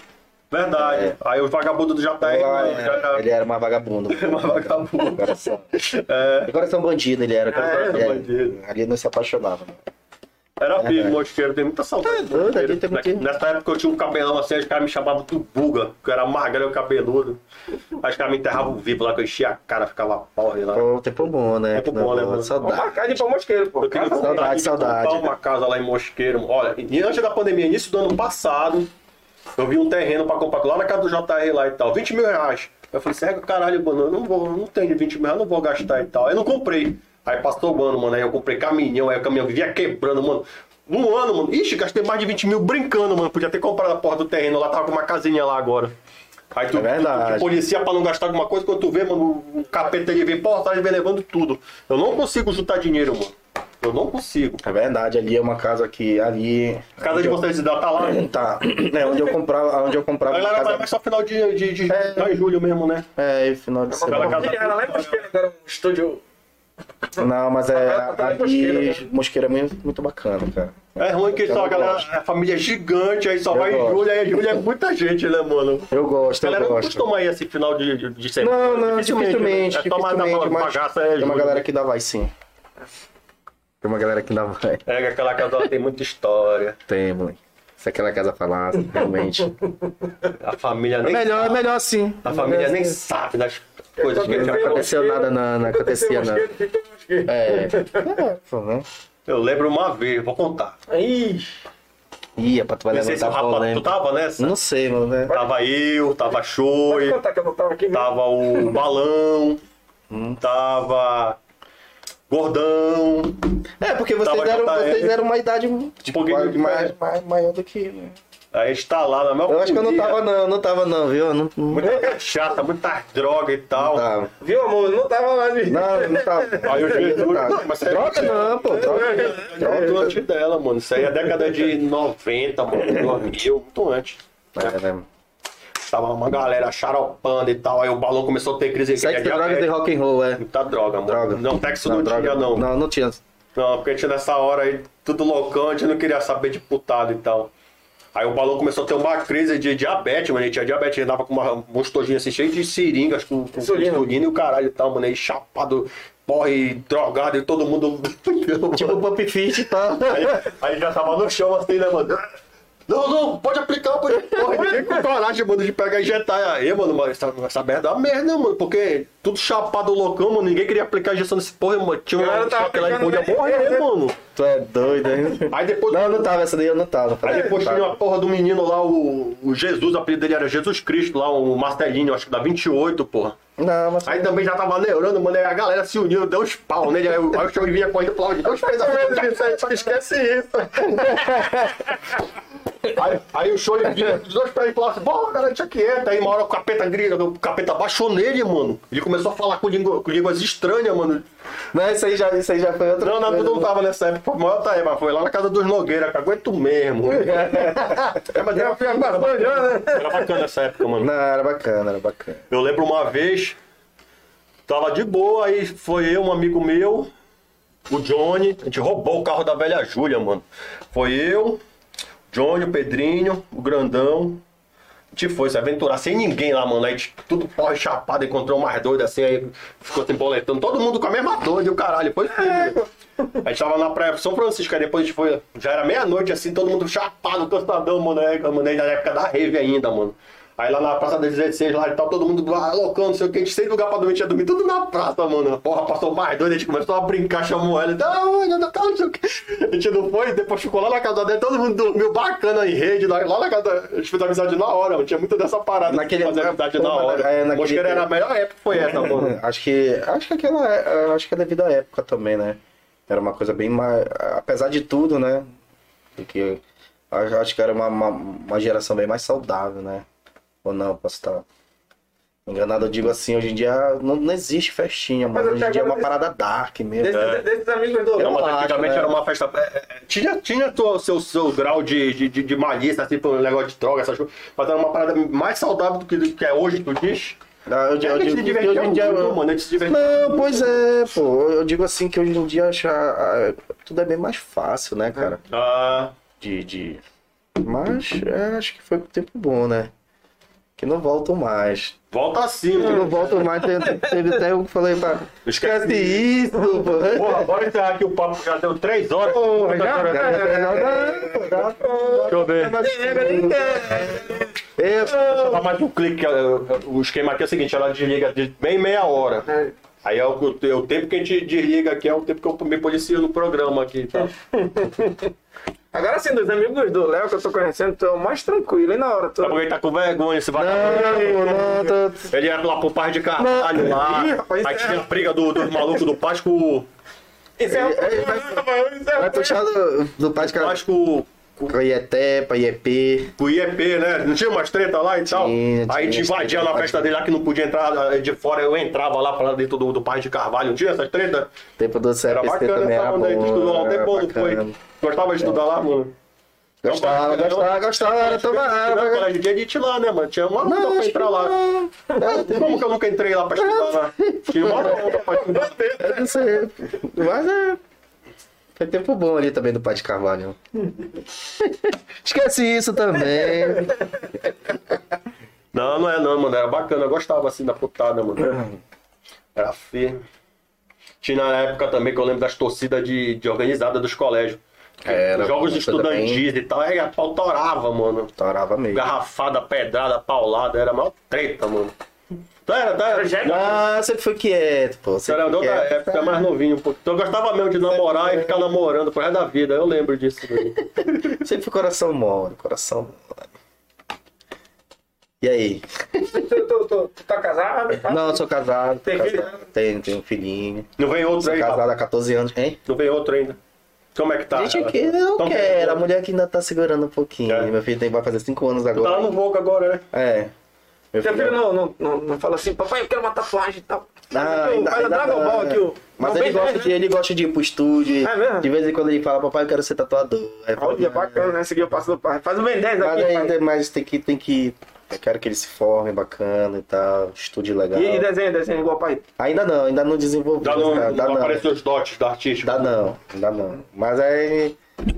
Verdade. É. Aí o vagabundo do JR, Ah, mano, já tá- é, era Ele era uma vagabunda. uma vagabunda. Coração. É, Coração bandido ele era. é, Ele coração era- bandido. Ali não se apaixonava. né? era filho, mosqueiro, tem muita saudade. Tá doido, ali tem Mosqueiro. muito- Nessa época eu tinha um cabelão assim, os caras me chamavam do Buga, porque eu era magrelo e cabeludo. Aí os caras me enterravam vivo lá, que eu enchia a cara, ficava porre lá. Pô, tempo bom, né? Tempo bom, né, mano? Vamos Saudade. marcar de ir pra Mosqueiro, pô. Eu queria Casa- comprar Saudade, saudade. uma casa lá em Mosqueiro. Olha, e antes da pandemia, início do ano passado, eu vi um terreno pra comprar lá na casa do JR lá e tal, 20 mil reais. Eu falei, sério, caralho, mano, eu não vou, eu não tenho 20 mil reais, eu não vou gastar e tal. Aí eu não comprei. Aí passou o ano, mano, aí eu comprei caminhão, aí o caminhão vivia quebrando, mano. Um ano, mano. Ixi, gastei mais de 20 mil brincando, mano. Podia ter comprado a porra do terreno lá, tava com uma casinha lá agora. Aí tu, É verdade. tu- tu policia pra não gastar alguma coisa, quando tu vê, mano, o capeta ele vem por trás e vem levando tudo. Eu não consigo juntar dinheiro, mano. Eu não consigo. É verdade, ali é uma casa que ali. A casa de vocês ainda tá lá. Tá. É onde eu comprava, onde eu comprava Aí lá uma era casa. mais só final de, de, de, É. lá em julho mesmo, né? É, e final de Aquela semana. casa- Ele era lá em Mosqueira, era um estúdio. Não, mas é. Ah, tá, tá, Mosqueira, Ali, né? Mosqueira é muito, muito bacana, cara. É ruim que só a Eu galera, gosto. a família é gigante, aí só Eu vai em gosto. julho, aí julho é muita gente, né, mano? Eu A gosto, eu galera não gosto. costuma ir esse final de, de, de semana. é Não, não, dificilmente, né? É só mais na dificilmente, mas bagaça, é Tem uma julho. galera que ainda vai, sim. Tem uma galera que ainda vai. É, aquela casa ela tem muita história. Tem, moleque. Se aquela casa falasse, realmente. A família É nem melhor, é melhor sim. A família nem sabe das coisas que Não aconteceu nada, não, não acontecia nada. Mosqueiro, fica em Mosqueiro. É. é pô, né? Eu lembro uma vez, vou contar. Ih, Ih, é pra tu vai Não sei se o levantar rapaz, tu tá- polêmica. tava nessa? Não sei, mano, né? Tava eu, tava Shoei, pode contar que eu não tava aqui mesmo. tava o Balão, Hum. tava Gordão, É, porque vocês, Tava eram, JR. vocês eram uma idade tipo, tá, é. Um pouquinho mais, mais, diferente. mais- maior do que. né? a gente tá lá na mesma Eu acho que eu não comida, tava, não, não tava, não, viu? Eu Não, não Muita cachaça, muita droga e tal. tava. Viu, amor? Eu Não tava lá É. de. Não, não tava. Aí eu Não Jesus, tava. não, mas sério, Droga não, pô, droga. é muito antes dela, mano. Isso aí é década de 90, mano, 2000, muito antes. É, né? Tava uma galera xaropando e tal, aí o balão começou a ter crise. Sexo, drogas e diabética. rock and roll, é. Muita droga, mano. Droga. Não, Texo não, droga. tinha, não. Não, não tinha. Não, porque a gente nessa hora aí, tudo loucão, a gente não queria saber de putado e tal. Aí o balão começou a ter uma crise de diabetes, mano. Ele tinha diabetes, ele andava com uma, um estojinho assim, cheio de seringas, com, com Insulina. um, insulina e o caralho e tal, mano. Aí chapado, porre, drogado e todo mundo. Tipo o Pump Fit e tal. aí, aí já tava no chão assim, né, mano? Não, não, pode aplicar, pode. Porra, ninguém com coragem, mano, de pegar e injetar. Aí, mano, mas essa, essa merda é uma merda, mano, porque tudo chapado loucão, mano, ninguém queria aplicar injeção nesse porra, mano. Tinha Cara, uma tava que lá e aplicando podia morrer, mesmo. mano. Tu é doido, hein? Aí depois. Não, não tava, essa daí eu não tava. Aí depois Tava. tinha uma porra do menino lá, o, o Jesus, o apelido dele era Jesus Cristo, lá, o Marcelinho, acho que da 28, porra. Não, mas. Aí também já tava neurando, mano, aí a galera se uniu, deu uns pau nele, aí o aí o show vinha correndo pra onde? Deus fez é a puta disso aí, só esquece isso. Aí, aí o show vinha, os dois pés falaram assim, bom, cara, deixa quieto. Aí uma hora o capeta grita, o capeta baixou nele, mano. Ele começou a falar com, língua- com línguas estranhas, mano. Não, isso aí já, isso aí já foi outra Não, não, tu coisa, não tá- né? tava nessa época, foi maior tá aí, mas foi lá na casa dos Nogueira, que aguento mesmo. É, mas era, era bacana né? essa época, mano. Não, era bacana, era bacana. Eu lembro uma vez, tava de boa, aí foi eu, um amigo meu, o Johnny, a gente roubou o carro da velha Júlia, mano. Foi eu, Johnny, o Pedrinho, o Grandão. A gente foi se aventurar sem ninguém lá, mano. Aí a gente, tudo porra chapado, encontrou mais doido assim, aí ficou se emboletando. Todo mundo com a mesma dor, e o caralho. Foi filho. A gente tava na praia São Francisco, aí depois a gente foi. Já era meia-noite assim, todo mundo chapado, cansadão, mano. Aí, mano, aí na época da rave ainda, mano. Aí lá na Praça das 16 lá e tal, todo mundo lá, loucão, não sei o que, a gente sem lugar pra dormir, tinha dormido tudo na praça, mano. Porra, passou mais doido, a gente começou a brincar, chamou ela, tá, olha, não tá, não sei o que. A gente não foi, depois ficou lá na casa dela, todo mundo dormiu bacana em rede, lá, lá na casa da. A gente fez amizade na hora, mano. Tinha muito dessa parada Naquele- de fazer amizade na Pô, hora. é, É, naquele- era a melhor época, foi essa, mano. Acho que. Acho que aquela. é- Acho que é devido à época também, né? Era uma coisa bem mais. Apesar de tudo, né? Porque acho acho que era uma, uma, uma geração bem mais saudável, né? Ou não, posso estar enganado. Eu digo assim, hoje em dia não, não existe festinha, Mas mano. Hoje em até dia é uma agora- parada dark mesmo. É. Desses, desses amigos Eu do. Não, mas acho, antigamente né? era É uma festa. é, é, é, Tinha, tinha tua- seu, seu grau de, de, de, de malícia, assim, pro negócio de droga, essas coisas. Mas era uma parada mais saudável do que, do que é hoje, que tu diz. Ah, Eu, eu, a gente digo se que divertia hoje em dia- muito, mano, a gente se divertia Não, pois é, pô. Eu- Eu digo assim que hoje em dia acha- ah, tudo é bem mais fácil, né, cara? Ah, De, de... Mas é, acho que foi um tempo bom, né? Que não voltam mais. volta assim, Que não mano. voltam mais. Teve, teve até um que falei pra. Esquece Esquece isso, pô. Porra, bora encerrar aqui o papo, já deu três horas. Pô, Quantas já- horas? já- já- já- já- já- Deixa eu ver. É, Só dá mais um clique. eh, O esquema aqui é o seguinte, ela desliga de bem meia hora. Aí é o, que eu- é o tempo que a gente desliga aqui, é o tempo que eu me policio no programa aqui. Tá? Agora sim, dos amigos do Léo que eu tô conhecendo, tu é o mais tranquilo, e na hora tu. Sabe alguém tá com vergonha, esse vagabundo. Não, não, tô- Ele era lá pro par de carvalho lá. Ih, rapaz, Aí isso é- tinha a briga do- dos malucos do Páscoa. Isso é um Ele- ele vai- programa, isso é um Vai puxar do, do pai de cara. é Páscoa Ieté, pra IEP. com o IEP, né? Não tinha umas treta lá e tal. Tinha, Aí a gente tinha, invadia tinha. na festa dele lá que não podia entrar eh, de fora. Eu entrava lá pra dentro do, do par de carvalho. Não tinha essas treta? Tempo do Era CFC bacana também essa era onda aí. Tu estudou lá um bom. era tempão, não bacana. foi? Gostava de estudar lá, mano? Gostava, Não, gostava, não. gostava, era tomar Não, água. colégio de elite lá, né, mano? Tinha uma luta pra acho entrar que lá. não. né? Como que eu nunca entrei lá pra estudar lá? Tinha uma luta pra estudar. Eu não sei. Mas é. Foi tempo bom ali também do Pai de Carvalho. Esquece isso também. Não, não é não, mano. Era bacana. Eu gostava assim da putada, mano. Era firme. Tinha na época também que eu lembro das torcidas de, de organizada dos colégios. É, Era, Jogos uma coisa bem- estudantis e tal. Aí a pau torava, mano. Torava mesmo. Garrafada, pedrada, paulada. Era a maior treta, mano. Então era, então era. projeto. Ah, sempre foi quieto, pô. Você era Sempre de foi outra quieto. época, mais novinho. um pouco. Então eu gostava mesmo de namorar e ficar namorando pro resto da vida. Eu lembro disso. daí. Sempre foi coração mole, coração mole. E aí? um- Tu, tu, tu, tu tá casado? Tá? Não, eu sou casado. Tem casado. filho? Tenho, tenho um filhinho. Não vem outro Sou ainda. casado há 14 anos, hein? Não vem outro ainda. Como é que tá? gente ela? aqui não Então, quer. quer- A mulher que ainda tá segurando um pouquinho. É. Meu filho tem, vai fazer 5 anos Tá lá agora. no Vogue agora, né? É. Meu Teu filho não, não, não, não fala assim, papai, eu quero uma tatuagem e tal. Ah, ainda- Faz a ainda Dragon Ball dá. aqui, o. Mas Não, ele bem, gosta, né? de, ele gosta de ir pro estúdio. É mesmo? De vez em quando ele fala, papai, eu quero ser tatuador. Aí fala, Olha, "Ah, bacana, né? Seguir o passo do pai. Faz o Ben 10 Mas aqui, pai. ainda mais tem que, tem que. Eu quero que ele se forme bacana e tal. Estude legal. E desenho, desenho igual pai. Ainda não, ainda não desenvolveu. Já não, cara, não, dá não. aparecem os dotes da artística. Dá não, dá não. Mas aí.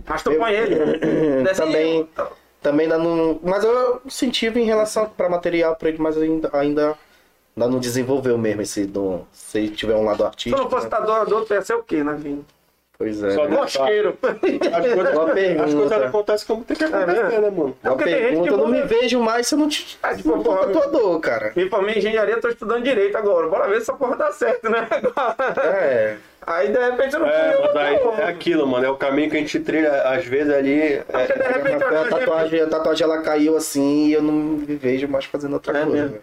Mas tu põe ele. Desenho. também. Também ainda não. Mas eu incentivo em relação para material para ele, mas ainda, ainda, ainda não desenvolveu mesmo esse dom. Se ele tiver um lado Se tu artístico. não fosse tatuador, tu ia ser o quê, né, Vini? Pois é. Só né? não. Mosqueiro. As coisas, as Boa coisas pergunta. Ah, é acontecem como tem que acontecer, né, mano? Uma Porque tem gente pergunta, que eu não me muda- vejo mais se eu não te. Ah, se for não porra, for tatuador, cara. Me formei em engenharia, tô estudando direito agora. Bora ver se essa porra dá certo, né? Agora. É. Aí de repente eu não É, fui eu, mas aí não. é aquilo, mano. É o caminho que a gente trilha, às vezes, ali. Porque de É, repente A eu tatuagem, a tatuagem ela caiu assim e eu não me vejo mais fazendo outra É coisa. mesmo.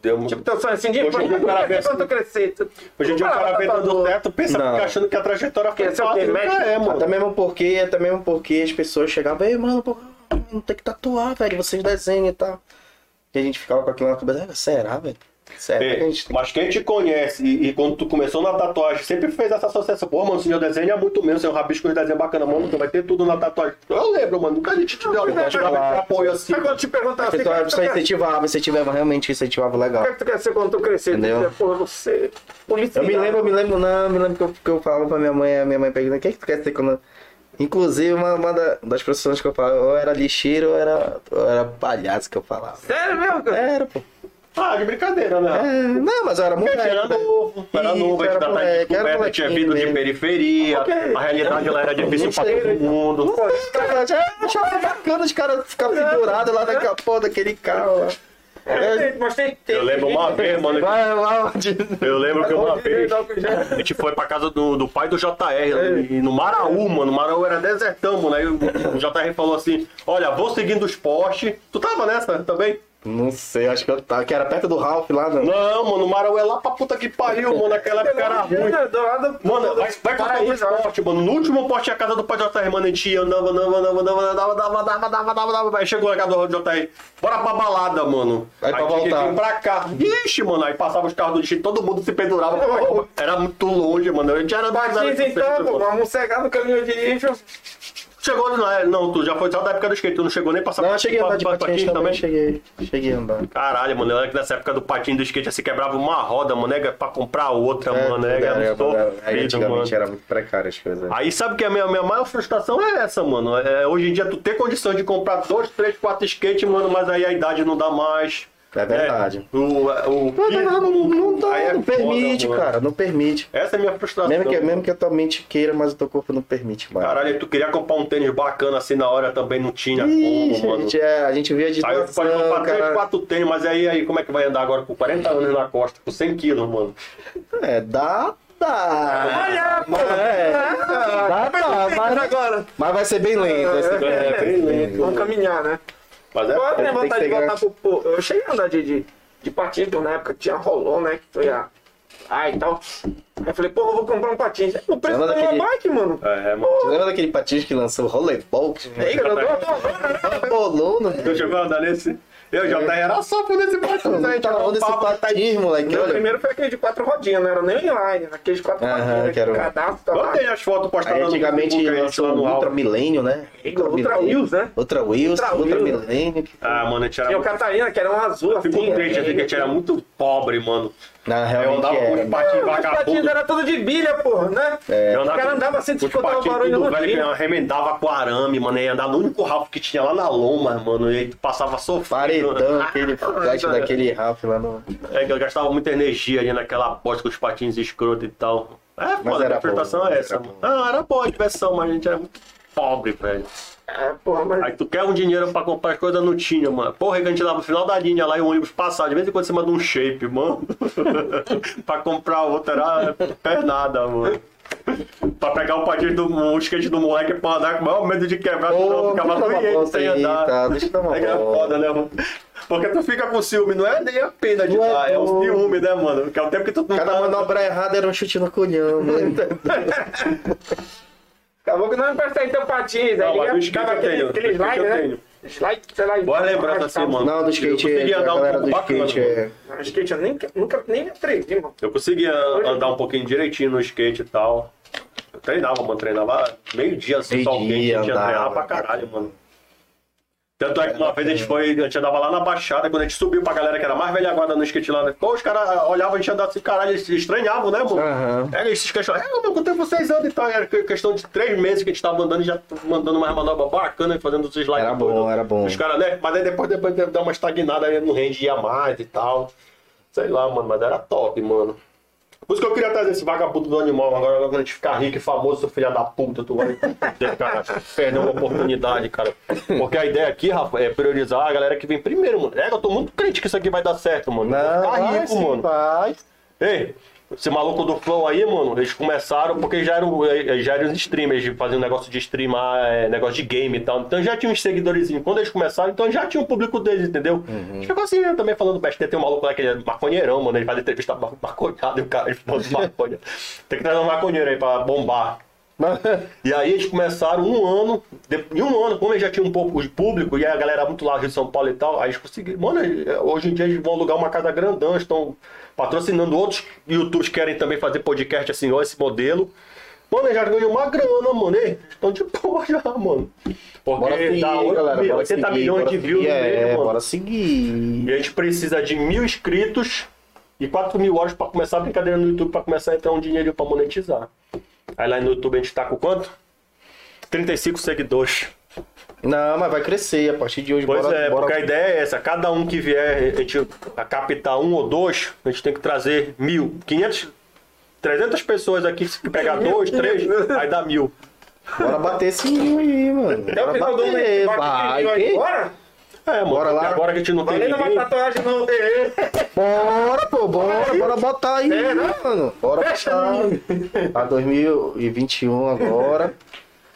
deu, Tipo, então, teu sonho assim de Hoje em dia o cara vê assim- quando tu crescer. tu- hoje em dia o Ah, cara vê tatuador. do teto, pensa, Não. fica achando que a trajetória foi Quer ser o quê? fácil. Médico? Nunca é, mano. Até mesmo porque, até mesmo porque as pessoas chegavam, ei, mano, porra, não tem que tatuar, velho, vocês desenham e tal. E a gente ficava com aquilo na cabeça, "Ah, será, velho? Será É, que a gente tem mas quem te conhece e, e quando tu começou na tatuagem, sempre fez essa associação. Pô, mano, senhor desenha muito mesmo, seu rabisco de desenho bacana, mano, tu vai ter tudo na tatuagem. Eu lembro, mano, nunca a gente te deu mas- um apoio assim. Mas quando te perguntar assim, que... o A que tu pessoa quer- incentivava, incentivava, realmente incentivava o legal. que é que tu quer ser quando tu crescer? Tu Entendeu? dizer, é Porra, você... é Eu me lembro, eu me lembro, não, eu me lembro que eu, que eu falava pra minha mãe, a minha mãe perguntava, o que, é que tu quer ser quando. Inclusive, uma, uma da- das profissões que eu falava, ou era lixeiro ou era, ou era palhaço que eu falava. Sério mesmo, cara? Era, pô. Ah, de brincadeira, né? É, não, mas eu era muito. Era novo, era novo, a gente tava de descoberta, tinha vindo de periferia, Ok. a realidade lá era difícil pra Mentira. todo mundo. Cara, já "Ah, achava bacana os caras ficarem pendurados lá naquela porra daquele carro. lá. é. Mas tem- tem- Eu lembro uma vez, mano, Vai, vai, eu lembro que uma vez Dá o que já- a gente foi pra casa do, do pai do JR, e no Maraú, mano. O Maraú era desertão, mano. Aí o, o JR falou assim: Olha, vou seguindo os postes. Tu tava nessa também? Não sei, acho que eu tava. Que era perto do Ralph lá, não. Não, mano, o Marau é lá pra puta que pariu, mano. Naquela época era ruim. Mano, vai, vai pra todo esporte, mano. No último poste a casa do pai do JR, mano. A gente ia, andava, andava, andava, andava, andava, andava, andava, andava, andava, andava. Aí chegou na casa do JR. Bora pra balada, mano. Aí pra tinha que voltar. vir pra cá. Vixe, mano. Aí passava os carros do destino, todo mundo se pendurava. Era muito longe, mano. A gente era... Mas era- então, pô, vamos cegar no caminho de lixo. Chegou lá, é, não, tu já foi só da época do skate, tu não chegou nem passar Não, eu cheguei a andar de pra- pra- pra patins quem também. Cheguei, cheguei a andar. Caralho, mano, eu era que nessa época do patinho do skate, se quebrava uma roda, mano, era pra comprar outra, É, mano, era, é, era, mano, é, sofrido, antigamente mano. era muito precário as coisas. Aí sabe que é a minha, minha maior frustração é essa, mano. É, hoje em dia tu ter condição de comprar dois, três, quatro skate, mano, mas aí a idade não dá mais. É verdade. É, o, o, Não, não, não, não dá, Aí é não foda, permite, mano. cara, não permite. Essa é a minha frustração. Mesmo que, mesmo que a tua mente queira, mas o teu corpo não permite mais. Caralho, tu queria comprar um tênis bacana assim na hora também, não tinha Ixi, como, a mano. gente, é, a gente via de Aí eu falei, noção, comprar três, cara. quatro tênis, mas aí, aí como é que vai andar agora com 40 anos na costa, com 100 quilos, mano? É, dá, dá. Olha, pô. Mas, é, dá, dá, mas, agora. mas vai ser bem lento. vai ser bem É, lento. bem lento. Vamos caminhar, né? Mas é. Pô, foda. tem tem que vontade de pegar- voltar pro. pô, Eu cheguei a andar de, de, de patins, então, na época que tinha rolou, né? Que foi a. Ah, e tal. Aí eu falei, pô, eu vou comprar um patins. O preço Anda da minha daquele- bike, mano. É, mano. Você lembra daquele patins que lançou o rolebol? Que Aí, cara, eu dou- eu dou- eu dou- bolou, né? Tu chegou a andar nesse? Eu já tá era só por nesse um patins aí, É. Tá tava onde esse pau, patins, moleque? Meu Olha, primeiro foi aquele de quatro rodinhas, não era nem inline, era aqueles quatro Aham, rodinhas, né, que era com o- cadastro, tá Eu lá. tenho as fotos postadas Aí no antigamente Facebook, aí, lançou lá o no Ultra álbum. Milênio, né? Ultra Wheels, né? Ultra Wheels, Ultra Ultra Wheels. Milênio. que- Ah, mano, a gente Tinha o era... Catarina, que era um azul, assim. Fico triste, assim, que a gente era né? muito pobre, mano. Na É, Eu realmente andava com era. os né? patins Os patins vagabundo. era tudo de bilha, porra, né? É. Eu O cara com- andava sem com os escutar o patins barulho tudo no velho, que dia. eu Remendava com arame, mano. Ia andar no único rabo que tinha lá na loma, mano. E aí tu passava sofrendo. Paredão, aquele Ah, flash daquele Ralph lá no. É que eu gastava muita energia ali naquela aposta com os patins escroto e tal. É, Mas foda, a era interpretação bom, é era essa. bom. mano. Ah, era boa a diversão, mas a gente era muito pobre, velho. É, porra, mas... Aí tu quer um dinheiro pra comprar as coisas, não tinha, mano. Porra, é que a gente dava no final da linha lá e o ônibus passava. De vez em quando você manda um shape, mano. pra comprar outro era pernada, mano. pra pegar o patins do o skate do moleque pra andar com o maior medo de quebrar, senão ficava Ô, deixa eu dar uma doente volta sem aí, andar. tá? Deixa eu dar uma é que é volta. foda, né, mano? Porque tu fica com ciúme, não é nem a pena de Não é dar, é, o bom. ciúme, né, mano? Porque é o tempo que tu não Cada tá- manobra errada era um chute no colhão, mano. Acabou que não emprestei teu patins, Não, aí mas ele no skate ficava eu tenho. aquele, No aquele slide, skate eu né? tenho. Slide, sei lá... Boa e- lembrança assim, mano. Não, do skate, Eu é, conseguia a andar um galera pouco do bacana, skate mano. é. Não, Skate, eu nem, nunca nem me atrevi, mano. Eu conseguia andar um pouquinho direitinho no skate e tal. Eu treinava, mano, treinava meio dia assim, Meio sol quente, a dia, gente ia andava. treinar pra caralho, mano. Tanto é que uma vez a gente foi, a gente andava lá na Baixada, quando a gente subiu pra galera que era mais velha guarda no skate lá, né? Pô, os caras olhavam a gente andava assim, caralho, eles estranhavam, né, mano? Aham. Aí eles se questionavam, é, meu, quanto tempo vocês andam e tal? Era que- questão de três meses que a gente tava andando e já mandando umas manobras bacanas, fazendo os slides. Era e tudo. bom, era bom. Os caras, né? Mas aí depois, depois deve dar uma estagnada aí no range ia mais e tal. Sei lá, mano, mas era top, mano. Por isso que eu queria trazer esse vagabundo do animal. Agora, quando a gente ficar rico e famoso, seu filho da puta, tu vai ter, cara, perder uma oportunidade, cara. Porque a ideia aqui, Rafa, é priorizar a galera que vem primeiro, mano. É, eu tô muito crente que isso aqui vai dar certo, mano. Não, Vou ficar vai Tá rico, sim, mano. vai. Ei, esse maluco do Flow aí, mano, eles começaram porque já eram, eh, já eram streamers, de fazer um negócio de streamar, eh, negócio de game e tal. Então já tinha uns seguidores. Quando eles começaram, então já tinha um público deles, entendeu? Ficou assim, né, também falando besteira. Tem um maluco lá que ele é maconheirão, mano, ele faz entrevista ma- maconhado e o cara, ele falou de maconha. Tem que trazer um maconheiro aí pra bombar. E aí eles começaram um ano, de- em um ano, como eles já tinham um pouco de público, e a galera muito lá de São Paulo e tal, aí eles conseguiram. Mano, hoje em dia eles vão alugar uma casa grandão, estão patrocinando outros youtubers que querem também fazer podcast assim, ó, esse modelo. Mano, eles já ganham uma grana, mano. ei, Estão de boa já, mano. Porque Bora seguir, dá oito galera. mil, Bora 80 seguir, milhões bora de views seguir, no meio, É, mano. bora seguir. E a gente precisa de mil inscritos e 4 mil horas pra começar a brincadeira no YouTube, pra começar a entrar um dinheiro pra monetizar. Aí lá no YouTube a gente tá com quanto? 35 seguidores. Não, mas vai crescer a partir de hoje. Pois bora, é, bora... porque a ideia é essa. Cada um que vier, a gente a captar um ou dois, a gente tem que trazer mil. 500, 300 pessoas aqui, se pegar dois, três, aí dá um mil. bora bater esse mil aí, mano. Até o Bora final do ano, esse bater, bate vai. de aí que- fora, É, mano, Bora lá. porque agora que a gente não tem valendo uma ninguém... tatuagem no... Bora, pô, bora, bora botar aí, É, né? mano. Bora Fecha, botar. Tá 2021 agora.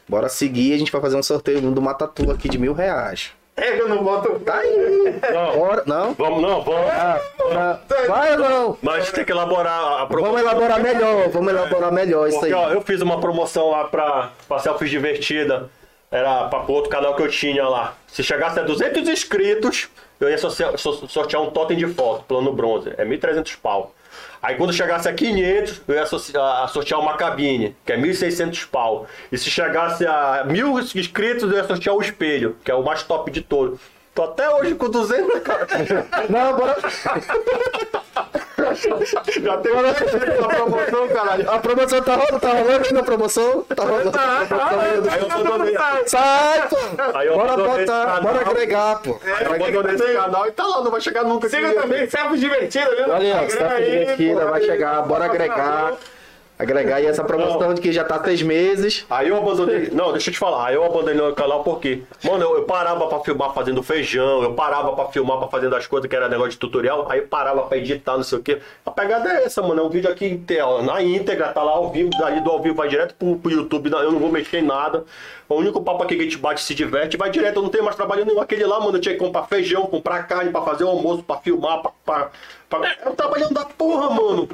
Bora seguir, a gente vai fazer um sorteio do Matatu aqui de mil reais. É, Ego não bota o pai. Não, Bora, não? vamos, não, vamos. Ah, Vai ou não? Mas tem que elaborar a proposta. Vamos elaborar melhor, vamos elaborar melhor isso Porque, aí. ó, eu fiz uma promoção lá pra, pra selfies divertida. Era pra pro outro canal que eu tinha lá. Se chegasse a 200 inscritos, eu ia sortear, so- sortear um totem de foto, plano bronze. É 1.300 pau. Aí quando chegasse a 500, eu ia sortear, a sortear uma cabine, que é 1.600 pau. E se chegasse a 1.000 inscritos, eu ia sortear o espelho, que é o mais top de todos. Tô até hoje com 200, cara. Não, bora. Já tem uma promoção, caralho. A promoção tá rolando, tá rolando na promoção. Tá rolando. Ah, Aí eu abandonei, Sai, pô. Aí eu tá, Bora abandonei esse botar, canal. bora agregar, pô. eu abandonei esse canal e tá lá, não vai chegar nunca. Siga também, selfie divertida, viu? Olha aí, Tá ó, Instagram staff aí, divertida, pô, vai aí, chegar, bora tá agregar. Agregar e essa promoção de que já tá seis meses. Aí eu abandonei. Não, deixa eu te falar. Aí eu abandonei o canal porque, mano, eu, eu parava pra filmar fazendo feijão, eu parava pra filmar pra fazendo as coisas que era negócio de tutorial, aí eu parava pra editar, não sei o quê. A pegada é essa, mano. É um vídeo aqui inte- ó, na íntegra, tá lá ao vivo, dali do ao vivo vai direto pro, pro YouTube, não- eu não vou mexer em nada. O único papo aqui que a gente bate se diverte, vai direto, eu não tenho mais trabalho nenhum. Aquele lá, mano, eu tinha que comprar feijão, comprar carne pra fazer o almoço, pra filmar, pra. pra, pra... É um trabalhão da porra, mano.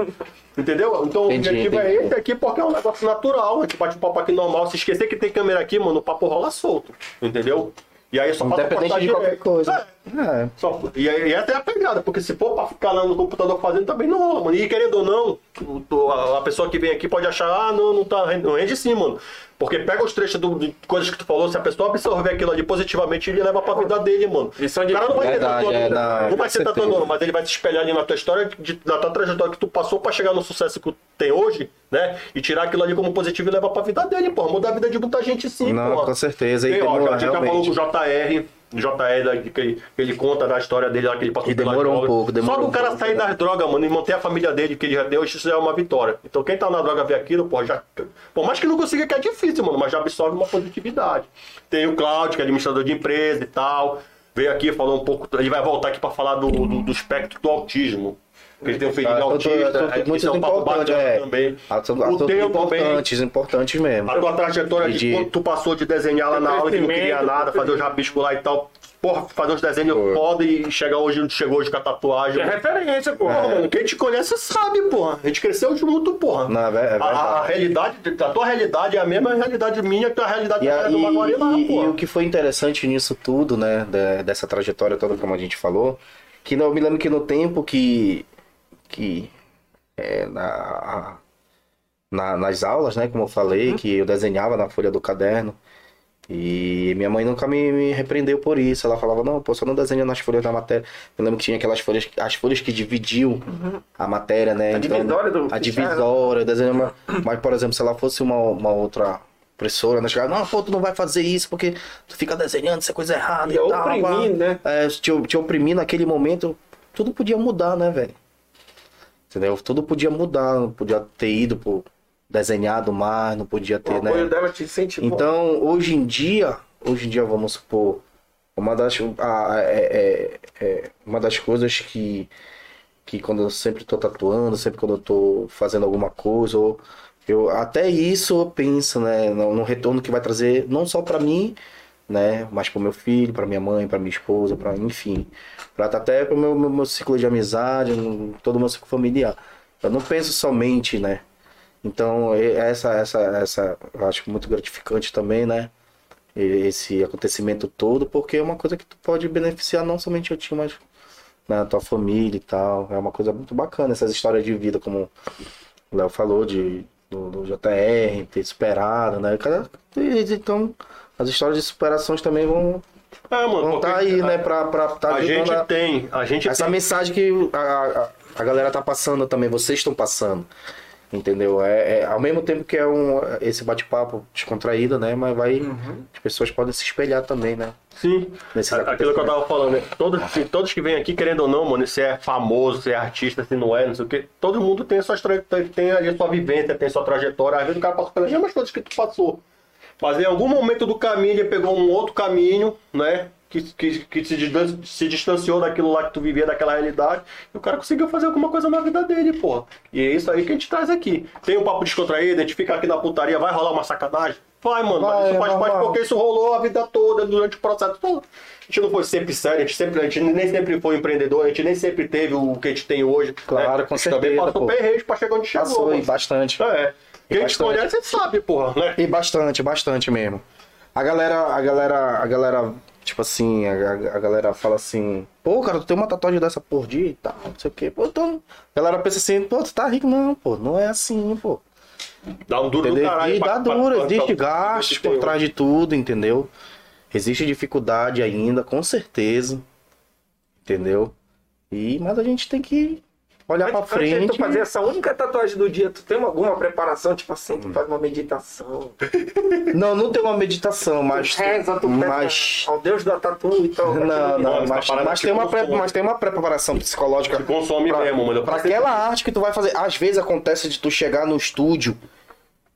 Entendeu? Então Entendi, o objetivo é entendi. esse aqui porque é um negócio natural. A gente bate um papo aqui normal. Se esquecer que tem câmera aqui, mano, o papo rola solto. Entendeu? E aí só passa Então, Independente de qualquer coisa. É. só, e aí e até a pegada, porque se for pra ficar lá no computador fazendo, também não rola, mano. E querendo ou não, o- o- a, a pessoa que vem aqui pode achar, ah, não, não tá rende, não rende sim, mano. Porque pega os trechos do, de coisas que tu falou, se a pessoa absorver aquilo ali positivamente, ele leva pra vida dele, mano. Lição de- o cara não vai Verdade, ser é, tatuador, não, não, vai com ser certeza. tatuador, mas ele vai se espelhar ali na tua história, de- na tua trajetória que tu passou pra chegar no sucesso que tu tem hoje, né? E tirar aquilo ali como positivo e levar pra vida dele, pô. Muda a vida de muita gente sim, Não, pô. com certeza, e E, ó, já, demora, já falou realmente. com o JR, o JR da- que, ele- que ele conta da história dele lá que ele passou E demorou um drogas. pouco, demorou Só um do cara pouco, sair né? das drogas, mano, e manter a família dele que ele já deu, isso já é uma vitória. Então quem tá na droga vê aquilo, pô, já. Por mais que não consiga, que é difícil, mano, mas já absorve uma positividade. Tem o Cláudio, que é administrador de empresa e tal. Veio aqui, falou um pouco. Ele vai voltar aqui pra falar do, do, do espectro do autismo. Porque ele tem um filhinho Ah, tudo- autista, tudo- aí muito isso é um papo importante, bacana é. também. Assuntos O teu também, importantes, importantes mesmo. a tua trajetória E de- de quando tu passou de desenhar lá na aula que não queria Crescimento, nada, fazer os rabiscos lá e tal. Porra, fazer uns desenhos foda e chegar hoje onde chegou hoje com a tatuagem. É referência, pô. Porra, É. mano, quem te conhece sabe, porra. A gente cresceu junto, porra. Não, é ver- é a, a verdade. realidade, a tua realidade é a mesma realidade minha que a realidade E, da a- do e- Maguari lá, e- e o porra. que foi interessante nisso tudo, né? da- dessa trajetória toda, como a gente falou, que não, eu me lembro que no tempo que. que é, na, na- nas aulas, né? Como eu falei, Uhum. que eu desenhava na folha do caderno. E minha mãe nunca me, me repreendeu por isso. Ela falava, não, pô, só não desenha nas folhas da matéria. Eu lembro que tinha aquelas folhas, as folhas que dividiam a matéria, né? Uhum. A divisória do- né? A divisória, eu desenho é uma... Mas, por exemplo, se ela fosse uma, uma outra professora, né? Chegava, não, pô, tu não vai fazer isso porque tu fica desenhando, isso é coisa errada e, E tal. oprimindo, pá." né? É, te, te oprimir naquele momento, tudo podia mudar, né, velho? Entendeu? Tudo podia mudar, não podia ter ido pro desenhado mais, não podia ter, O né? apoio dela te incentivou. Então, hoje em dia, hoje em dia, vamos supor, uma das, a- a- é- é- é uma das coisas que, que quando eu sempre estou tatuando, sempre quando eu tô fazendo alguma coisa, ou eu, até isso eu penso, né, no, no retorno que vai trazer, não só para mim, né, mas para meu filho, para minha mãe, para minha esposa, para enfim, para até para o meu, meu, meu ciclo de amizade, no- todo o meu ciclo familiar. Eu não penso somente, né, então, e- essa, essa, essa, eu acho muito gratificante também, né? E- Esse acontecimento todo, porque é uma coisa que tu pode beneficiar não somente o time, mas na tua família e tal. É uma coisa muito bacana essas histórias de vida, como o Léo falou, de, do, do JR, ter superado, né? Cada- e- Então, as histórias de superações também vão É, mano, vão porque tá aí, a, né? Pra, pra tá a ajudando gente a- tem, a gente essa tem. mensagem que a, a, a galera tá passando também, vocês estão passando. Entendeu? É, é- ao mesmo tempo que é um, esse bate-papo descontraído, né? Mas vai. Uhum. As pessoas podem se espelhar também, né? Sim. Nesses tá A- Aquilo que eu tava falando, né? todos, todos que vêm aqui, querendo ou não, mano, se é famoso, se é artista, se não é, não sei o quê, todo mundo tem, suas, tra- tem a sua vivência, tem sua trajetória. Às vezes o cara passa pelas mesmas coisas que tu passou. Mas em algum momento do caminho ele pegou um outro caminho, né? Que, que, que se, distan- se distanciou daquilo lá que tu vivia, daquela realidade, e o cara conseguiu fazer alguma coisa na vida dele, porra. E é isso aí que a gente traz aqui. Tem um papo descontraído, a gente fica aqui na putaria, vai rolar uma sacanagem? Vai, mano, mas Vai, isso é faz parte normal. porque isso rolou a vida toda, durante o processo todo. A gente não foi sempre sério, a gente, sempre, a gente nem sempre foi um empreendedor, a gente nem sempre teve o que a gente tem hoje. Claro, né? com A gente Também certeza, passou pô. perrengue pra chegar onde chegou. Passou e mano. bastante. É. Quem te bastante. conhece sabe, porra, né? E bastante, bastante mesmo. A galera, a galera, a galera, tipo assim, a, a- a galera fala assim, pô, cara, tu tem uma tatuagem dessa por dia e tal, não sei o quê. Pô, então, a galera pensa assim, pô, tu tá rico, não, pô, não é assim, pô. Dá um duro do tá Entendeu? caralho. E pra- dá pra- duro, pra- existe pra- gastos pra- por trás de tudo, entendeu? Existe dificuldade ainda, com certeza. Entendeu? E, mas a gente tem que olhar tá pra Antes- antes de frente. tu fazer essa única tatuagem do dia, tu tem alguma preparação? Tipo assim, Hum. tu faz uma meditação. Não, não tem uma meditação, mas. tu reza, É, tu mas... pede ao Deus da tatu e tal. Não, Não, não, essa mas, parada mas te tem uma consome. pre- mas tem uma preparação psicológica. Te consome pra, mesmo, mano. Eu Pra passei- aquela arte que tu vai fazer. Às vezes acontece de tu chegar no estúdio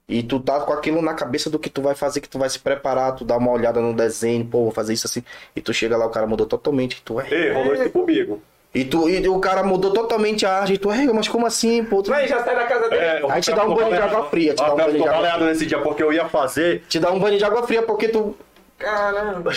e tu tá com aquilo na cabeça do que tu vai fazer, que tu vai se preparar, tu dá uma olhada no desenho, pô, vou fazer isso assim. E tu chega lá, o cara mudou totalmente, e tu é. Ei, rolou isso comigo. E, tu, e o cara mudou totalmente a arte, e tu é, mas como assim, pô? Tu- Não, e já sai da casa dele. É, o Aí te dá Rafael um banho de ficou água fria, te dá um baleado. O Rafael banho de ficou água baleado nesse dia, porque eu ia fazer. Te dá um banho de água fria porque tu. Caramba.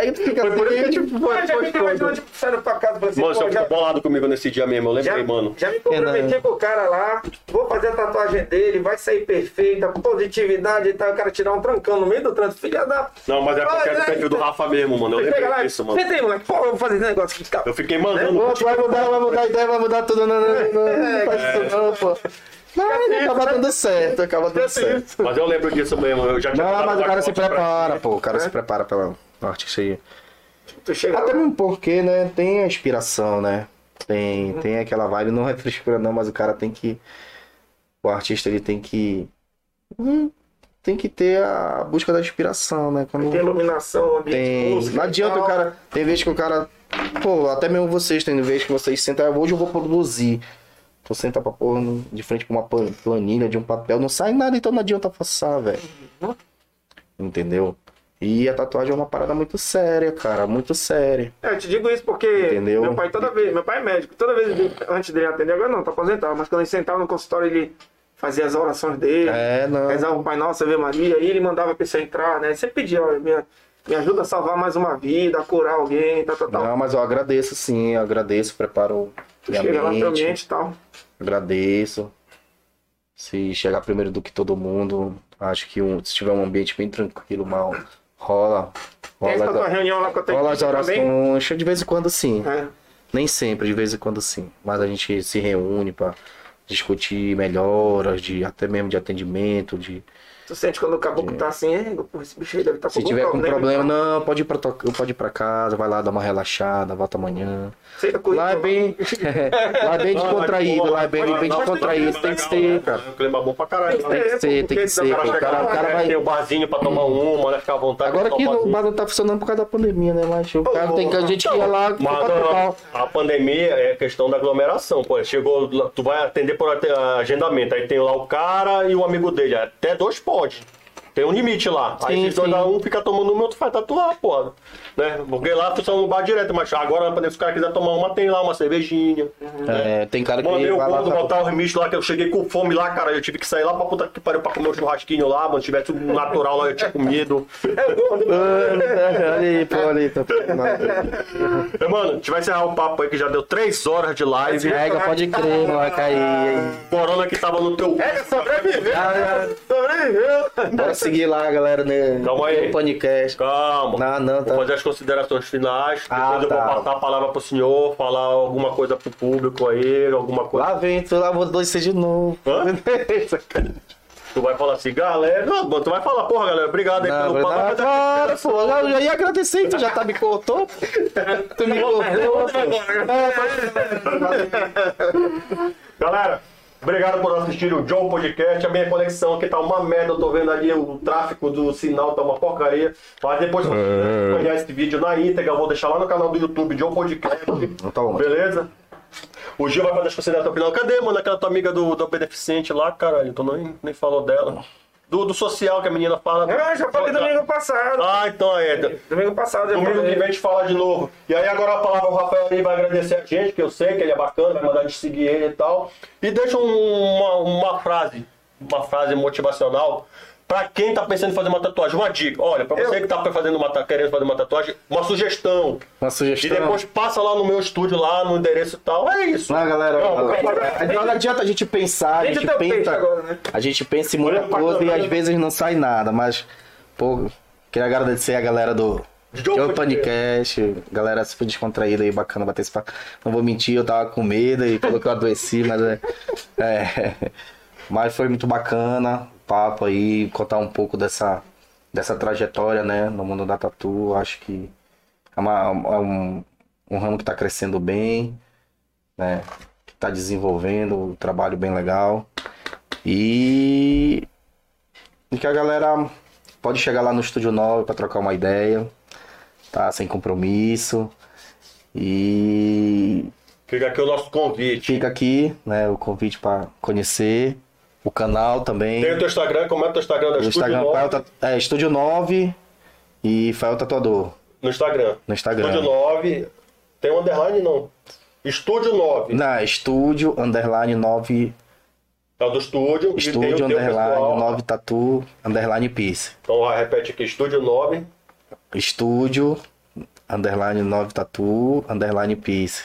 Aí tu fica assim, Mas já me imaginou, tipo, saindo pra casa e falei assim, Mano, pô, você já, ficou bolado comigo nesse dia mesmo, eu já, lembrei, mano. já me comprometi com o cara lá, vou fazer a tatuagem dele, vai sair perfeita, positividade e tal, o cara tirar um trancão no meio do trânsito, filha da... Não, mas é porque era né? o Olha, perfil do Rafa mesmo, mano. Eu Você pega lembrei lá, disso, mano. Senta aí, moleque, pô, eu vou fazer esse negócio aqui, cara. Eu fiquei mandando. Pô, tu vai mudar, vai mudar a ideia, vai mudar tudo. Não, não, não, não, não faz isso não, pô. Mas acaba dando certo, acaba dando certo. Mas eu lembro disso mesmo. Eu já tinha Não, mandado mas é o uma cara se conta pra- prepara, pô. O cara se prepara pela artista aí. Tu chega lá, É? Até mesmo porque, né? Tem a inspiração, né? Tem, tem aquela vibe, não é frescura não, mas o cara tem que. O artista ele tem que. hum, Tem que ter a busca da inspiração, né? Quando tem iluminação, ambiente, tem. música Não e adianta o tal. cara. Tem vezes que o cara. Pô, até mesmo vocês, tem vezes que vocês sentam. "Ah, Hoje eu vou produzir. Tu senta pra porra no- de frente pra uma pan- planilha, de um papel, não sai nada, então não adianta forçar, velho. Entendeu? E a tatuagem é uma parada muito séria, cara, muito séria. É, eu te digo isso porque Entendeu? meu pai toda vez, meu pai é médico, toda vez ele- antes dele atender, agora não, tá aposentado, mas quando ele sentava no consultório ele fazia as orações dele, É, não. rezava o Pai Nosso, Ave Maria, e ele mandava a pessoa entrar, né? Você pedia, olha, me, me ajuda a salvar mais uma vida, a curar alguém, tal, tal, tal. Não, mas eu agradeço sim, eu agradeço, preparo Tu minha chega lá no teu mente, ambiente e tal. agradeço. Se chegar primeiro do que todo mundo, acho que um- se tiver um ambiente bem tranquilo, mal, rola. Tem essa rola tua reunião lá com a tua Rola as equipe orações, de vez em quando sim. É. Nem sempre, de vez em quando sim. Mas a gente se reúne pra discutir melhoras, de, até mesmo de atendimento, de. Tu sente quando o caboclo tá assim, é, pô, esse bicho aí deve estar Se com algum tiver com problema, né? não, pode ir, pra tua- pode ir pra casa, vai lá dar uma relaxada, volta amanhã. Senta com Lá é ele, bem. lá é bem descontraído, lá é bem, bem descontraído, tem que ser, cara. O clima bom pra caralho. Tem né? Tem que ser, tem que ser. pô. O cara, o cara É, Tem vai. o barzinho pra tomar uma, né? Ficar à vontade. Agora tomar que um o barzinho. bar não tá funcionando por causa da pandemia, né? Mas o cara tem que. A gente ia lá. Mas pau. a, a pandemia é questão da aglomeração, pô. Chegou, lá, tu vai atender por ate- agendamento. Aí tem lá o cara e o amigo dele. Até dois pode. Tem um limite lá. aí Sim, vocês dois sim. dá um, fica tomando uma e outro faz tatuar, porra. Né? Porque lá tu só no bar direto, mas agora pra- se o cara quiser tomar uma, tem lá uma cervejinha. É, tem cara que Mandei o vai lá. gordo tá- botar o remix lá, que eu cheguei com fome lá, cara. Eu tive que sair lá pra puta que pariu pra comer um churrasquinho lá, mano. Se tivesse um natural lá, eu tinha comido. É, Olha aí, pô, olha aí. Tá... Mas, mano, a gente vai encerrar o papo aí que já deu três horas de live. Pega, pode crer, não vai cair. Corona que tava no teu. É, sobreviveu. Bora seguir lá, galera, né? Calma aí. No Panicast. Calma. Não, não, Vou tá. fazer as considerações finais. Depois Ah, eu vou tá. passar a palavra pro senhor, falar alguma coisa pro público aí, alguma coisa. Lá vem, tu lá mudou isso de novo. Hã? é Tu vai falar assim, galera. Não, mano, tu vai falar, porra, galera. Obrigado aí Não, pelo papo. não, claro, pô. Eu já ia agradecer, tu já tá me cortou. pô. Tu me cortou, pô. É, Galera, obrigado por assistir o Joe Podcast. A minha conexão aqui tá uma merda. Eu tô vendo ali o tráfego do sinal, tá uma porcaria. Mas depois que você acompanhar esse vídeo na íntegra, eu vou deixar lá no canal do YouTube Joe Podcast. Toma. Beleza? O Gil vai fazer as considerações final. Cadê, mano? Aquela tua amiga do, do Beneficente lá, caralho. Tu nem, nem falou dela. Do, do social que a menina fala. Ah, já falei domingo passado. Ah, então é. Domingo passado, eu Domingo que é. falei. vem a gente fala de novo. E aí agora a palavra o Rafael aí vai agradecer a gente, que eu sei que ele é bacana, vai mandar a gente seguir ele e tal. E deixa um- uma, uma frase, uma frase motivacional Pra quem tá pensando em fazer uma tatuagem, uma dica. Olha, pra você que tá fazendo uma, ta- querendo fazer uma tatuagem, uma sugestão. Uma E sugestão. depois passa lá no meu estúdio, lá no endereço e tal. É isso. Não, galera, Não, galera, cara, não adianta a gente pensar, a Vende gente teu peixe pensa, agora, né? a gente pensa em muita Olha pra coisa e câmera. às vezes não sai nada, mas pô, queria agradecer a galera do Joe Joe Podcast. Panicast, galera super descontraída aí, bacana bater esse papo. Não vou mentir, eu tava com medo e falou que eu adoeci, mas é, é. mas foi muito bacana o papo aí, contar um pouco dessa dessa trajetória, né, no mundo da tatu, acho que é, uma- é um, um ramo que tá crescendo bem, né? Que tá desenvolvendo um trabalho bem legal. E, e que a galera pode chegar lá no Estúdio 9 para trocar uma ideia, tá? Sem compromisso. E Fica aqui o nosso convite. fica aqui, né, o convite para conhecer o canal também. Tem o teu Instagram, como é o teu Instagram da o Estúdio Instagram Nove? Fael Tatu- é, Estúdio 9 e Fael Tatuador. No Instagram. No Instagram. Estúdio 9. Tem um underline, não. Estúdio 9. Na é Estúdio Underline 9 É o do estúdio. e tem Estúdio o teu pessoal. Underline 9 Tatu Underline Peace. Então, ó, repete aqui. Estúdio 9. Estúdio Underline 9 Tatu Underline Peace.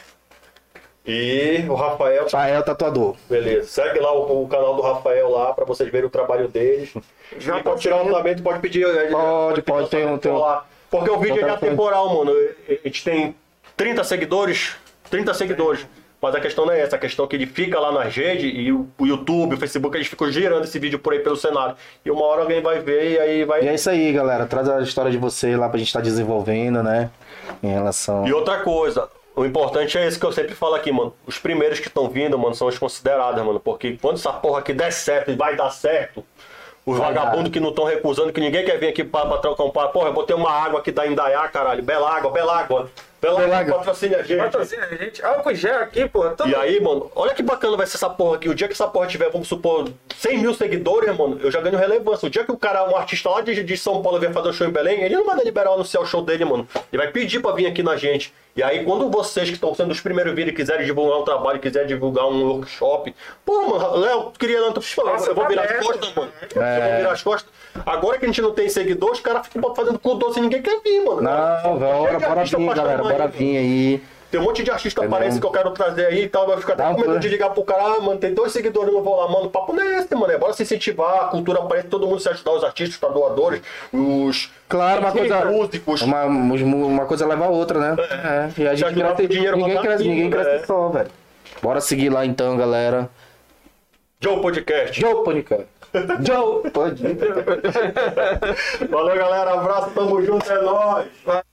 E o Rafael. Fael Tatuador. Beleza. Segue lá o, o canal do Rafael lá pra vocês verem o trabalho deles. Já e pode tirar um orçamento, pode pedir. eh, Pode, pedir pode, orçamento tem um- tem um- lá. Porque o vídeo Tem um ele é telefone. atemporal, mano. A gente tem 30 seguidores. 30 seguidores. Mas a questão não é essa, a questão é que ele fica lá nas redes e o o YouTube, o Facebook, eles ficam girando esse vídeo por aí pelo cenário. E uma hora alguém vai ver e aí vai. E é isso aí, galera. Traz a história de você lá pra gente estar desenvolvendo, né? Em relação. E outra coisa, o importante é isso que eu sempre falo aqui, mano. Os primeiros que estão vindo, mano, são os considerados, mano. Porque quando essa porra aqui der certo e vai dar certo, os vagabundos que não estão recusando, que ninguém quer vir aqui pra, pra trocar um papo. Porra, eu botei uma água aqui da Indaiá, caralho. Bela água, bela água. Bela, Bela água, água. patrocina a gente. Patrocina a gente. Álcool em gel aqui, pô. Tudo E aí, mano, olha que bacana vai ser essa porra aqui. O dia que essa porra tiver, vamos supor, 100 mil seguidores, mano, eu já ganho relevância. O dia que o cara, um artista lá de, de São Paulo vier fazer um show em Belém, ele não vai dar liberal anunciar o show dele, mano. Ele vai pedir pra vir aqui na gente. E aí, quando vocês que estão sendo os primeiros virem e quiserem divulgar um trabalho, quiserem divulgar um workshop, pô, mano, Léo, queria não, eu vou tá virar as aberto. costas, mano. Eu vou virar as costas. Agora que a gente não tem seguidor, os caras ficam fazendo cu doce e ninguém quer vir, mano. Não, bora, Chega bora artista vir, pra galera. chamar Bora aí, vir aí. tem um monte de artista Entendeu? aparece que eu quero trazer aí e tal, vai ficar até é Dá com um medo plano. de ligar pro cara, ah, mano, tem dois seguidores, não vou lá, mano, o papo não é esse, mano, é bora se incentivar, a cultura aparece, todo mundo se ajudar, os artistas, os tatuadores, os... Claro, uma os coisa. Músicos, Uma, uma coisa leva a outra, né? É. E a Já gente que não tem cresce, dinheiro, ninguém botar cresce, aqui, ninguém cresce né? só, velho. Bora seguir lá então, galera. Joe Podcast. Joe Panica. Joe Panica. Valeu, galera, abraço, tamo junto, é nóis!